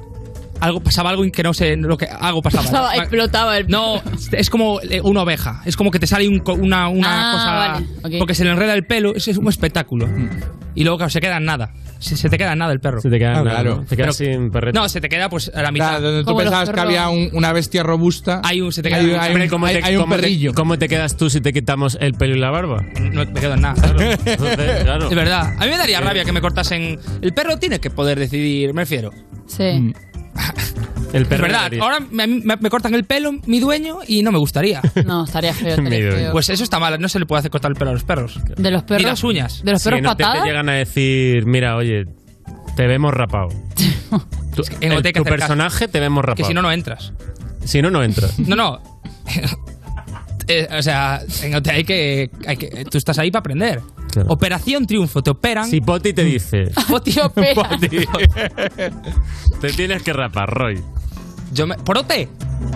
[SPEAKER 12] algo pasaba algo que no sé lo que algo pasaba.
[SPEAKER 22] Pasaba, explotaba el
[SPEAKER 12] No, es como eh, una oveja. Es como que te sale un co- una, una
[SPEAKER 22] Ah,
[SPEAKER 12] cosa.
[SPEAKER 22] vale, ok.
[SPEAKER 12] Porque se le enreda el pelo. Eso es un espectáculo. Y luego, claro, se queda en nada. Se, se te queda en nada el perro.
[SPEAKER 4] Se te queda
[SPEAKER 3] Ah,
[SPEAKER 4] nada,
[SPEAKER 3] claro.
[SPEAKER 4] ¿no? Te quedas sin perrete.
[SPEAKER 12] No, se te queda pues a la mitad.
[SPEAKER 3] Claro, donde tú pensabas que había un- una bestia robusta.
[SPEAKER 12] Hay un, se te queda
[SPEAKER 3] hay,
[SPEAKER 12] mucho.
[SPEAKER 3] hay
[SPEAKER 4] Hombre,
[SPEAKER 3] un,
[SPEAKER 4] ¿cómo
[SPEAKER 3] hay-
[SPEAKER 4] te-
[SPEAKER 3] hay un
[SPEAKER 4] cómo te-
[SPEAKER 3] perrillo.
[SPEAKER 4] ¿Cómo te quedas tú si te quitamos el pelo y la barba?
[SPEAKER 12] No me quedo en nada.
[SPEAKER 4] Entonces, claro. Eh,
[SPEAKER 12] Es verdad. A mí me daría rabia que me cortasen. El perro tiene que poder decidir, me refiero.
[SPEAKER 22] Sí.
[SPEAKER 4] El perro
[SPEAKER 12] es verdad.
[SPEAKER 4] daría.
[SPEAKER 12] Ahora me, a mí me- me cortan el pelo mi dueño y no me gustaría.
[SPEAKER 22] No, estaría feo. estaría
[SPEAKER 4] Mi dueño.
[SPEAKER 22] feo.
[SPEAKER 12] Pues eso está mal. No se le puede hacer cortar el pelo a los perros.
[SPEAKER 22] de los perros.
[SPEAKER 12] Ni las uñas.
[SPEAKER 22] De los
[SPEAKER 4] Si
[SPEAKER 22] perros
[SPEAKER 4] no te, te
[SPEAKER 22] patadas.
[SPEAKER 4] llegan a decir, mira, oye, te vemos rapado. Tu,
[SPEAKER 12] en
[SPEAKER 4] el-
[SPEAKER 12] OT hay que
[SPEAKER 4] tu
[SPEAKER 12] hacer caso.
[SPEAKER 4] personaje te vemos rapado.
[SPEAKER 12] Que si no, no entras.
[SPEAKER 4] Si no, no entras.
[SPEAKER 12] No, no. Eh, o sea, en OT hay que, hay que- Tú estás ahí para aprender.
[SPEAKER 4] Claro.
[SPEAKER 12] Operación triunfo. Te operan.
[SPEAKER 4] Si Poti
[SPEAKER 3] Mm.
[SPEAKER 4] te dice,
[SPEAKER 22] Poti opera.
[SPEAKER 4] Poti, te tienes que rapar, Roy.
[SPEAKER 12] Yo me- por OT.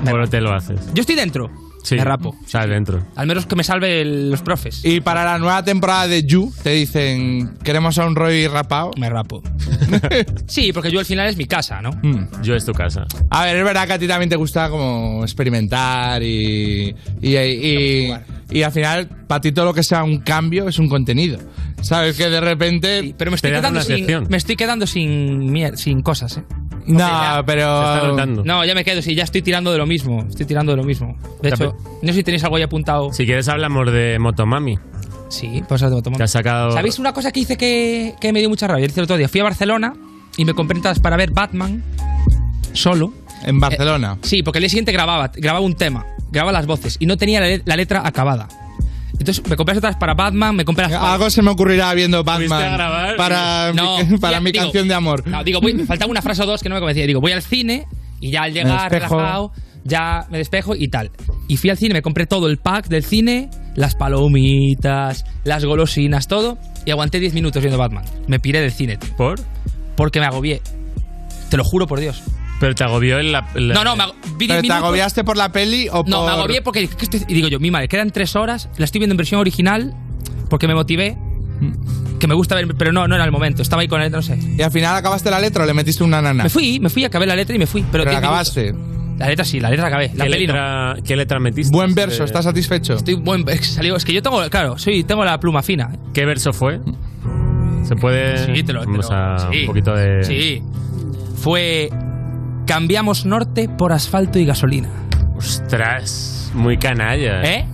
[SPEAKER 4] Bueno, te lo haces.
[SPEAKER 12] Yo estoy dentro.
[SPEAKER 4] Sí.
[SPEAKER 12] Me rapo.
[SPEAKER 4] Sale dentro.
[SPEAKER 12] Al menos que me salve el- los profes.
[SPEAKER 3] Y para la nueva temporada de You, te dicen, queremos a un Roy rapado.
[SPEAKER 12] Me rapo. Sí, porque yo al final es mi casa, ¿no?
[SPEAKER 4] Mm, Yo es tu casa.
[SPEAKER 3] A ver, es verdad que a ti también te gusta como experimentar y. Y, y- y al final, para ti todo lo que sea un cambio es un contenido. ¿Sabes? Que de repente.
[SPEAKER 12] Pero me estoy quedando sin, me estoy quedando sin, mier- sin cosas, ¿eh?
[SPEAKER 3] No, Ah, pero.
[SPEAKER 12] No, ya me quedo, sí, ya estoy tirando de lo mismo. Estoy tirando de lo mismo. De
[SPEAKER 4] Ya,
[SPEAKER 12] hecho, no sé si tenéis algo ahí apuntado.
[SPEAKER 4] Si quieres hablamos de Motomami.
[SPEAKER 12] Sí, pues de Motomami.
[SPEAKER 4] Te has sacado...
[SPEAKER 12] ¿Sabéis una cosa que hice que, que me dio mucha rabia? Hice el otro día. Fui a Barcelona y me compré entradas para ver Batman solo.
[SPEAKER 3] En Barcelona.
[SPEAKER 12] Sí, porque el día siguiente grababa, grababa un tema, grababa las voces y no tenía la, le- la letra acabada. Entonces me compré las entradas para Batman, me compré las
[SPEAKER 3] Algo se me ocurrirá viendo
[SPEAKER 12] a
[SPEAKER 3] Batman
[SPEAKER 12] grabar?
[SPEAKER 3] para,
[SPEAKER 12] No,
[SPEAKER 3] mi, para
[SPEAKER 12] ya,
[SPEAKER 3] mi
[SPEAKER 12] digo,
[SPEAKER 3] canción de amor.
[SPEAKER 12] No, digo, voy- me faltaba una frase o dos que no me convencía. Digo, voy al cine y ya al llegar,
[SPEAKER 3] despejo.
[SPEAKER 12] relajado, ya me despejo y tal. Y fui al cine, me compré todo el pack del cine, las palomitas, las golosinas, todo, y aguanté 10 minutos viendo Batman. Me piré del cine.
[SPEAKER 4] ¿Por?
[SPEAKER 12] Porque me agobié. Te lo juro por Dios.
[SPEAKER 4] Pero te agobió en la... la-
[SPEAKER 12] No, no, me ago- vi 10
[SPEAKER 3] ¿Pero te
[SPEAKER 12] minutos.
[SPEAKER 3] agobiaste por la peli o por.?
[SPEAKER 12] No, me agobié porque dije, "¿Qué estoy-?" y digo yo, mi madre, quedan tres horas, la estoy viendo en versión original porque me motivé,
[SPEAKER 3] Mm.
[SPEAKER 12] que me gusta ver, pero no, no era el momento, estaba ahí con él, no sé.
[SPEAKER 3] ¿Y al final acabaste la letra o le metiste una nana?
[SPEAKER 12] Me fui, me fui, acabé la letra y me fui. Pero,
[SPEAKER 3] Pero
[SPEAKER 12] 10
[SPEAKER 3] la
[SPEAKER 12] minutos.
[SPEAKER 3] acabaste.
[SPEAKER 12] La letra sí, la letra acabé. La
[SPEAKER 4] ¿Qué
[SPEAKER 12] peli no.
[SPEAKER 4] letra, ¿Qué letra metiste? Eh,
[SPEAKER 3] Buen verso, ¿estás satisfecho?
[SPEAKER 12] Estoy buen- es que salió- es que yo tengo, claro, soy, tengo la pluma fina.
[SPEAKER 4] ¿Qué verso fue? ¿Se puede...?
[SPEAKER 12] Sí, te lo- te
[SPEAKER 4] Vamos
[SPEAKER 12] lo-
[SPEAKER 4] a
[SPEAKER 12] sí.
[SPEAKER 4] un poquito de...
[SPEAKER 12] Sí. Fue cambiamos norte por asfalto y gasolina.
[SPEAKER 4] Ostras, muy canalla.
[SPEAKER 12] ¿Eh?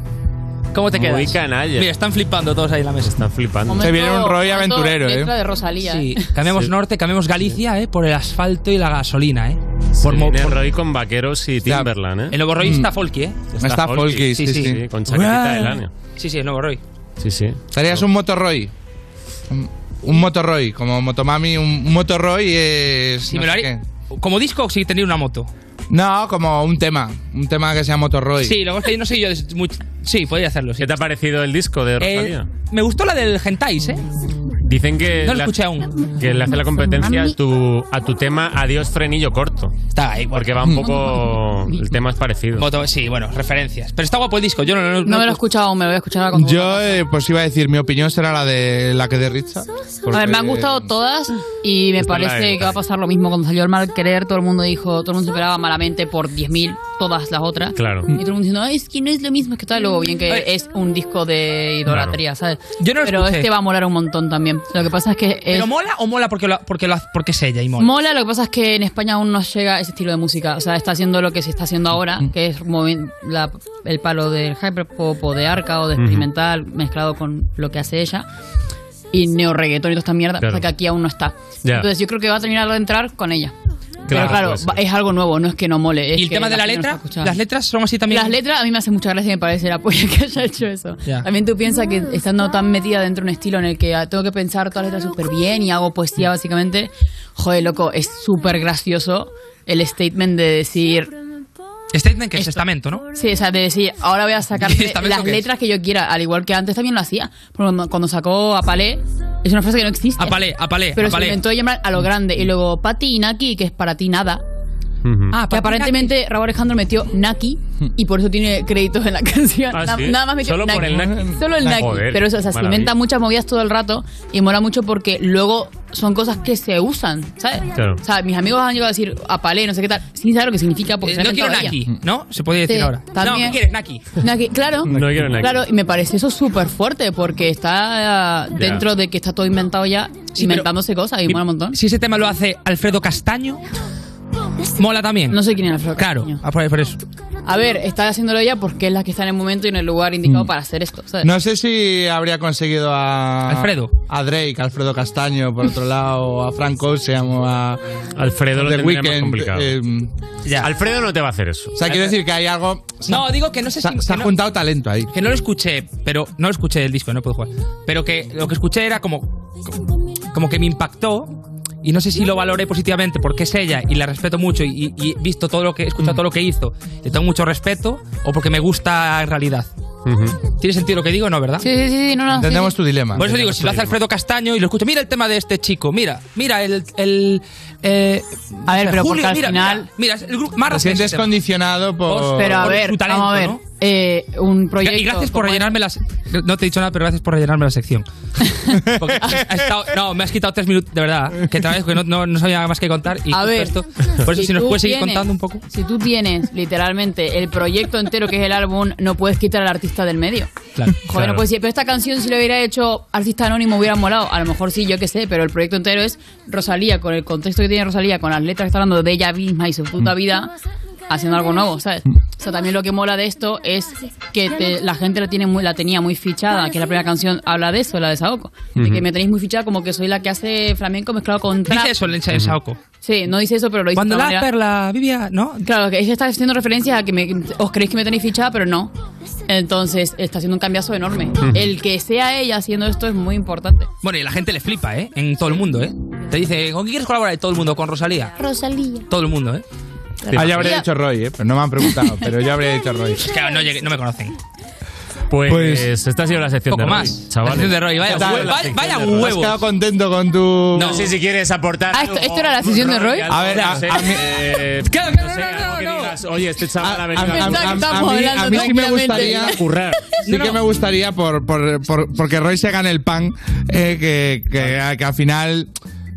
[SPEAKER 12] ¿Cómo te
[SPEAKER 4] Muy
[SPEAKER 12] quedas?
[SPEAKER 4] canalla.
[SPEAKER 12] Mira, están flipando todos ahí en la mesa.
[SPEAKER 4] Están flipando.
[SPEAKER 22] Momento-
[SPEAKER 3] Se viene un Roy
[SPEAKER 22] momento
[SPEAKER 3] aventurero, ¿eh?
[SPEAKER 22] letra de Rosalía.
[SPEAKER 12] Sí,
[SPEAKER 22] ¿eh?
[SPEAKER 12] cambiamos
[SPEAKER 4] Sí.
[SPEAKER 12] norte, cambiamos Galicia, eh, por el asfalto y la gasolina, eh.
[SPEAKER 4] Por
[SPEAKER 12] Por mo-
[SPEAKER 4] viene
[SPEAKER 12] por-
[SPEAKER 4] Roy con vaqueros y Timberland, ¿eh?
[SPEAKER 12] El nuevo Roy está folky, eh.
[SPEAKER 3] Está folky, sí, sí.
[SPEAKER 4] Con chaquetita de lana.
[SPEAKER 12] Sí, sí, el nuevo Roy.
[SPEAKER 4] Sí, sí.
[SPEAKER 3] ¿Estarías un motorroy? Un, un motorroy, como motomami, un, un motorroy es...
[SPEAKER 12] Si
[SPEAKER 3] no
[SPEAKER 12] me lo
[SPEAKER 3] sé
[SPEAKER 12] haría-
[SPEAKER 3] qué.
[SPEAKER 12] Como disco, sí, tendría una moto.
[SPEAKER 3] No, como un tema. Un tema que sea Motorroy.
[SPEAKER 12] Sí, lo que pasa es que yo no sé yo. de- mucho- Sí, podría hacerlo. sí.
[SPEAKER 4] ¿Qué te ha parecido el disco de
[SPEAKER 12] Eh,
[SPEAKER 4] Rosalía?
[SPEAKER 12] me gustó la del Gentais, ¿eh?
[SPEAKER 4] Dicen que.
[SPEAKER 12] No lo
[SPEAKER 4] le
[SPEAKER 12] escuché
[SPEAKER 4] hace-
[SPEAKER 12] aún.
[SPEAKER 4] Que le hace la competencia a tu, a tu tema Adiós Frenillo Corto.
[SPEAKER 12] Está ahí,
[SPEAKER 4] Porque va un poco. El tema es parecido.
[SPEAKER 12] Moto- sí, bueno, referencias. Pero está guapo el disco. Yo no, no,
[SPEAKER 22] No me lo he escuchado aún, me lo voy a escuchar ahora con tu
[SPEAKER 3] Yo, eh, pues iba a decir, mi opinión será la de la que de Ritza.
[SPEAKER 22] A ver, me
[SPEAKER 3] porque-
[SPEAKER 22] han gustado todas y me
[SPEAKER 3] Esta es la
[SPEAKER 22] parece
[SPEAKER 3] de-
[SPEAKER 22] que va a pasar lo mismo. Cuando salió el mal querer, todo el mundo dijo, todo el mundo superaba malamente por 10.000 todas las otras.
[SPEAKER 4] Claro.
[SPEAKER 22] Y todo el mundo diciendo, "Ay, es que no es lo mismo, es que tal, luego bien que es un disco de idolatría, ¿sabes?
[SPEAKER 12] Yo no lo
[SPEAKER 22] Pero
[SPEAKER 12] escuché.
[SPEAKER 22] este va a molar un montón también. Lo que pasa es que es...
[SPEAKER 12] ¿Pero mola o mola porque, lo- porque, lo hace- porque es ella y mola?
[SPEAKER 22] Mola, lo que pasa es que en España aún no llega ese estilo de música. O sea, está haciendo lo que se está haciendo ahora, que es movi- la- el palo del hyperpop o de arca o de
[SPEAKER 32] Ujú.
[SPEAKER 22] experimental mezclado con lo que hace ella. Y neorreggaetón y toda esta mierda,
[SPEAKER 32] Claro.
[SPEAKER 22] o sea que aquí aún no está.
[SPEAKER 32] Ya.
[SPEAKER 22] Entonces yo creo que va a terminar de entrar con ella. Pero
[SPEAKER 32] Claro,
[SPEAKER 22] claro,
[SPEAKER 32] puede ser.
[SPEAKER 22] va- es algo nuevo, no es que no mole. es
[SPEAKER 12] ¿Y el
[SPEAKER 22] que
[SPEAKER 12] tema de la
[SPEAKER 22] gente no
[SPEAKER 12] letra?
[SPEAKER 22] está escuchando.
[SPEAKER 12] ¿Las letras son así también?
[SPEAKER 22] Las letras a mí me hace mucha gracia y me parece la polla que haya hecho eso.
[SPEAKER 12] Ya.
[SPEAKER 22] También tú piensas que estando tan metida dentro de un estilo en el que tengo que pensar todas las letras súper bien y hago poesía básicamente, joder, loco, es súper gracioso el statement de decir...
[SPEAKER 12] Statement que es estamento, ¿no?
[SPEAKER 22] Sí, o sea, de decir, ahora voy a sacar
[SPEAKER 12] ¿Estamento
[SPEAKER 22] las
[SPEAKER 12] qué es?
[SPEAKER 22] letras que yo quiera, al igual que antes también lo hacía. Por ejemplo, Cuando sacó a Palé, es una frase que no existe.
[SPEAKER 12] Apalé, apalé,
[SPEAKER 22] Pero se
[SPEAKER 12] apalé.
[SPEAKER 22] inventó llamar a lo grande. Y luego Pati y Naki, que es para ti nada.
[SPEAKER 12] Ah,
[SPEAKER 22] que
[SPEAKER 12] Pati
[SPEAKER 22] aparentemente Raúl Alejandro metió Naki y por eso tiene créditos en la canción.
[SPEAKER 32] Ah,
[SPEAKER 22] Na-
[SPEAKER 32] ¿sí?
[SPEAKER 22] Nada más metió
[SPEAKER 32] Solo por el Naki.
[SPEAKER 22] Solo el
[SPEAKER 32] Ah,
[SPEAKER 22] Naki.
[SPEAKER 32] joder,
[SPEAKER 22] Pero eso, o sea, se
[SPEAKER 32] maravilla.
[SPEAKER 22] inventa muchas movidas todo el rato y mola mucho porque luego son cosas que se usan, ¿sabes?
[SPEAKER 12] Claro.
[SPEAKER 22] O sea, mis amigos han llegado a decir apalé, no sé qué tal, sin saber lo que significa porque
[SPEAKER 12] Eh,
[SPEAKER 22] se ha
[SPEAKER 12] no quiero
[SPEAKER 22] inventado ella.
[SPEAKER 12] Naki, ¿no? Se podría decir
[SPEAKER 22] Sí,
[SPEAKER 12] ahora.
[SPEAKER 22] también.
[SPEAKER 12] No, ¿qué quieres, Naki?
[SPEAKER 22] Naki, claro.
[SPEAKER 12] No quiero Naki.
[SPEAKER 22] Claro, y me parece eso súper fuerte porque está eh,
[SPEAKER 12] Ya.
[SPEAKER 22] dentro de que está todo inventado ya,
[SPEAKER 12] Sí,
[SPEAKER 22] inventándose cosas y mola un montón.
[SPEAKER 12] Si ese tema lo hace Alfredo Castaño, mola también. No
[SPEAKER 22] sé quién es Alfredo
[SPEAKER 12] Castaño. Claro, ah, por ahí, por eso.
[SPEAKER 22] A ver, está haciéndolo ella porque es la que está en el momento y en el lugar indicado
[SPEAKER 3] Mm.
[SPEAKER 22] para hacer esto, ¿sabes?
[SPEAKER 3] No sé si habría conseguido a.
[SPEAKER 22] Alfredo.
[SPEAKER 3] A Drake, a Alfredo Castaño, por otro lado, o a Frank Ocean, o a.
[SPEAKER 4] Alfredo lo
[SPEAKER 3] The
[SPEAKER 4] tendría más
[SPEAKER 3] Weeknd,
[SPEAKER 4] complicado.
[SPEAKER 3] eh,
[SPEAKER 4] Alfredo no te va a hacer eso.
[SPEAKER 3] o sea, quiero decir que hay algo. se
[SPEAKER 12] No,
[SPEAKER 3] ha-
[SPEAKER 12] digo que no sé
[SPEAKER 3] se ha-
[SPEAKER 12] si-
[SPEAKER 3] Se ha
[SPEAKER 12] que no-
[SPEAKER 3] juntado talento ahí.
[SPEAKER 12] Que no lo escuché, pero no lo escuché del disco, no puedo jugar. Pero que lo que escuché era como como que me impactó y no sé si lo valoré positivamente porque es ella y la respeto mucho y, y he visto todo lo que he
[SPEAKER 22] Mm.
[SPEAKER 12] escuchado todo lo que hizo, le tengo mucho respeto o porque me gusta en realidad. ¿Tiene sentido lo que digo, no, verdad?
[SPEAKER 22] Sí, sí, Ah, sí, sí, no, no. sí, sí.
[SPEAKER 12] Por eso digo, si lo hace Alfredo Castaño y lo escucho, mira el tema de este chico, mira, mira el. el eh,
[SPEAKER 22] a ver, pero
[SPEAKER 12] Julio,
[SPEAKER 22] porque al
[SPEAKER 12] mira,
[SPEAKER 22] final-
[SPEAKER 12] Mira, mira, el grupo más
[SPEAKER 3] Te sientes
[SPEAKER 12] respeto.
[SPEAKER 3] condicionado por.
[SPEAKER 22] Pero a ver,
[SPEAKER 12] su talento,
[SPEAKER 22] vamos a ver.
[SPEAKER 12] ¿no?
[SPEAKER 22] eh, un proyecto.
[SPEAKER 12] Y gracias por
[SPEAKER 22] como-
[SPEAKER 12] rellenarme las. No te he dicho nada, pero gracias por rellenarme la sección. Porque has estado- no, me has quitado tres minutos, de verdad. Que te agradezco, que no, no, no sabía más que contar. Y
[SPEAKER 22] A ver,
[SPEAKER 12] esto, por eso, si, nos
[SPEAKER 22] tú
[SPEAKER 12] puedes seguir
[SPEAKER 22] tienes-
[SPEAKER 12] contando un poco.
[SPEAKER 22] Si tú tienes literalmente el proyecto entero que es el álbum, no puedes quitar al artista del medio.
[SPEAKER 12] Claro.
[SPEAKER 22] Joder, no
[SPEAKER 9] pues
[SPEAKER 22] puedes decir, pues pero esta canción si lo hubiera hecho artista anónimo hubiera molado. A lo mejor sí, yo qué sé, pero el proyecto entero es Rosalía, con el contexto que tiene Rosalía, con las letras que está hablando de ella misma y su puta vida, haciendo algo nuevo, ¿sabes?
[SPEAKER 12] Mm.
[SPEAKER 22] O sea, también lo que mola de esto es que te- la gente la, tiene muy, la tenía muy fichada, que la primera canción habla de eso, la de Saoko. De
[SPEAKER 12] Ujú.
[SPEAKER 22] que me tenéis muy fichada como que soy la que hace flamenco mezclado con trap.
[SPEAKER 12] Dice eso el en Saoko.
[SPEAKER 22] Sí, no dice eso, pero lo dice
[SPEAKER 12] Cuando
[SPEAKER 22] de otra
[SPEAKER 12] la
[SPEAKER 22] manera.
[SPEAKER 12] perla vivía, ¿no?
[SPEAKER 22] Claro, que ella está haciendo referencias a que me- os creéis que me tenéis fichada, pero no. Entonces está haciendo un cambiazo enorme.
[SPEAKER 3] Mm.
[SPEAKER 12] Ujú.
[SPEAKER 22] El que sea ella haciendo esto es muy importante.
[SPEAKER 12] Bueno, y la gente le flipa, ¿eh? En todo el mundo, ¿eh? Te dice, ¿con quién quieres colaborar? Y todo el mundo, con Rosalía.
[SPEAKER 22] Rosalía.
[SPEAKER 12] Todo el mundo, ¿eh?
[SPEAKER 3] Ah, yo habría dicho Roy, eh, pero no me han preguntado, pero yo habría dicho Roy.
[SPEAKER 12] Es que no, llegué- no me conocen.
[SPEAKER 4] Pues, esta ha sido la sección
[SPEAKER 12] Poco
[SPEAKER 4] de Roy,
[SPEAKER 12] más.
[SPEAKER 4] chavales.
[SPEAKER 12] La sección de Roy, vaya
[SPEAKER 4] Esta ha sido
[SPEAKER 12] hue-
[SPEAKER 4] la
[SPEAKER 12] vaya-
[SPEAKER 4] sección
[SPEAKER 12] vaya
[SPEAKER 4] de Roy.
[SPEAKER 12] huevos.
[SPEAKER 3] ¿Has quedado contento con tu.?
[SPEAKER 4] No sé si quieres aportar.
[SPEAKER 22] Ah, esto, esto era la sesión de Roy.
[SPEAKER 3] A ver, a, a mí.
[SPEAKER 4] Eh, no sé, algo que digas, Oye, este
[SPEAKER 12] Ah,
[SPEAKER 4] chaval ha venido
[SPEAKER 3] a-
[SPEAKER 4] aquí.
[SPEAKER 3] a- a- a mí- a mí sí me gustaría
[SPEAKER 4] currar.
[SPEAKER 3] Sí que me gustaría por, por- por- porque Roy se gane el pan, eh, que, que, que al final.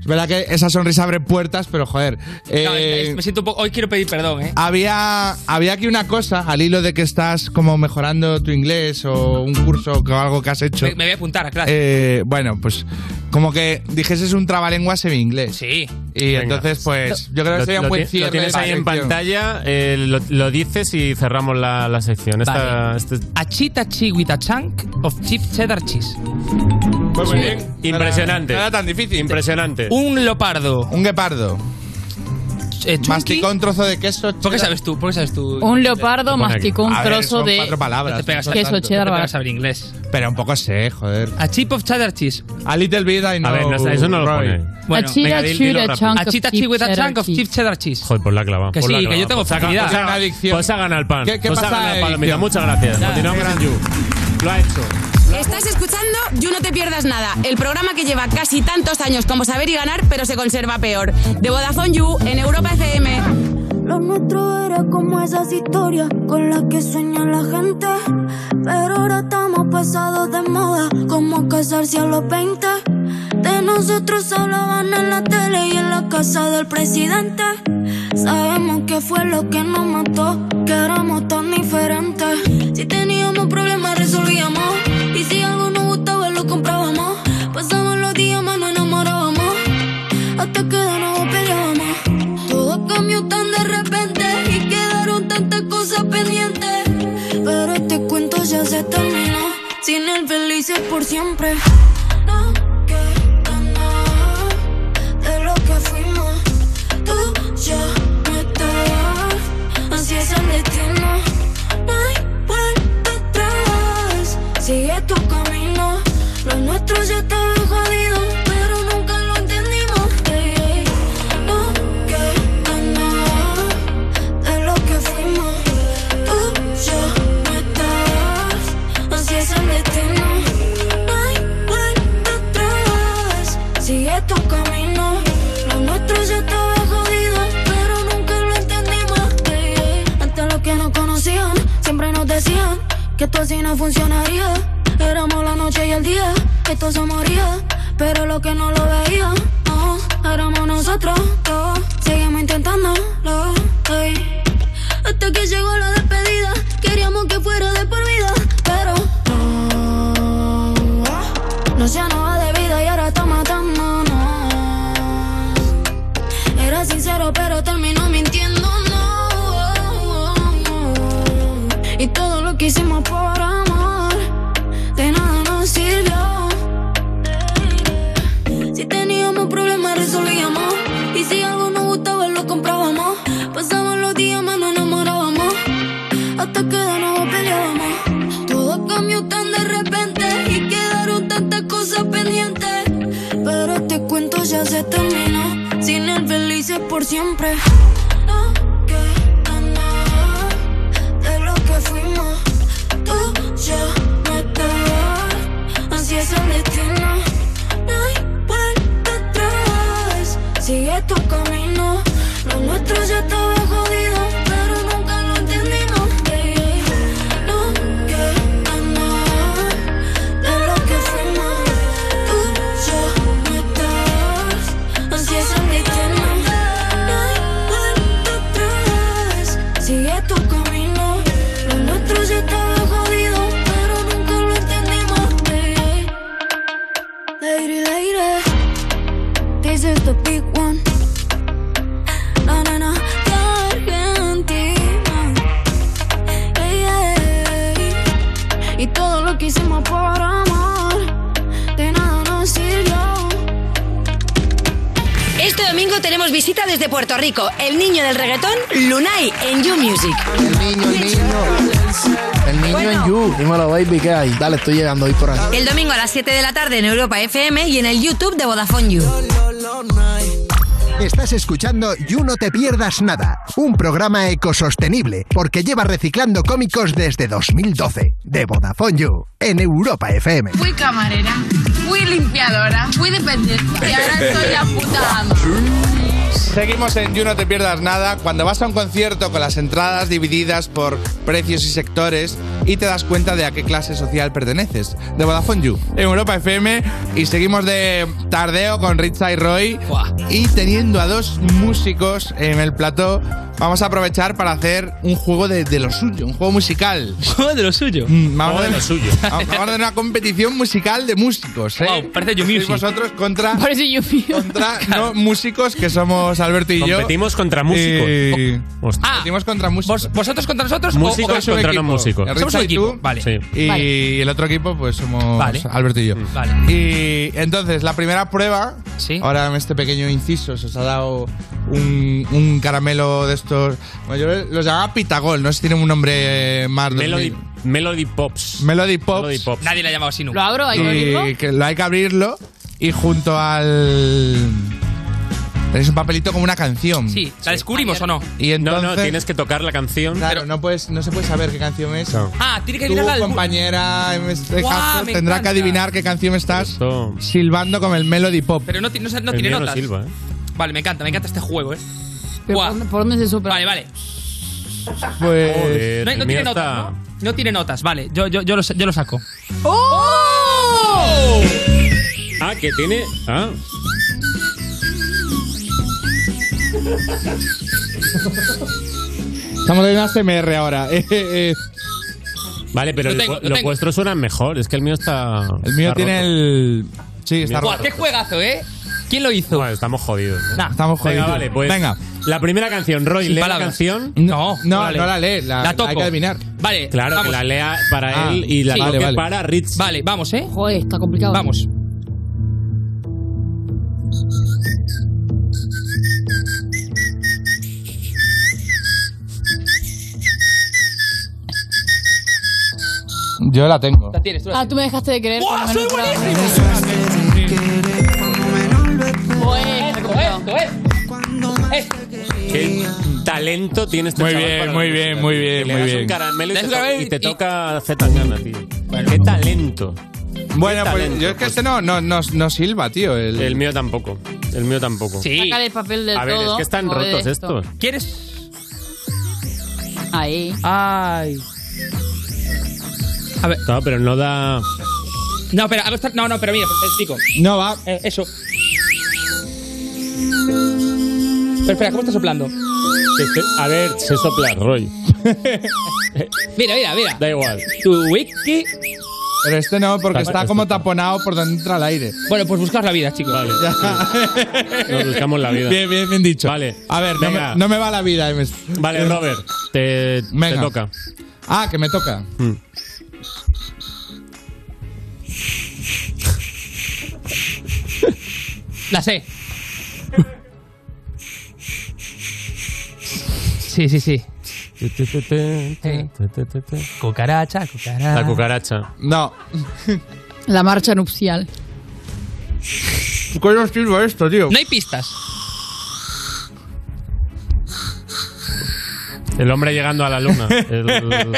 [SPEAKER 3] Es verdad que esa sonrisa abre puertas, pero joder.
[SPEAKER 12] No,
[SPEAKER 3] eh,
[SPEAKER 12] es- me siento un poco. Hoy quiero pedir perdón, ¿eh?
[SPEAKER 3] había, había aquí una cosa, al hilo de que estás como mejorando tu inglés o un curso o algo que has hecho.
[SPEAKER 12] Me, me voy a apuntar a clase.
[SPEAKER 3] Eh, bueno, pues como que dijeses un trabalenguas en inglés.
[SPEAKER 12] Sí.
[SPEAKER 3] Y entonces, pues yo creo que
[SPEAKER 4] Lo-
[SPEAKER 3] sería
[SPEAKER 4] lo
[SPEAKER 3] un buen
[SPEAKER 4] ti-
[SPEAKER 3] cierre.
[SPEAKER 4] Lo tienes
[SPEAKER 3] de
[SPEAKER 4] ahí en
[SPEAKER 3] sección.
[SPEAKER 4] pantalla, eh, lo, lo dices y cerramos la, la sección. Esta,
[SPEAKER 12] Vale.
[SPEAKER 4] este-
[SPEAKER 12] Achita chi with a chunk of chip cheddar cheese.
[SPEAKER 4] muy bien. Impresionante.
[SPEAKER 3] No era tan difícil.
[SPEAKER 4] Impresionante.
[SPEAKER 12] Un leopardo.
[SPEAKER 3] Un guepardo. Masticó un trozo de queso.
[SPEAKER 12] Eh, ¿Por qué sabes tú? ¿Por qué sabes tú?
[SPEAKER 22] Un leopardo
[SPEAKER 3] Pone aquí.
[SPEAKER 22] masticó un
[SPEAKER 3] A ver,
[SPEAKER 22] trozo
[SPEAKER 3] son
[SPEAKER 22] de
[SPEAKER 3] cuatro palabras.
[SPEAKER 22] te pegas queso cheddar
[SPEAKER 12] No te
[SPEAKER 22] barato.
[SPEAKER 12] vas a abrir inglés.
[SPEAKER 3] Pero un poco sé, joder.
[SPEAKER 12] A chip of cheddar cheese.
[SPEAKER 3] A little bit I know.
[SPEAKER 4] ver, no, eso no lo pone.
[SPEAKER 12] Bueno,
[SPEAKER 4] A cheetah
[SPEAKER 12] venga, di-
[SPEAKER 4] chew
[SPEAKER 12] dilo
[SPEAKER 4] a
[SPEAKER 12] rápido.
[SPEAKER 4] chunk
[SPEAKER 12] A
[SPEAKER 4] of
[SPEAKER 12] cheetah
[SPEAKER 4] chip
[SPEAKER 12] chew with a
[SPEAKER 4] cheddar
[SPEAKER 12] chunk of chip cheddar cheese.
[SPEAKER 4] Joder, pues la clavado.
[SPEAKER 12] Que sí, que yo tengo facilidad.
[SPEAKER 4] Pues haga,
[SPEAKER 12] Una adicción.
[SPEAKER 4] pues haga el pan.
[SPEAKER 12] ¿Qué- qué
[SPEAKER 4] pues
[SPEAKER 12] pasa, eh,
[SPEAKER 4] haga la
[SPEAKER 12] adicción?
[SPEAKER 4] palomita. Muchas gracias.
[SPEAKER 12] Ya,
[SPEAKER 4] Continuamos
[SPEAKER 12] qué
[SPEAKER 4] en You. Lo ha hecho.
[SPEAKER 10] Estás escuchando You No Te Pierdas Nada, el programa que lleva casi tantos años como saber y ganar, pero se conserva peor. De Vodafone You en Europa FM.
[SPEAKER 32] Lo nuestro era como esas historias con las que sueña la gente. Pero ahora estamos pasados de moda, como casarse a los 20. De nosotros hablaban en la tele y en la casa del presidente. Sabemos que fue lo que nos mató, que éramos tan diferentes. Si teníamos problemas, resolvíamos. Y si algo nos gustaba, lo comprábamos. Pasamos los días, más nos enamorábamos. Hasta que de nuevo peleábamos. Todo cambió tan de repente y quedaron tantas cosas pendientes. Pero este cuento ya se terminó. Sin el felices por siempre. No queda nada de lo que fuimos. Tú ya no estás. Así es el destino. No hay vuelta atrás. Sigue tu camino. Lo nuestro ya estaba jodido, pero nunca lo entendimos. Ey, ey. No queda nada de lo que fuimos. Tú ya no estás, así es el destino. No hay vuelta atrás, sigue tu camino. Lo nuestro ya estaba jodido, pero nunca lo entendimos. Ey, ey. Hasta los que no conocían, siempre nos decían que esto así no funcionaría. Éramos la noche y el día, que esto se moría, pero lo que no lo veía, no, éramos nosotros dos. Seguimos intentándolo, ey. hasta que llegó la despedida. Queríamos que fuera de por vida, pero no, no se nos va de vida y ahora está matándonos. Era sincero, pero terminó mintiendo, y todo lo que hicimos por amor de nada nos sirvió. Si teníamos problemas resolvíamos y si algo nos gustaba lo comprábamos. Pasamos los días más nos enamorábamos hasta que de nuevo peleábamos. Todo cambió tan de repente y quedaron tantas cosas pendientes. Pero este cuento ya se terminó. Sin el felices por siempre. No queda nada de lo que fuimos. Tú ya no estás, así es el destino. No hay vuelta atrás, sigue tu camino. Lo nuestro ya estaba jodido, pero nunca lo entendimos. Ey, ey. No queda nada de lo que fuimos. Tú ya no estás, así es el destino. No hay vuelta atrás, sigue tu camino. Lo nuestro ya estaba jodido, pero nunca lo entendimos. Ey, ey. Lady, lady, this is the big one. No, no, no, de Argentina. Ey, ey. Y todo lo que hicimos por amor, de nada nos sirvió.
[SPEAKER 7] Este domingo tenemos visita desde Puerto Rico. El niño del reggaetón, Lunay, en You Music. El niño, el niño.
[SPEAKER 33] El niño en You. Dímelo, baby, ¿qué hay? Dale, estoy llegando hoy por ahí.
[SPEAKER 7] El domingo a las 7 de la tarde en Europa FM y en el YouTube de Vodafone You.
[SPEAKER 18] Estás escuchando You No Te Pierdas Nada, un programa ecosostenible porque lleva reciclando cómicos desde 2012, de Vodafone You, en Europa FM.
[SPEAKER 15] Fui camarera, fui limpiadora, fui dependiente y ahora soy la puta ama.
[SPEAKER 3] Seguimos en You No Te Pierdas Nada. Cuando vas a un concierto con las entradas divididas por precios y sectores y te das cuenta de a qué clase social perteneces. De Vodafone You, en Europa FM. Y seguimos de tardeo con Richa y Roy. Y teniendo a dos músicos en el plató, vamos a aprovechar para hacer un juego de, de lo suyo, un juego musical. Mm,
[SPEAKER 12] ¿Juego de lo suyo?
[SPEAKER 3] vamos
[SPEAKER 12] Juego
[SPEAKER 3] a
[SPEAKER 12] de lo suyo.
[SPEAKER 3] Vamos a hacer una competición musical de músicos. ¿eh?
[SPEAKER 12] Wow, parece You
[SPEAKER 3] Sois
[SPEAKER 12] Music.
[SPEAKER 3] vosotros contra,
[SPEAKER 22] Parece You Music.
[SPEAKER 3] contra no músicos que somos competimos Alberto y yo.
[SPEAKER 4] Competimos contra músicos.
[SPEAKER 3] Y-
[SPEAKER 4] Hostia.
[SPEAKER 3] Competimos Ah, contra músicos.
[SPEAKER 12] ¿Vosotros contra nosotros? o-
[SPEAKER 4] Músicos
[SPEAKER 12] o es un
[SPEAKER 4] contra
[SPEAKER 12] equipo?
[SPEAKER 4] no músicos.
[SPEAKER 12] Somos un
[SPEAKER 3] Richard y
[SPEAKER 12] equipo,
[SPEAKER 3] tú.
[SPEAKER 12] vale.
[SPEAKER 3] Y
[SPEAKER 12] Vale.
[SPEAKER 3] el otro equipo, pues somos
[SPEAKER 12] Vale.
[SPEAKER 3] Alberto y yo. Y entonces, la primera prueba, ahora en este pequeño inciso, se os ha dado un, un caramelo de estos. Bueno, yo los llamaba Pitagol, no sé si tienen un nombre eh, más.
[SPEAKER 4] Melody-
[SPEAKER 3] 2000.
[SPEAKER 4] Melody Pops.
[SPEAKER 3] Melody Pops.
[SPEAKER 12] Nadie la ha llamado así nunca.
[SPEAKER 22] ¿Lo abro? ¿Hay que abrirlo?
[SPEAKER 3] Y que lo hay que abrirlo. Y junto al. Tenéis un papelito como una canción.
[SPEAKER 12] Sí, ¿la descubrimos o no?
[SPEAKER 3] Y entonces,
[SPEAKER 4] No, tienes que tocar la canción.
[SPEAKER 3] Claro, no, puedes, no se puede saber qué canción es.
[SPEAKER 12] Ah, tiene que
[SPEAKER 3] Tu
[SPEAKER 12] adivinarla al-
[SPEAKER 3] compañera en este
[SPEAKER 12] Guau,
[SPEAKER 3] caso
[SPEAKER 12] me
[SPEAKER 3] tendrá que
[SPEAKER 12] encanta.
[SPEAKER 3] adivinar qué canción estás silbando con el Melody Pop.
[SPEAKER 12] Pero no, ti- no, se- no
[SPEAKER 3] El
[SPEAKER 12] tiene
[SPEAKER 3] mío no
[SPEAKER 12] notas.
[SPEAKER 3] silba, ¿eh?
[SPEAKER 12] Vale, me encanta, me encanta este juego, ¿eh?
[SPEAKER 22] Pero
[SPEAKER 12] Guau.
[SPEAKER 22] ¿por dónde- ¿Por dónde se sopla?
[SPEAKER 12] Vale, vale.
[SPEAKER 3] Pues.
[SPEAKER 4] ¿eh?
[SPEAKER 12] No, hay- no tiene notas, ¿no? No tiene notas, vale. Yo, yo, yo, lo, sa- yo lo saco.
[SPEAKER 22] ¡Oh!
[SPEAKER 4] Ah, que tiene. Ah.
[SPEAKER 3] Estamos en una CMR ahora. Eh, eh, eh.
[SPEAKER 4] Vale, pero
[SPEAKER 3] Lo
[SPEAKER 4] el-
[SPEAKER 3] tengo,
[SPEAKER 4] los
[SPEAKER 3] lo tengo.
[SPEAKER 4] vuestros suenan mejor. Es que el mío está.
[SPEAKER 3] El mío tiene el. Sí, está
[SPEAKER 12] Guau,
[SPEAKER 3] roto.
[SPEAKER 12] ¡Qué juegazo, eh! ¿Quién lo hizo?
[SPEAKER 4] estamos jodidos. ¿no?
[SPEAKER 3] Estamos jodidos.
[SPEAKER 4] Venga, vale, pues.
[SPEAKER 3] Venga.
[SPEAKER 4] La primera canción, Roy,
[SPEAKER 3] Sin
[SPEAKER 4] lee la
[SPEAKER 3] palabras.
[SPEAKER 4] canción.
[SPEAKER 3] No, no,
[SPEAKER 4] vale.
[SPEAKER 3] no la lees. La,
[SPEAKER 4] La toco.
[SPEAKER 3] Hay que adivinar.
[SPEAKER 12] Vale,
[SPEAKER 4] Claro,
[SPEAKER 12] Eh, vamos.
[SPEAKER 4] que la lea para
[SPEAKER 3] Ah,
[SPEAKER 4] él y la
[SPEAKER 12] sí.
[SPEAKER 4] toque
[SPEAKER 12] Vale, vale.
[SPEAKER 4] para Ritz.
[SPEAKER 12] Vale, vamos, ¿eh?
[SPEAKER 22] Joder, está complicado.
[SPEAKER 12] Vamos.
[SPEAKER 3] Yo la tengo.
[SPEAKER 12] La tienes, tú
[SPEAKER 22] Ah, tú me dejaste de creer. ¡Guau, soy buenísimo!
[SPEAKER 12] Esto es. Esto.
[SPEAKER 4] Qué talento tiene este
[SPEAKER 3] Muy
[SPEAKER 4] chaval
[SPEAKER 3] bien,
[SPEAKER 4] para
[SPEAKER 3] muy
[SPEAKER 4] la
[SPEAKER 3] bien,
[SPEAKER 4] música,
[SPEAKER 3] muy
[SPEAKER 4] tío.
[SPEAKER 3] bien,
[SPEAKER 4] Que le
[SPEAKER 3] muy
[SPEAKER 4] das un
[SPEAKER 3] bien.
[SPEAKER 4] caramelo y
[SPEAKER 12] Le
[SPEAKER 4] te,
[SPEAKER 12] das un
[SPEAKER 4] toca-
[SPEAKER 12] caramelo
[SPEAKER 4] y te
[SPEAKER 12] y-
[SPEAKER 4] toca Zetangana, tío. Qué talento.
[SPEAKER 3] Bueno,
[SPEAKER 4] Qué
[SPEAKER 3] pues
[SPEAKER 4] talento,
[SPEAKER 3] yo es que este no, no, no, no silba, tío. El,
[SPEAKER 4] El mío tampoco. El mío tampoco.
[SPEAKER 22] Saca el papel del
[SPEAKER 4] A ver,
[SPEAKER 22] todo.
[SPEAKER 4] es que están
[SPEAKER 22] Joder,
[SPEAKER 4] rotos
[SPEAKER 22] esto.
[SPEAKER 4] estos.
[SPEAKER 12] ¿Quieres?
[SPEAKER 22] Ahí.
[SPEAKER 12] Ay. A ver.
[SPEAKER 4] No, pero no da.
[SPEAKER 12] No, pero hago esta- No, no, pero mira, te explico. Eh,
[SPEAKER 3] No va.
[SPEAKER 12] eso. Pero espera, ¿cómo está soplando?
[SPEAKER 4] A ver, se sopla, Roy.
[SPEAKER 12] Mira, mira, mira.
[SPEAKER 4] Da igual.
[SPEAKER 12] Tu wiki.
[SPEAKER 3] Pero este no, porque
[SPEAKER 12] Está-
[SPEAKER 3] está como taponado por donde entra el aire.
[SPEAKER 12] Bueno, pues buscas la vida, chicos.
[SPEAKER 4] Vale. Nos buscamos la vida.
[SPEAKER 3] Bien, bien, bien dicho.
[SPEAKER 4] Vale.
[SPEAKER 3] A ver, no
[SPEAKER 4] Venga.
[SPEAKER 3] me, no me va la vida, Emes.
[SPEAKER 4] Vale, Robert, te, te
[SPEAKER 3] Venga.
[SPEAKER 4] toca.
[SPEAKER 3] Ah, que me toca.
[SPEAKER 12] La sé. Sí, sí, sí. Cucaracha, cucaracha.
[SPEAKER 4] La cucaracha.
[SPEAKER 3] No.
[SPEAKER 22] La marcha nupcial.
[SPEAKER 3] ¿Cómo sirve esto, tío?
[SPEAKER 12] No hay pistas.
[SPEAKER 4] El hombre llegando a la luna. El-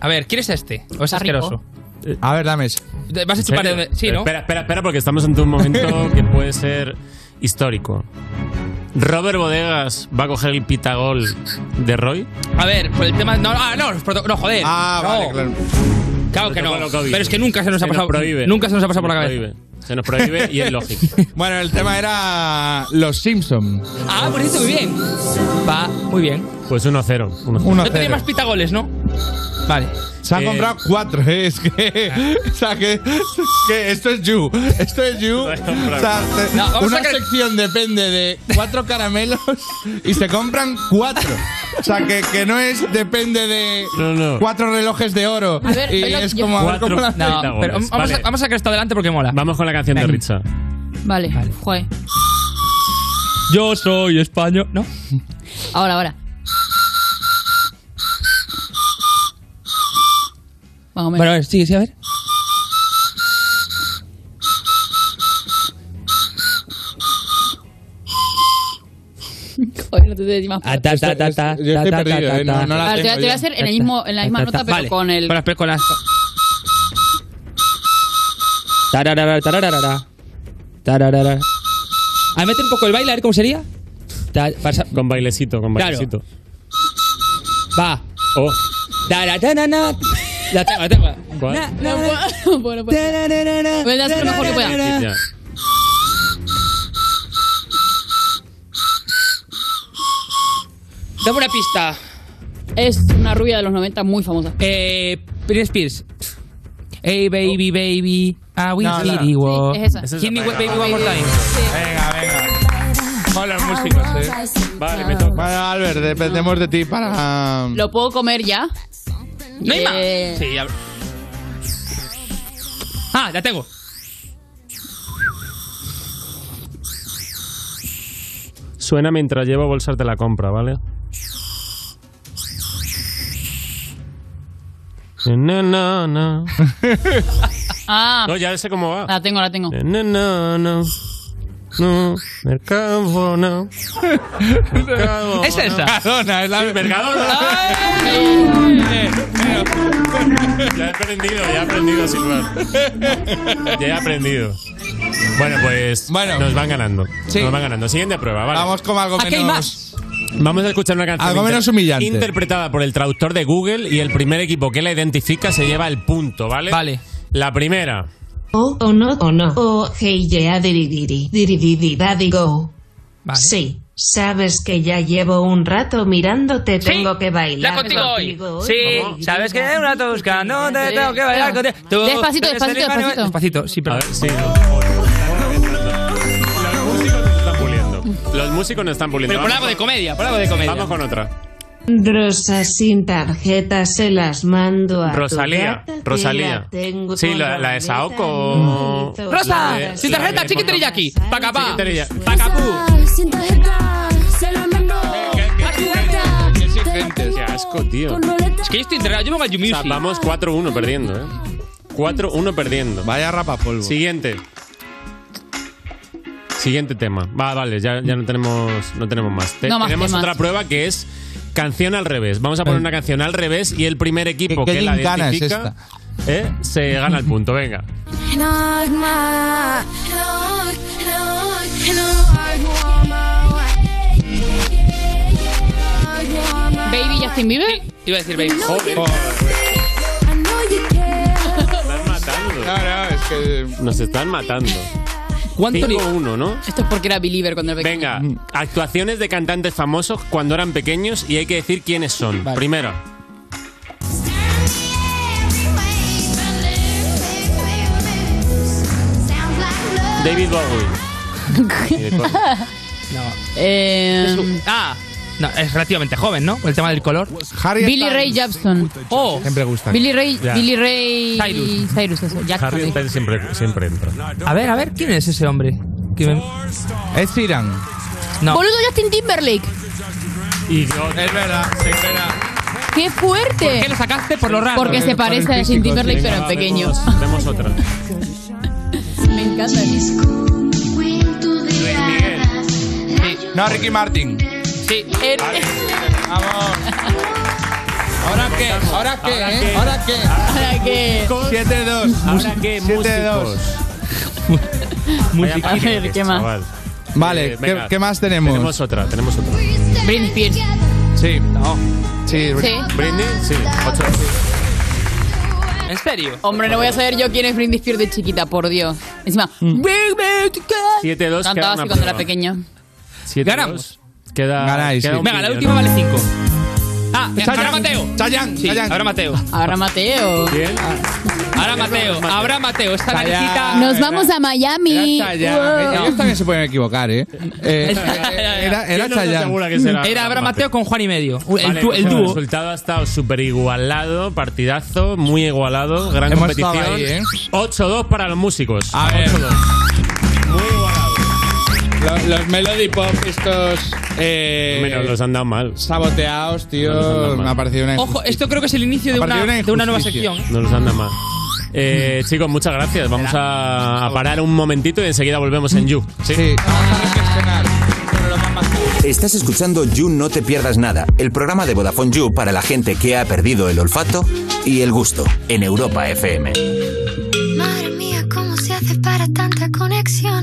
[SPEAKER 12] A ver, ¿quieres este? ¿O es
[SPEAKER 22] Está rico.
[SPEAKER 12] asqueroso?
[SPEAKER 3] A ver, dame ese.
[SPEAKER 12] Vas a chupar de donde. Sí, ¿no?
[SPEAKER 4] Espera, espera, espera, porque estamos ante un momento que puede ser histórico. Robert Bodegas va a coger el pitagol de Roy.
[SPEAKER 12] A ver, por el tema. No, ah, no, los proto- no, joder.
[SPEAKER 3] Ah,
[SPEAKER 12] No.
[SPEAKER 3] vale, claro.
[SPEAKER 12] Claro que no.
[SPEAKER 4] Protocolo COVID.
[SPEAKER 12] Pero es que nunca se nos ha pasado.
[SPEAKER 4] prohíbe.
[SPEAKER 12] Nunca se nos ha pasado por la
[SPEAKER 4] nos
[SPEAKER 12] cabeza.
[SPEAKER 4] prohíbe. Se nos prohíbe y es lógico.
[SPEAKER 3] Bueno, el tema era Los Simpson.
[SPEAKER 12] Ah, por eso, muy bien. Va, muy bien.
[SPEAKER 4] Pues 1-0.
[SPEAKER 3] Uno
[SPEAKER 12] No tenía
[SPEAKER 3] cero.
[SPEAKER 12] más pitagoles, ¿no? Vale.
[SPEAKER 3] Se han
[SPEAKER 4] Eh,
[SPEAKER 3] comprado cuatro, eh, es que, o sea, que, que esto es you, esto es you, o sea, te-
[SPEAKER 12] No, vamos a
[SPEAKER 3] una
[SPEAKER 12] sacar-
[SPEAKER 3] sección depende de cuatro caramelos y se compran cuatro, o sea, que, que no es depende de
[SPEAKER 4] No, no.
[SPEAKER 3] cuatro relojes de oro
[SPEAKER 22] A ver,
[SPEAKER 3] y
[SPEAKER 22] pero
[SPEAKER 3] es
[SPEAKER 22] yo-
[SPEAKER 3] como a ver
[SPEAKER 4] Cuatro
[SPEAKER 3] cómo la-
[SPEAKER 12] No,
[SPEAKER 4] pitagoles.
[SPEAKER 12] pero vamos,
[SPEAKER 4] Vale.
[SPEAKER 12] a, vamos a sacar esto adelante porque mola.
[SPEAKER 4] Vamos con la canción de Richa.
[SPEAKER 22] Vale. Joder.
[SPEAKER 12] Yo soy español. ¿No?
[SPEAKER 22] Ahora, ahora. Más o menos.
[SPEAKER 12] Bueno, a ver, sigue, sigue, a ver.
[SPEAKER 22] Joder, no te doy más.
[SPEAKER 12] Ah, ta, ta, ta, ta,
[SPEAKER 3] Yo estoy
[SPEAKER 12] ta, ta,
[SPEAKER 3] perdido,
[SPEAKER 12] ta,
[SPEAKER 3] eh, no-
[SPEAKER 12] ta.
[SPEAKER 3] no la-
[SPEAKER 22] A ver, Ah, te, la- te voy a hacer en, el mismo, en la misma
[SPEAKER 12] Ta, ta,
[SPEAKER 22] nota, pero
[SPEAKER 12] vale.
[SPEAKER 22] con el.
[SPEAKER 12] Con las. pe- Con las... Tararara, tararara. Tararara. A ver, meter un poco el baile, a ver cómo sería. Ta- pasa-
[SPEAKER 4] Con bailecito, con
[SPEAKER 12] Claro.
[SPEAKER 4] bailecito.
[SPEAKER 12] Va.
[SPEAKER 4] Oh,
[SPEAKER 12] Tararana. La tengo, la tengo.
[SPEAKER 4] ¿cuál?
[SPEAKER 12] Na,
[SPEAKER 22] No
[SPEAKER 12] na, na.
[SPEAKER 22] puedo, no puedo, no puedo. Voy a hacer lo mejor que pueda.
[SPEAKER 4] Ya.
[SPEAKER 12] Dame una pista.
[SPEAKER 22] Es una rubia de los 90 muy famosa.
[SPEAKER 12] Eh, Britney Spears. Hey baby, baby, Ah, I will
[SPEAKER 3] No, no.
[SPEAKER 12] hit it, wo.
[SPEAKER 22] Sí, es esa.
[SPEAKER 4] Esa es
[SPEAKER 12] Hit me
[SPEAKER 4] la-
[SPEAKER 12] with baby one more time.
[SPEAKER 3] Venga, venga.
[SPEAKER 4] Bajo los músicos, eh. Vale,
[SPEAKER 22] Ah.
[SPEAKER 4] me toca.
[SPEAKER 3] Vale, Albert, dependemos de ti para.
[SPEAKER 22] ¿Lo puedo comer ya?
[SPEAKER 12] No hay más.
[SPEAKER 22] Eh,
[SPEAKER 12] Sí, ya. Ah, ya tengo.
[SPEAKER 4] Suena mientras llevo bolsas de la compra, ¿vale? No, no, no.
[SPEAKER 22] Ah,
[SPEAKER 4] No, ya sé cómo va.
[SPEAKER 22] la tengo, la tengo.
[SPEAKER 4] No, no, no. No, mercado no. Mercado,
[SPEAKER 22] Es esa.
[SPEAKER 4] Mercadona, es la Mercadona. Ya he aprendido, ya he aprendido a silbar. Ya he aprendido. Bueno, pues nos van ganando. Nos van ganando. Siguiente prueba, vale.
[SPEAKER 3] Vamos con algo
[SPEAKER 4] Aquí hay
[SPEAKER 3] menos.
[SPEAKER 4] Vamos a escuchar una canción
[SPEAKER 3] Algo Ah, menos humillante.
[SPEAKER 4] interpretada por el traductor de Google y el primer equipo que la identifica se lleva el punto, ¿vale? Vale. La primera.
[SPEAKER 29] Oh, oh no, oh no, oh hey yeah, diridiri, diridiri, daddy go. Sí, sabes que ya llevo un rato mirándote, tengo que bailar.
[SPEAKER 12] Ya contigo hoy. Sí, ¿sabes qué? Un rato buscando, te tengo que bailar contigo. Tú
[SPEAKER 22] Despacito,
[SPEAKER 12] eres
[SPEAKER 22] despacito,
[SPEAKER 12] el Emmanuel-
[SPEAKER 22] despacito.
[SPEAKER 12] Despacito, sí, pero.
[SPEAKER 4] sí. Están puliendo. Los músicos no están puliendo.
[SPEAKER 12] Pero por
[SPEAKER 4] Vamos
[SPEAKER 12] algo de
[SPEAKER 4] con-
[SPEAKER 12] comedia, por algo de comedia.
[SPEAKER 4] Vamos con otra.
[SPEAKER 29] Rosas sin tarjeta se las mando a tu
[SPEAKER 4] Rosalía,
[SPEAKER 29] gata, que
[SPEAKER 4] Rosalía.
[SPEAKER 29] la tengo
[SPEAKER 4] Sí,
[SPEAKER 29] con
[SPEAKER 4] la, la de Saoko.
[SPEAKER 29] bonito.
[SPEAKER 4] La
[SPEAKER 12] ¡Rosa!
[SPEAKER 4] de-
[SPEAKER 12] Sin
[SPEAKER 4] la
[SPEAKER 12] tarjeta,
[SPEAKER 4] de-
[SPEAKER 12] chiquiterilla aquí. Pacapá.
[SPEAKER 4] Chiquiterilla.
[SPEAKER 34] Sin tarjeta, se la mando.
[SPEAKER 4] Qué asco, tío.
[SPEAKER 12] Es que yo estoy enterrado, yo me voy a You Music.
[SPEAKER 4] vamos 4-1 perdiendo, ¿eh? 4-1 perdiendo. Vaya rapapolvo. Siguiente. Siguiente tema. Va, vale, ya, ya no tenemos no tenemos más. Te-
[SPEAKER 29] No más
[SPEAKER 4] tenemos
[SPEAKER 29] temas.
[SPEAKER 4] otra prueba que es canción al revés. Vamos a poner una canción al revés y el primer equipo
[SPEAKER 3] Eh. ¿Qué- qué
[SPEAKER 4] que la
[SPEAKER 3] gincana es
[SPEAKER 4] identifica ¿eh? se gana el punto. Venga.
[SPEAKER 34] Knock my, knock, knock, knock my way.
[SPEAKER 22] Baby Justin Bieber.
[SPEAKER 12] Iba a decir Baby.
[SPEAKER 4] Nos están matando.
[SPEAKER 22] ¿Cuánto le-
[SPEAKER 4] 5-1, ¿no?
[SPEAKER 22] Esto es porque era believer cuando era pequeño.
[SPEAKER 4] Venga, actuaciones de cantantes famosos cuando eran pequeños y hay que decir quiénes son. Primero. David Bowie.
[SPEAKER 22] Eh,
[SPEAKER 12] Ah. No, es relativamente joven, ¿no? Por el tema del color.
[SPEAKER 22] Billy Ray Jepson.
[SPEAKER 12] Oh. Siempre gusta.
[SPEAKER 22] Billy Ray. Billy Ray.
[SPEAKER 12] Cyrus.
[SPEAKER 22] Cyrus, eso. Jackson.
[SPEAKER 4] Harry Styles siempre, siempre entra.
[SPEAKER 12] A ver, a ver, ¿quién es ese hombre? Que me-
[SPEAKER 3] Es Tiran.
[SPEAKER 12] No.
[SPEAKER 22] Boludo Justin Timberlake.
[SPEAKER 4] Es
[SPEAKER 3] verdad, es verdad.
[SPEAKER 22] ¡Qué fuerte! ¿Por qué
[SPEAKER 12] lo sacaste por lo raro?
[SPEAKER 22] Porque se parece a Justin Timberlake, pero en
[SPEAKER 4] Venga,
[SPEAKER 22] pequeño.
[SPEAKER 4] vemos- Vemos otra.
[SPEAKER 22] Me encanta.
[SPEAKER 3] No, Ricky Martin.
[SPEAKER 12] Sí.
[SPEAKER 22] Eh,
[SPEAKER 3] Vamos. ¿Ahora qué? ¿Ahora qué?
[SPEAKER 12] ¿Ahora
[SPEAKER 3] eh?
[SPEAKER 12] qué?
[SPEAKER 3] ¿Ahora qué?
[SPEAKER 22] ¿Para qué?
[SPEAKER 3] 7-2.
[SPEAKER 4] Ahora que músicos.
[SPEAKER 22] A ver, ¿qué más?
[SPEAKER 3] Vale,
[SPEAKER 4] Eh,
[SPEAKER 3] ¿qué,
[SPEAKER 4] venga.
[SPEAKER 3] qué más tenemos?
[SPEAKER 4] Tenemos otra, tenemos otra.
[SPEAKER 22] Britney Spears.
[SPEAKER 3] Sí. No. Sí.
[SPEAKER 22] Sí.
[SPEAKER 4] Britney, sí. Ocho.
[SPEAKER 12] ¿En serio?
[SPEAKER 22] Hombre, no voy a saber yo quién es Britney Spears de chiquita, por Dios. Encima, Big Big
[SPEAKER 4] Mm. Siete, dos, queda
[SPEAKER 22] Cantaba
[SPEAKER 4] una
[SPEAKER 22] así cuando era
[SPEAKER 4] prueba.
[SPEAKER 22] pequeña.
[SPEAKER 4] Siete, dos.
[SPEAKER 12] Ganamos.
[SPEAKER 4] Queda,
[SPEAKER 3] Ganáis,
[SPEAKER 4] queda
[SPEAKER 3] sí.
[SPEAKER 4] un
[SPEAKER 12] Venga, la
[SPEAKER 4] vídeo,
[SPEAKER 12] última
[SPEAKER 4] ¿no?
[SPEAKER 12] vale 5. Ah,
[SPEAKER 3] Chayanne,
[SPEAKER 12] ahora Mateo.
[SPEAKER 3] Chayanne,
[SPEAKER 12] Sí,
[SPEAKER 3] Chayanne.
[SPEAKER 12] ahora Mateo.
[SPEAKER 22] Ahora Mateo.
[SPEAKER 4] Bien.
[SPEAKER 12] Ahora Mateo. Ahora Mateo. Esta
[SPEAKER 3] Chayanne.
[SPEAKER 12] naricita.
[SPEAKER 22] Nos vamos a Miami.
[SPEAKER 3] Era Chayanne. Ellos también se pueden equivocar, ¿eh? Eh, era
[SPEAKER 4] Yo
[SPEAKER 3] era
[SPEAKER 4] no estoy segura que
[SPEAKER 3] Chayanne.
[SPEAKER 4] será
[SPEAKER 12] Era Abraham Mateo con Juan y medio. El,
[SPEAKER 4] Vale,
[SPEAKER 12] du- el
[SPEAKER 4] pues El
[SPEAKER 12] dúo.
[SPEAKER 4] resultado ha estado súper igualado, partidazo, muy igualado, gran
[SPEAKER 3] Hemos
[SPEAKER 4] competición.
[SPEAKER 3] estado ahí, ¿eh?
[SPEAKER 4] 8-2 para los músicos.
[SPEAKER 3] A ver.
[SPEAKER 4] 8-2.
[SPEAKER 3] Los, los Melody Pop estos eh,
[SPEAKER 4] Menos los han dado mal.
[SPEAKER 3] saboteados,
[SPEAKER 4] No nos han dado
[SPEAKER 3] tío.
[SPEAKER 4] mal.
[SPEAKER 3] Me ha parecido una
[SPEAKER 12] Ojo,
[SPEAKER 3] injusticia.
[SPEAKER 12] esto creo que es el inicio de
[SPEAKER 3] A partir
[SPEAKER 12] una,
[SPEAKER 3] de una
[SPEAKER 12] de una nueva
[SPEAKER 3] injusticia.
[SPEAKER 12] sección. ¿eh?
[SPEAKER 4] No los han dado mal. Eh, chicos, muchas gracias. Vamos a, a parar un momentito y enseguida volvemos en You. ¿sí?
[SPEAKER 13] Estás escuchando You No Te Pierdas Nada, el programa de Vodafone You para la gente que ha perdido el olfato y el gusto en Europa FM.
[SPEAKER 34] Madre mía, ¿cómo se hace para tanta conexión?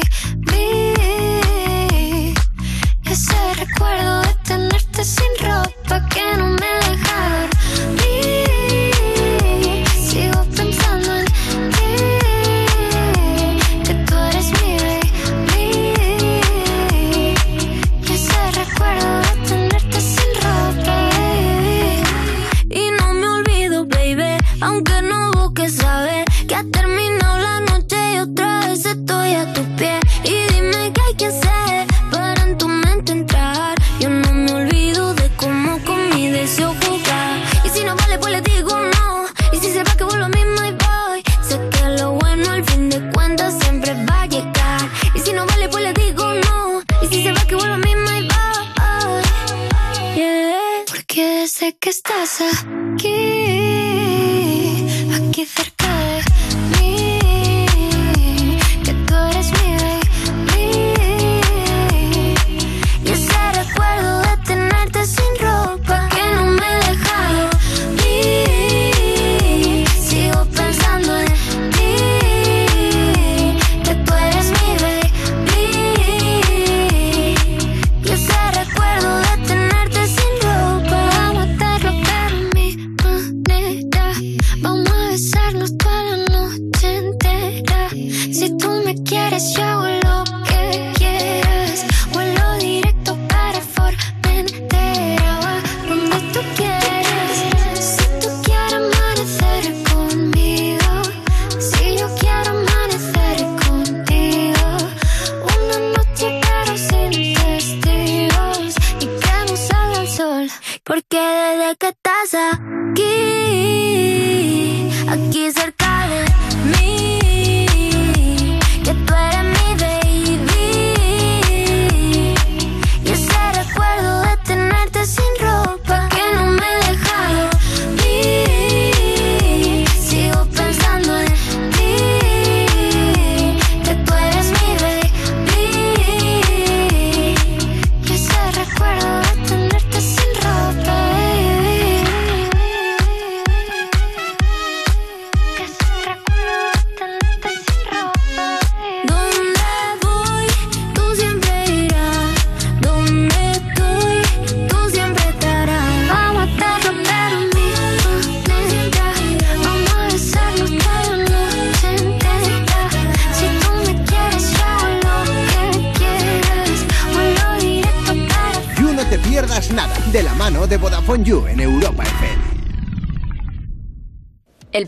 [SPEAKER 34] Ese recuerdo de tenerte sin ropa que no me deja dormir. Sigo pensando en ti.
[SPEAKER 19] pues pues
[SPEAKER 34] estás aquí, aquí cerca de mí, que tú eres mi baby. Y ese recuerdo de tenerte sin ropa que no me he dejado ir. Sigo pensando en ti, que tú eres mi baby. Y ese recuerdo de tenerte sin ropa, vamos a hacerlo de mi manera. Vamos a besarnos toda la noche entera. Si tú me quieres, yo hago lo que quieras. Vuelo directo para Formentera o a donde tú quieras. Si tú quieres amanecer conmigo, si yo quiero amanecer contigo. Una noche pero sin testigos y que no salga el sol. Porque desde que estás aquí, aquí cerca de mí, que tú eres mi baby. Y ese recuerdo de tenerte sin ropa que no me he dejado ir. Sigo pensando en ti, que tú eres mi baby. Y ese recuerdo de tenerte sin ropa, baby. Que ese recuerdo de tenerte sin ropa, baby. Donde voy, tú siempre irás. Donde estoy, tú siempre estarás. Vamos a estar romper mi manera. Vamos a besarnos toda la noche entera. Si tú me quieres, yo hago lo que quieras. Vuelo directo para
[SPEAKER 5] You No Te Pierdas Nada, de la mano de Vodafone You en Europa FM.
[SPEAKER 14] El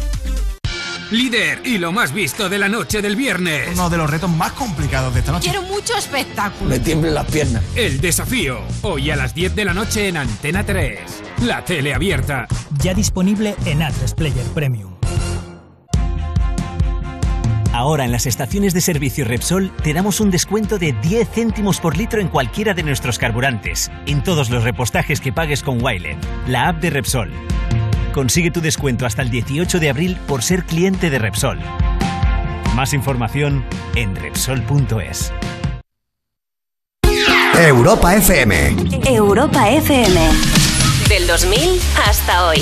[SPEAKER 34] Líder y lo más visto de la noche del viernes. Uno de los retos más complicados de esta
[SPEAKER 3] Quiero mucho espectáculo.
[SPEAKER 34] tiemblen las piernas. El desafío. Hoy a las 10 de la noche en Antena 3. La tele abierta.
[SPEAKER 28] Ya disponible en Atlas Player Premium. Ahora en las estaciones de servicio Repsol te damos un descuento de 10 céntimos por litro en cualquiera de nuestros carburantes, en todos los repostajes que pagues con Wilet, la app de Repsol. Consigue tu descuento hasta el 18 de abril por ser cliente de Repsol. Más información en Repsol.es.
[SPEAKER 5] Europa FM.
[SPEAKER 11] Europa FM. Del 2000 hasta hoy.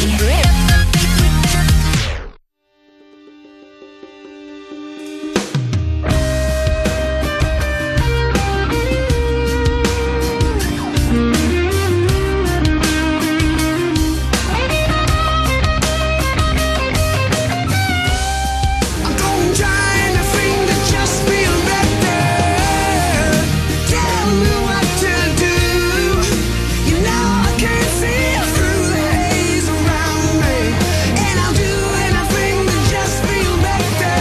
[SPEAKER 20] I'm going trying to think that just feel better. Tell me what to do. You know I can't see through the haze around me, and I'll do anything to just feel better.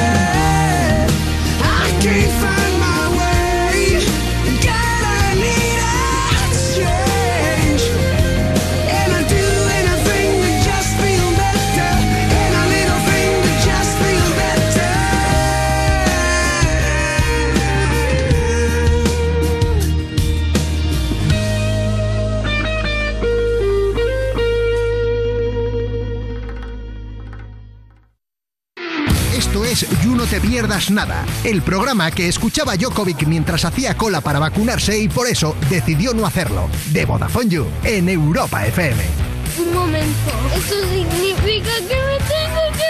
[SPEAKER 20] I can't find my way. God, I need a change, and I do anything to just feel better, and a little thing to just feel better.
[SPEAKER 5] Esto es You No Te Pierdas Nada, el programa que escuchaba Jokovic mientras hacía cola para vacunarse y por eso decidió no hacerlo. De Vodafone You en Europa FM.
[SPEAKER 34] Un momento. Eso significa que me tengo que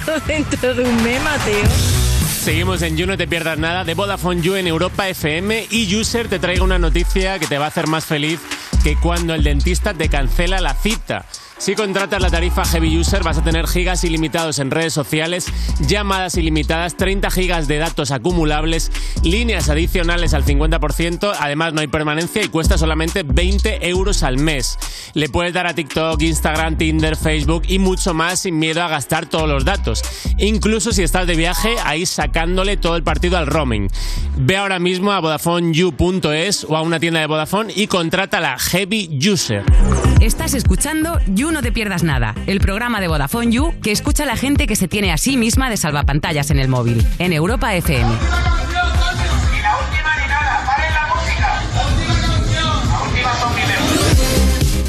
[SPEAKER 4] Pero dentro de un meme, Mateo. Seguimos en You, no te pierdas nada, de Vodafone You en Europa FM y User te traigo una noticia que te va a hacer más feliz que cuando el dentista te cancela la cita. Si contratas la tarifa Heavy User vas a tener gigas ilimitados en redes sociales, llamadas ilimitadas, 30 gigas de datos acumulables, líneas adicionales al 50%, además no hay permanencia y cuesta solamente 20 euros al mes. Le puedes dar a TikTok, Instagram, Tinder, Facebook y mucho más sin miedo a gastar todos los datos. Incluso si estás de viaje, ahí sacándole todo el partido al roaming. Ve ahora mismo a VodafoneYou.es o a una tienda de Vodafone y contrata la Heavy User.
[SPEAKER 27] Estás escuchando You No Te Pierdas Nada, el programa de Vodafone You que escucha a la gente que se tiene a sí misma de salvapantallas en el móvil, en Europa FM.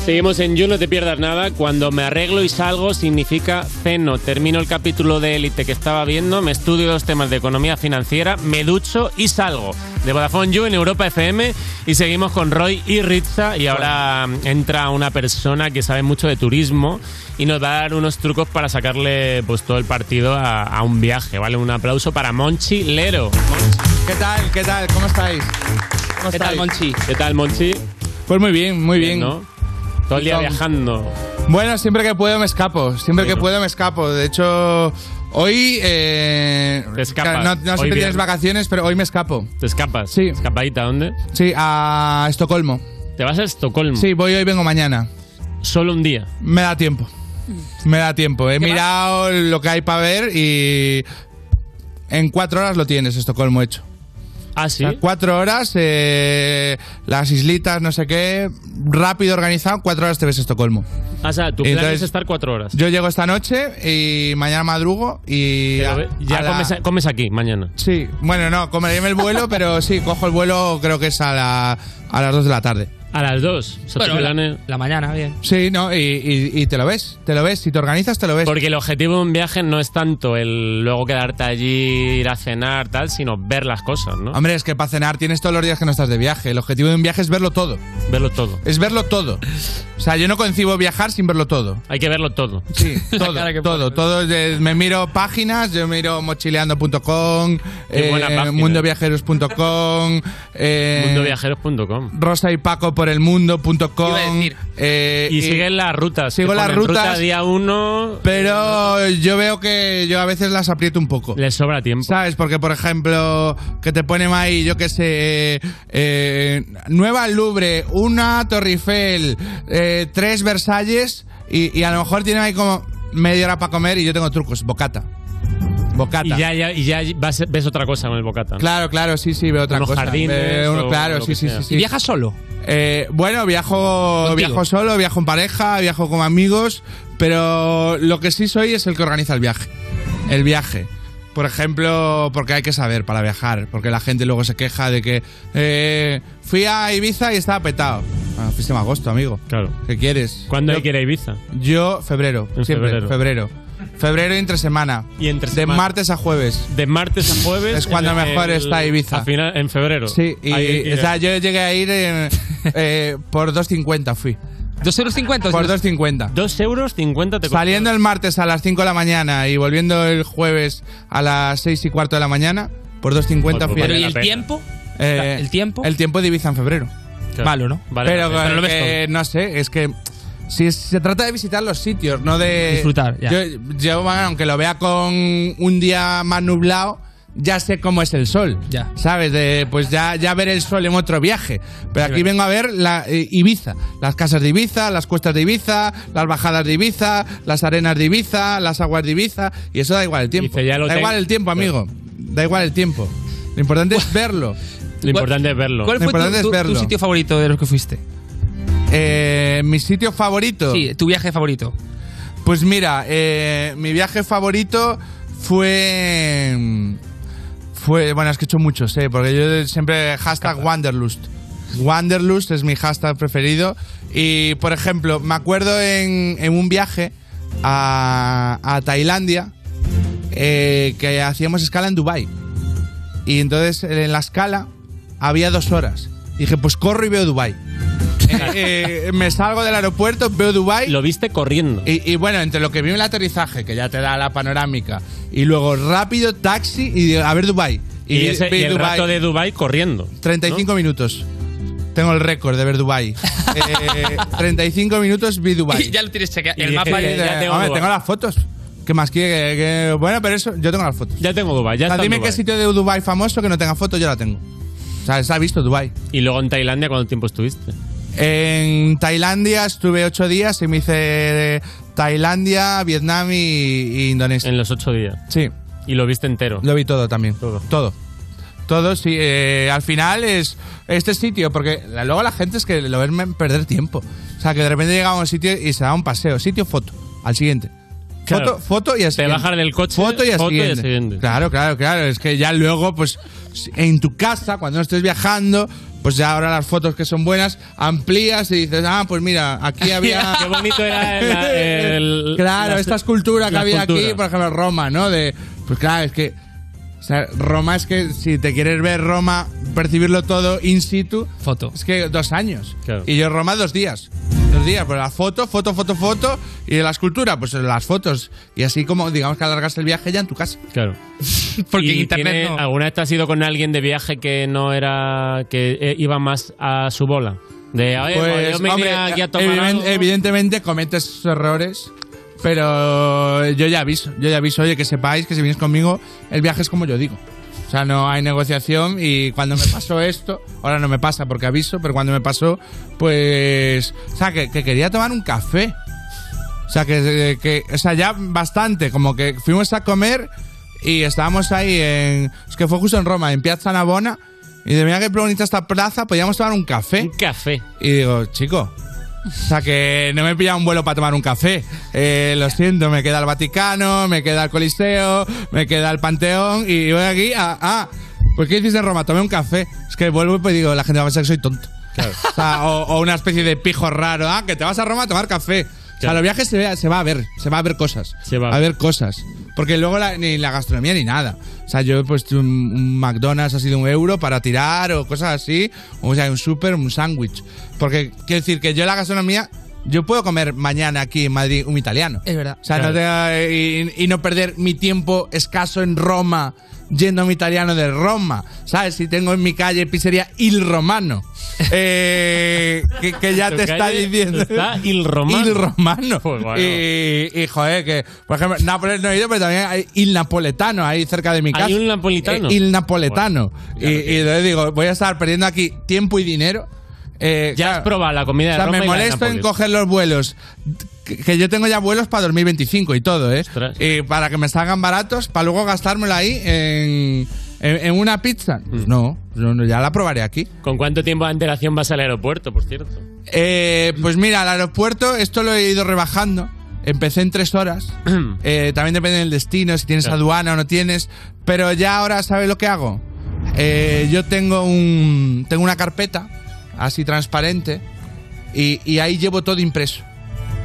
[SPEAKER 4] Seguimos en You, no te pierdas nada. Cuando me arreglo y salgo significa ceno. Termino el capítulo de élite que estaba viendo, me estudio los temas de economía financiera, me ducho y salgo. De Vodafone You en Europa FM y seguimos con Roy y Ritza y ahora mm, entra una persona que sabe mucho de turismo y nos va a dar unos trucos para sacarle pues todo el partido a, a un viaje, ¿vale? Un aplauso para Monchi Lero.
[SPEAKER 3] ¿Qué tal? ¿Qué tal? ¿Cómo estáis? ¿Cómo
[SPEAKER 4] ¿Qué tal, Monchi? ¿Qué tal, Monchi? Pues muy bien, muy bien. ¿no? Todo el día
[SPEAKER 3] Tom.
[SPEAKER 4] viajando.
[SPEAKER 3] Bueno, siempre que puedo me escapo. Siempre que puedo me escapo. De hecho, hoy. eh,
[SPEAKER 4] escapas.
[SPEAKER 3] No,
[SPEAKER 4] Hoy
[SPEAKER 3] no siempre
[SPEAKER 4] bien.
[SPEAKER 3] tienes vacaciones, pero hoy me escapo.
[SPEAKER 4] ¿Te escapas? Sí. ¿Escapadita dónde?
[SPEAKER 3] Sí, a Estocolmo.
[SPEAKER 4] ¿Te vas a Estocolmo?
[SPEAKER 3] Sí, voy hoy, vengo mañana.
[SPEAKER 4] Solo un día.
[SPEAKER 3] Me da tiempo. Me da tiempo. He mirado lo que hay para ver y. En cuatro horas lo tienes, Estocolmo hecho.
[SPEAKER 4] Ah, sí.
[SPEAKER 3] cuatro horas, eh, las islitas, no sé qué. Rápido organizado, cuatro horas te ves Estocolmo.
[SPEAKER 4] O sea, tu plan
[SPEAKER 3] Entonces-
[SPEAKER 4] es estar cuatro horas.
[SPEAKER 3] Yo llego esta noche y mañana madrugo y.
[SPEAKER 4] Pero
[SPEAKER 3] a-
[SPEAKER 4] ve- ya
[SPEAKER 3] a la-
[SPEAKER 4] comes, comes aquí mañana.
[SPEAKER 3] Sí, bueno, no, comeré el vuelo, pero sí, cojo el vuelo, creo que es a, la- a las 2 de la tarde.
[SPEAKER 4] A las dos. O sea,
[SPEAKER 3] Bueno,
[SPEAKER 4] tu
[SPEAKER 3] la-
[SPEAKER 4] plan es-
[SPEAKER 12] La mañana, bien.
[SPEAKER 3] Sí, no, y, y- y te lo ves, te lo ves, si te organizas, te lo ves.
[SPEAKER 4] Porque el objetivo de un viaje no es tanto el luego quedarte allí, ir a cenar, tal, sino ver las cosas, ¿no?
[SPEAKER 3] Hombre, es que para cenar tienes todos los días que no estás de viaje. El objetivo de un viaje es verlo todo.
[SPEAKER 4] Verlo todo.
[SPEAKER 3] Es verlo todo. O sea, yo no concibo viajar sin verlo todo.
[SPEAKER 4] Hay que verlo todo.
[SPEAKER 3] Sí, todo, todo, todo. Eh, Me miro páginas, yo miro mochileando.com,
[SPEAKER 4] Qué buena página.
[SPEAKER 3] mundoviajeros.com, eh,
[SPEAKER 4] Mundoviajeros.com.
[SPEAKER 3] Rosa y Paco por el mundo.com.
[SPEAKER 4] y siguen las rutas.
[SPEAKER 3] eh, Sigo
[SPEAKER 4] Te
[SPEAKER 3] las
[SPEAKER 4] ponen
[SPEAKER 3] rutas.
[SPEAKER 4] ruta día uno.
[SPEAKER 3] Pero yo veo que yo a veces las aprieto un poco.
[SPEAKER 4] Les sobra tiempo.
[SPEAKER 3] ¿Sabes? Porque, por ejemplo, que te ponen ahí, yo qué sé, eh, Nueva Louvre, una Torre Eiffel, eh, tres Versalles, y, y a lo mejor tienen ahí como media hora para comer y yo tengo trucos, bocata. Bocata.
[SPEAKER 4] Y ya, ya, y ya vas- ves otra cosa con el bocata. ¿no?
[SPEAKER 3] Claro, claro, sí, sí, veo otra
[SPEAKER 4] Unos
[SPEAKER 3] cosa.
[SPEAKER 4] jardines
[SPEAKER 3] Veo uno-
[SPEAKER 4] o
[SPEAKER 3] claro,
[SPEAKER 4] lo
[SPEAKER 3] sí,
[SPEAKER 4] que
[SPEAKER 3] sí,
[SPEAKER 4] sea.
[SPEAKER 3] sí, sí.
[SPEAKER 4] ¿Y viajas
[SPEAKER 12] solo?
[SPEAKER 3] Eh, bueno, viajo, viajo solo, viajo en pareja, viajo con amigos, pero lo que sí soy es el que organiza el viaje. El viaje. Por ejemplo, porque hay que saber para viajar, porque la gente luego se queja de que eh, fui a Ibiza y estaba petado. Ah, fuiste en agosto, amigo.
[SPEAKER 4] Claro.
[SPEAKER 3] ¿Qué quieres?
[SPEAKER 4] ¿Cuándo
[SPEAKER 3] Yo-
[SPEAKER 4] hay que ir a Ibiza?
[SPEAKER 3] Yo, febrero.
[SPEAKER 4] En
[SPEAKER 3] siempre,
[SPEAKER 4] febrero.
[SPEAKER 3] febrero. Febrero. y entre semana.
[SPEAKER 4] Y entre
[SPEAKER 3] de
[SPEAKER 4] semana.
[SPEAKER 3] martes a jueves.
[SPEAKER 4] De martes a jueves.
[SPEAKER 3] Es cuando
[SPEAKER 4] en el-
[SPEAKER 3] mejor está Ibiza.
[SPEAKER 4] a final- en febrero.
[SPEAKER 3] Sí, y
[SPEAKER 4] Hay que ir.
[SPEAKER 3] o sea, yo llegué a ir eh, eh, por 2.50 fui.
[SPEAKER 12] ¿2,50?
[SPEAKER 3] Por 2.50.
[SPEAKER 4] 2 euros 50 te costó.
[SPEAKER 3] Saliendo el martes a las 5 de la mañana y volviendo el jueves a las 6 y cuarto de la mañana, por
[SPEAKER 4] Pues,
[SPEAKER 3] 2.50 fui.
[SPEAKER 12] Pero ¿y el tiempo?
[SPEAKER 3] Eh,
[SPEAKER 12] ¿El tiempo?
[SPEAKER 3] El tiempo de Ibiza en febrero.
[SPEAKER 12] Claro. Malo, ¿no? Vale
[SPEAKER 3] pero
[SPEAKER 12] la pena. Pero lo ves
[SPEAKER 3] eh, no sé, es que si es- se trata de visitar los sitios, no de
[SPEAKER 12] Disfrutar, ya.
[SPEAKER 3] Yo, yo, bueno, aunque lo vea con un día más nublado, ya sé cómo es el sol.
[SPEAKER 12] Ya.
[SPEAKER 3] ¿Sabes? De, pues ya, ya ver el sol en otro viaje. Pero aquí vengo a ver la eh, Ibiza, las casas de Ibiza, las cuestas de Ibiza, las bajadas de Ibiza, las arenas de Ibiza, las aguas de Ibiza y eso da igual el tiempo.
[SPEAKER 4] Dice, ya lo tengo.
[SPEAKER 3] da
[SPEAKER 4] Pues-
[SPEAKER 3] igual el tiempo, amigo. Da igual el tiempo. Lo importante es verlo.
[SPEAKER 4] Lo importante es verlo.
[SPEAKER 3] Lo importante es verlo.
[SPEAKER 12] favorito de los que fuiste?
[SPEAKER 3] Eh, mi sitio favorito.
[SPEAKER 12] Sí, tu viaje favorito.
[SPEAKER 3] Pues mira, eh, mi viaje favorito fue. Fue. Bueno, es que he hecho muchos, eh, porque yo siempre. Hashtag Wanderlust. Wanderlust es mi hashtag preferido. Y, por ejemplo, me acuerdo en, en un viaje a, a Tailandia eh, que hacíamos escala en Dubai Y entonces eh, en la escala había dos horas. Dije, pues corro y veo Dubai Eh, eh, me salgo del aeropuerto, veo Dubai
[SPEAKER 4] Lo viste corriendo.
[SPEAKER 3] y, y bueno, entre lo que vi en el aterrizaje, que ya te da la panorámica, y luego rápido taxi y digo, a ver Dubai.
[SPEAKER 4] Y, ese-
[SPEAKER 3] vi
[SPEAKER 4] y el
[SPEAKER 3] Dubái
[SPEAKER 4] rato de Dubai corriendo.
[SPEAKER 3] 35 minutos. Tengo el récord de ver Dubai. Eh, 35 minutos vi Dubai.
[SPEAKER 12] ya lo tienes chequeado. El mapa
[SPEAKER 3] Eh,
[SPEAKER 12] ya tengo.
[SPEAKER 3] hombre,
[SPEAKER 12] Google.
[SPEAKER 3] tengo las fotos. ¿Qué más quiere? Que- que- Bueno, pero eso, yo tengo las fotos.
[SPEAKER 4] Ya tengo Dubai, ya
[SPEAKER 3] O sea,
[SPEAKER 4] está
[SPEAKER 3] dime
[SPEAKER 4] Dubái.
[SPEAKER 3] qué sitio de Dubai famoso que no tenga fotos, yo la tengo. O sea, se ha visto Dubai.
[SPEAKER 4] Y luego en Tailandia, ¿cuánto tiempo estuviste?
[SPEAKER 3] En Tailandia estuve ocho días y me hice Tailandia, Vietnam y, y Indonesia.
[SPEAKER 4] En los ocho días.
[SPEAKER 3] Sí.
[SPEAKER 4] Y lo viste entero.
[SPEAKER 3] Lo vi todo también. Todo. Todo. Todo, sí. eh, al final es este sitio, porque la- luego la gente es que lo ven perder tiempo. O sea, que de repente llega a un sitio y se da un paseo. Sitio, foto. Al siguiente.
[SPEAKER 4] Claro.
[SPEAKER 3] Foto, foto y al
[SPEAKER 4] Te
[SPEAKER 3] siguiente.
[SPEAKER 4] bajas del coche,
[SPEAKER 3] Foto y al
[SPEAKER 4] foto y al
[SPEAKER 3] siguiente.
[SPEAKER 4] siguiente.
[SPEAKER 3] Claro, claro, claro. Es que ya luego, pues, en tu casa, cuando no estés viajando, pues ya ahora las fotos que son buenas, amplías y dices, ah, pues mira, aquí había...
[SPEAKER 4] Qué bonito era la- el-
[SPEAKER 3] claro,
[SPEAKER 4] las-
[SPEAKER 3] esta escultura que
[SPEAKER 4] la
[SPEAKER 3] había aquí,
[SPEAKER 4] escultura.
[SPEAKER 3] por ejemplo, Roma, ¿no? De, pues claro, es que... O sea, Roma es que si te quieres ver Roma, percibirlo todo in situ... Foto. Es que dos años. Y yo Roma dos días. Dos días, pues la foto, foto, foto, foto. Y la escultura, pues las fotos. Y así como, digamos que alargas el viaje ya en tu casa.
[SPEAKER 4] Claro.
[SPEAKER 3] Porque
[SPEAKER 4] ¿Y
[SPEAKER 3] internet
[SPEAKER 4] tiene-
[SPEAKER 3] no.
[SPEAKER 4] ¿Alguna vez te has ido con alguien de viaje que no era. que eh, iba más a su bola? De, "Oye, yo me
[SPEAKER 3] Pues, hombre, eh,
[SPEAKER 4] iría aquí a tomar
[SPEAKER 3] evident-
[SPEAKER 4] algo".
[SPEAKER 3] Evidentemente cometes errores, pero yo ya aviso, yo ya aviso, oye, que sepáis que si vienes conmigo, el viaje es como yo digo. O sea, no hay negociación y cuando me pasó esto, ahora no me pasa porque aviso, pero cuando me pasó, pues... O sea, que, que quería tomar un café. O sea, que, eh, que- o sea, ya bastante, como que fuimos a comer y estábamos ahí en... Es que fue justo en Roma, en Piazza Navona. Y de mira qué bonita esta plaza, podíamos tomar un café. Un
[SPEAKER 4] café.
[SPEAKER 3] Y digo, chico, o sea que no me he pillado un vuelo para tomar un café. Eh, lo siento, me queda el Vaticano, me queda el Coliseo, me queda el Panteón y voy aquí a... Ah, pues ¿qué hiciste en Roma? Tomé un café. Es que vuelvo y pues digo, la gente va a pensar que soy tonto. O, sea, o- o una especie de pijo raro. Ah, que te vas a Roma a tomar café. O sea, los viajes se, ve- se va a ver, se va a ver cosas. Se va a ver cosas. Porque luego la- ni la gastronomía ni nada. O sea, yo he puesto un, un McDonald's así de un euro para tirar o cosas así. O sea, un súper, un sándwich. Porque quiero decir que yo la gastronomía, yo puedo comer mañana aquí en Madrid un italiano.
[SPEAKER 12] Es verdad.
[SPEAKER 3] O sea, no te- y, y no perder mi tiempo escaso en Roma yendo a mi italiano de Roma. ¿Sabes? Si tengo en mi calle pizzería Il Romano. eh, que, que ya
[SPEAKER 4] Tu
[SPEAKER 3] te está
[SPEAKER 4] calle
[SPEAKER 3] diciendo.
[SPEAKER 4] está Il Romano. Pues
[SPEAKER 3] Il Romano.
[SPEAKER 4] bueno.
[SPEAKER 3] y, y, joder, que por ejemplo, Nápoles no he ido, pero también hay Il Napoletano ahí cerca de mi
[SPEAKER 4] ¿Hay
[SPEAKER 3] casa.
[SPEAKER 4] un napolitano?
[SPEAKER 3] Eh, il Napoletano. y, y entonces digo, voy a estar perdiendo aquí tiempo y dinero. Eh,
[SPEAKER 4] Ya has probado la comida de
[SPEAKER 3] o sea,
[SPEAKER 4] Roma
[SPEAKER 3] me
[SPEAKER 4] y la de
[SPEAKER 3] molesto en
[SPEAKER 4] Nápoles.
[SPEAKER 3] coger los vuelos. Que- Que yo tengo ya vuelos para 2025 y todo, ¿eh? Y para que me salgan baratos, para luego gastármelo ahí en, en, en una pizza. Pues no, no, no, ya la probaré aquí.
[SPEAKER 4] Mm. ¿Con cuánto tiempo de antelación vas al aeropuerto, por cierto?
[SPEAKER 3] Eh, pues mira, al aeropuerto esto lo he ido rebajando. Empecé en tres horas. Eh, también depende del destino, si tienes aduana o no tienes. Pero ya ahora, ¿sabes lo que hago? Eh, yo tengo un tengo una carpeta así transparente y, y ahí llevo todo impreso.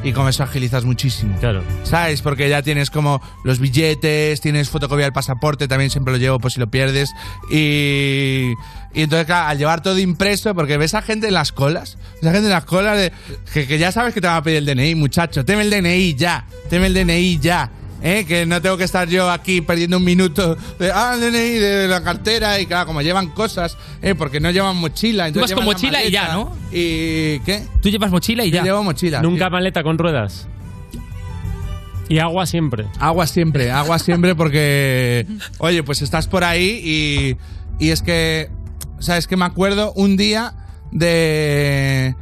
[SPEAKER 3] Y con eso agilizas muchísimo.
[SPEAKER 4] Claro.
[SPEAKER 3] ¿Sabes? Porque ya tienes como los billetes, tienes fotocopia del pasaporte, también siempre lo llevo por si lo pierdes. Y, y entonces, claro, al llevar todo impreso, porque ves a gente en las colas, ves a gente en las colas de, que, que ya sabes que te van a pedir el DNI, muchacho, teme el DNI ya, teme el DNI ya. ¿eh? Que no tengo que estar yo aquí perdiendo un minuto de, ah, el DNI de la cartera y claro, como llevan cosas, ¿eh? porque no llevan mochila.
[SPEAKER 12] Tú vas
[SPEAKER 3] entonces
[SPEAKER 12] con
[SPEAKER 3] llevan la
[SPEAKER 12] mochila y ya,
[SPEAKER 3] maleta.
[SPEAKER 12] ¿no?
[SPEAKER 3] ¿Y qué?
[SPEAKER 12] Tú llevas mochila y ya.
[SPEAKER 3] llevo mochila.
[SPEAKER 4] Nunca maleta con ruedas. Y agua siempre.
[SPEAKER 3] Agua siempre, agua siempre porque, oye, pues estás por ahí y, y es que, o sea, es que me acuerdo un día de,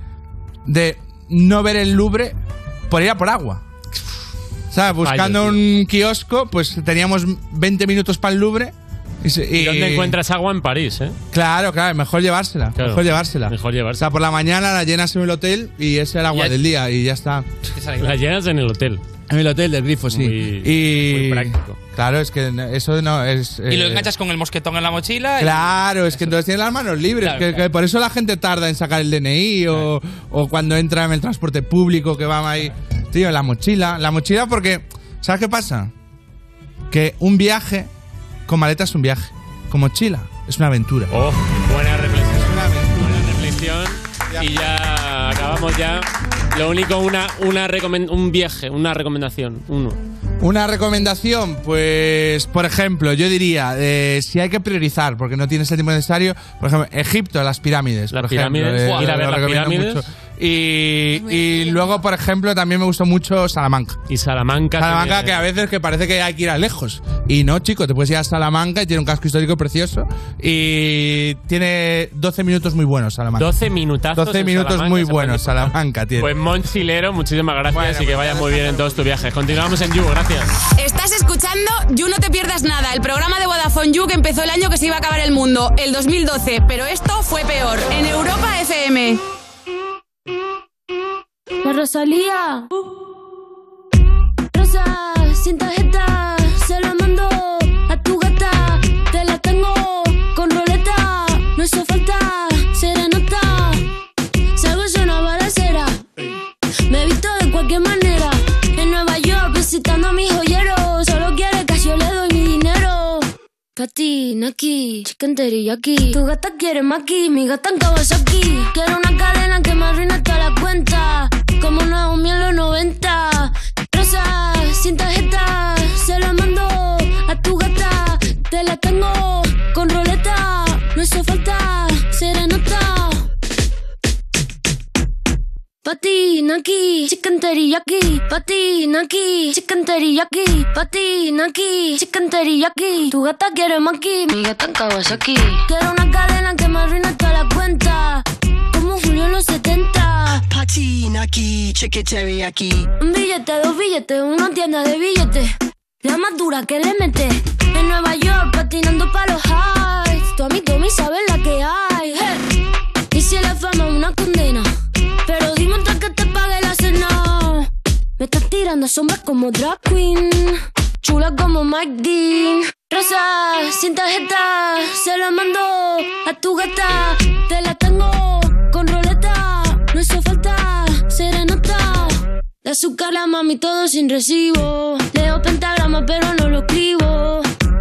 [SPEAKER 3] de no ver el Louvre por ir a por agua. ¿Sabes? Buscando un kiosco, pues teníamos 20 minutos para el Louvre. Y, se- y-
[SPEAKER 4] ¿Dónde encuentras agua? En París, ¿eh?
[SPEAKER 3] Claro, claro, mejor llevársela.
[SPEAKER 4] Claro.
[SPEAKER 3] Mejor llevársela.
[SPEAKER 4] Mejor
[SPEAKER 3] O sea, por la mañana la llenas en el hotel y es el agua
[SPEAKER 4] Ya-
[SPEAKER 3] del día y ya está.
[SPEAKER 4] Las llenas en el hotel.
[SPEAKER 3] En el hotel del grifo, sí. y Claro, es que no- eso no es.
[SPEAKER 12] Y lo
[SPEAKER 3] eh,
[SPEAKER 12] enganchas con el mosquetón en la mochila. y-
[SPEAKER 3] Claro, es que entonces tienes las manos libres.
[SPEAKER 12] Claro,
[SPEAKER 3] que,
[SPEAKER 12] claro.
[SPEAKER 3] que por eso la gente tarda en sacar el DNI o, o cuando entra en el transporte público que van ahí. Tío, la mochila. La mochila porque. ¿Sabes qué pasa? Que un viaje con maleta es un viaje. Con mochila es una aventura.
[SPEAKER 4] Oh, buena reflexión. Buena reflexión. Y ya acabamos ya. Lo único, una, una recomen- un viaje, una recomendación. Uno.
[SPEAKER 3] Una recomendación, pues, por ejemplo, yo diría, eh, si hay que priorizar, porque no tienes el tiempo necesario, por ejemplo, Egipto, las pirámides. eh, Las
[SPEAKER 4] pirámides, ir a ver las pirámides.
[SPEAKER 3] Y, y luego, por ejemplo, también me gustó mucho Salamanca.
[SPEAKER 4] Y Salamanca.
[SPEAKER 3] Salamanca,
[SPEAKER 4] tiene-
[SPEAKER 3] que a veces que parece que hay que ir a lejos. Y no, chico, te puedes ir a Salamanca y tiene un casco histórico precioso. Y tiene 12 minutos muy buenos, Salamanca.
[SPEAKER 4] 12 minutazos.
[SPEAKER 3] 12
[SPEAKER 4] en
[SPEAKER 3] minutos
[SPEAKER 4] Salamanca,
[SPEAKER 3] muy
[SPEAKER 4] se puede
[SPEAKER 3] buenos, Salamanca tiene.
[SPEAKER 4] Pues Monchilero, muchísimas gracias y que vaya muy bien en todos tus viajes. Continuamos en You, gracias.
[SPEAKER 10] Estás escuchando You No Te Pierdas Nada, el programa de Vodafone You que empezó el año que se iba a acabar el mundo, el 2012, pero esto fue peor, en Europa FM.
[SPEAKER 19] La Rosalía. Rosa, sin tarjeta, se la mando a tu gata. Te la tengo con roleta, no hizo falta serenata. Salgo yo una balacera, me he visto de cualquier manera. En Nueva York visitando a mis joyeros, solo quiere que yo le doy mi dinero. Katy, Naki, chicken teriyaki. Tu gata quiere maki, mi gata en Kawasaki. Quiero una cadena que me arruine toda la cuenta. Como Naomi en los 90. Rosa, sin tarjeta, se la mando a tu gata. Te la tengo con roleta. No hizo falta serenata. Patinaki, chicken teriyaki. Patinaki, chicken teriyaki. Patinaki, chicken teriyaki. Tu gata quiere maki, mi gata en Kawasaki. Quiero una cadena que me arruine toda la cuenta. Como Julio en los 70. Patinaki, chicken teriyaki. Un billete, dos billetes, una tienda de billetes. La más dura que le mete. En Nueva York, patinando pa' los highs. Tu amigo Tommy sabe la que hay. Hey. Y si la fama es una condena. Pero dime otra que te pague la cena. Me estás tirando sombras como drag queen. Chula como Mike Dean. Rosa, sin tarjeta. Se la mando a tu gata. Te la tengo con roleta. No hizo falta serenata. De azúcar la mami todo sin recibo. Leo pentagrama pero no lo escribo.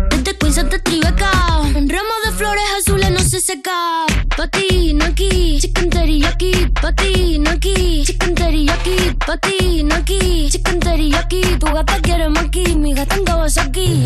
[SPEAKER 19] Desde Queens hasta Tribeca. Un ramo de flores azules no se seca. Patina aquí, chicken teriyaki. Patina aquí, chicken teriyaki. Patina aquí, chicken teriyaki. Tu gata quiere maki, mi gata en Kawasaki.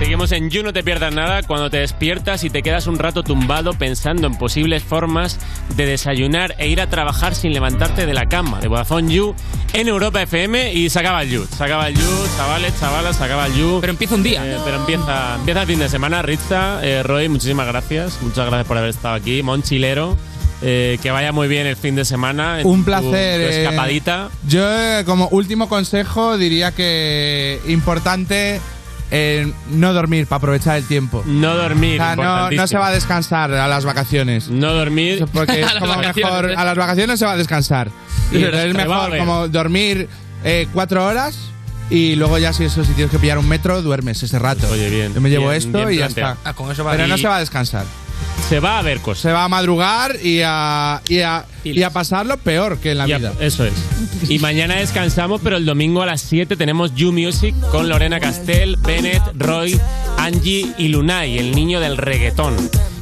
[SPEAKER 4] Seguimos en You, no te pierdas nada. Cuando te despiertas y te quedas un rato tumbado pensando en posibles formas de desayunar e ir a trabajar sin levantarte de la cama. De Vodafone You en Europa FM y se acaba el You. Se acaba el You, chavales, chavalas, se acaba el You. Pero empieza un día. pero empieza, empieza el fin de semana. Ritza, eh, Roy, muchísimas gracias. Muchas gracias por haber estado aquí. Monchilero. eh, que vaya muy bien el fin de semana. en
[SPEAKER 3] Un
[SPEAKER 4] tu-
[SPEAKER 3] placer.
[SPEAKER 4] tu
[SPEAKER 3] eh,
[SPEAKER 4] escapadita.
[SPEAKER 3] yo, eh, como último consejo, diría que importante eh, no dormir para aprovechar el tiempo.
[SPEAKER 4] No dormir.
[SPEAKER 3] O sea, no, no se va a descansar a las vacaciones.
[SPEAKER 4] No dormir.
[SPEAKER 3] Porque es
[SPEAKER 4] A las
[SPEAKER 3] como
[SPEAKER 4] vacaciones.
[SPEAKER 3] mejor. A las vacaciones se va a descansar.
[SPEAKER 4] Es
[SPEAKER 3] Y
[SPEAKER 4] verdad,
[SPEAKER 3] es
[SPEAKER 4] se va a
[SPEAKER 3] mejor
[SPEAKER 4] ver.
[SPEAKER 3] como dormir eh, cuatro horas. Y luego ya si eso, si tienes que pillar un metro, duermes ese rato. Oye, bien. Yo me llevo
[SPEAKER 4] bien,
[SPEAKER 3] esto
[SPEAKER 4] bien
[SPEAKER 3] y ya
[SPEAKER 4] planteado.
[SPEAKER 3] está.
[SPEAKER 4] Ah, con eso va
[SPEAKER 3] Pero
[SPEAKER 4] y-
[SPEAKER 3] no se va a descansar.
[SPEAKER 4] Se va a ver cosas.
[SPEAKER 3] Se va a madrugar y a, y a, y a pasarlo peor que en la vida.
[SPEAKER 4] Eso es. Y mañana descansamos, pero el domingo a las 7 tenemos You Music con Lorena Castell, Bennett, Roy, Angie y Lunay, el niño del reggaetón.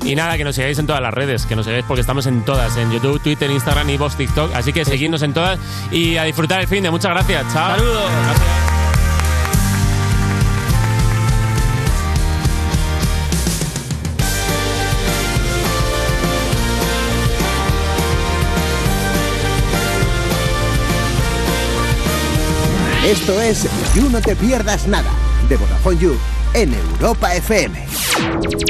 [SPEAKER 4] Y nada, que nos sigáis en todas las redes, que nos sigáis porque estamos en todas, en YouTube, Twitter, Instagram, Vox, TikTok. Así que seguidnos en todas y a disfrutar el fin de. Muchas gracias. Chao. Saludos.
[SPEAKER 18] Esto es You No Te Pierdas Nada de Vodafone You en Europa FM.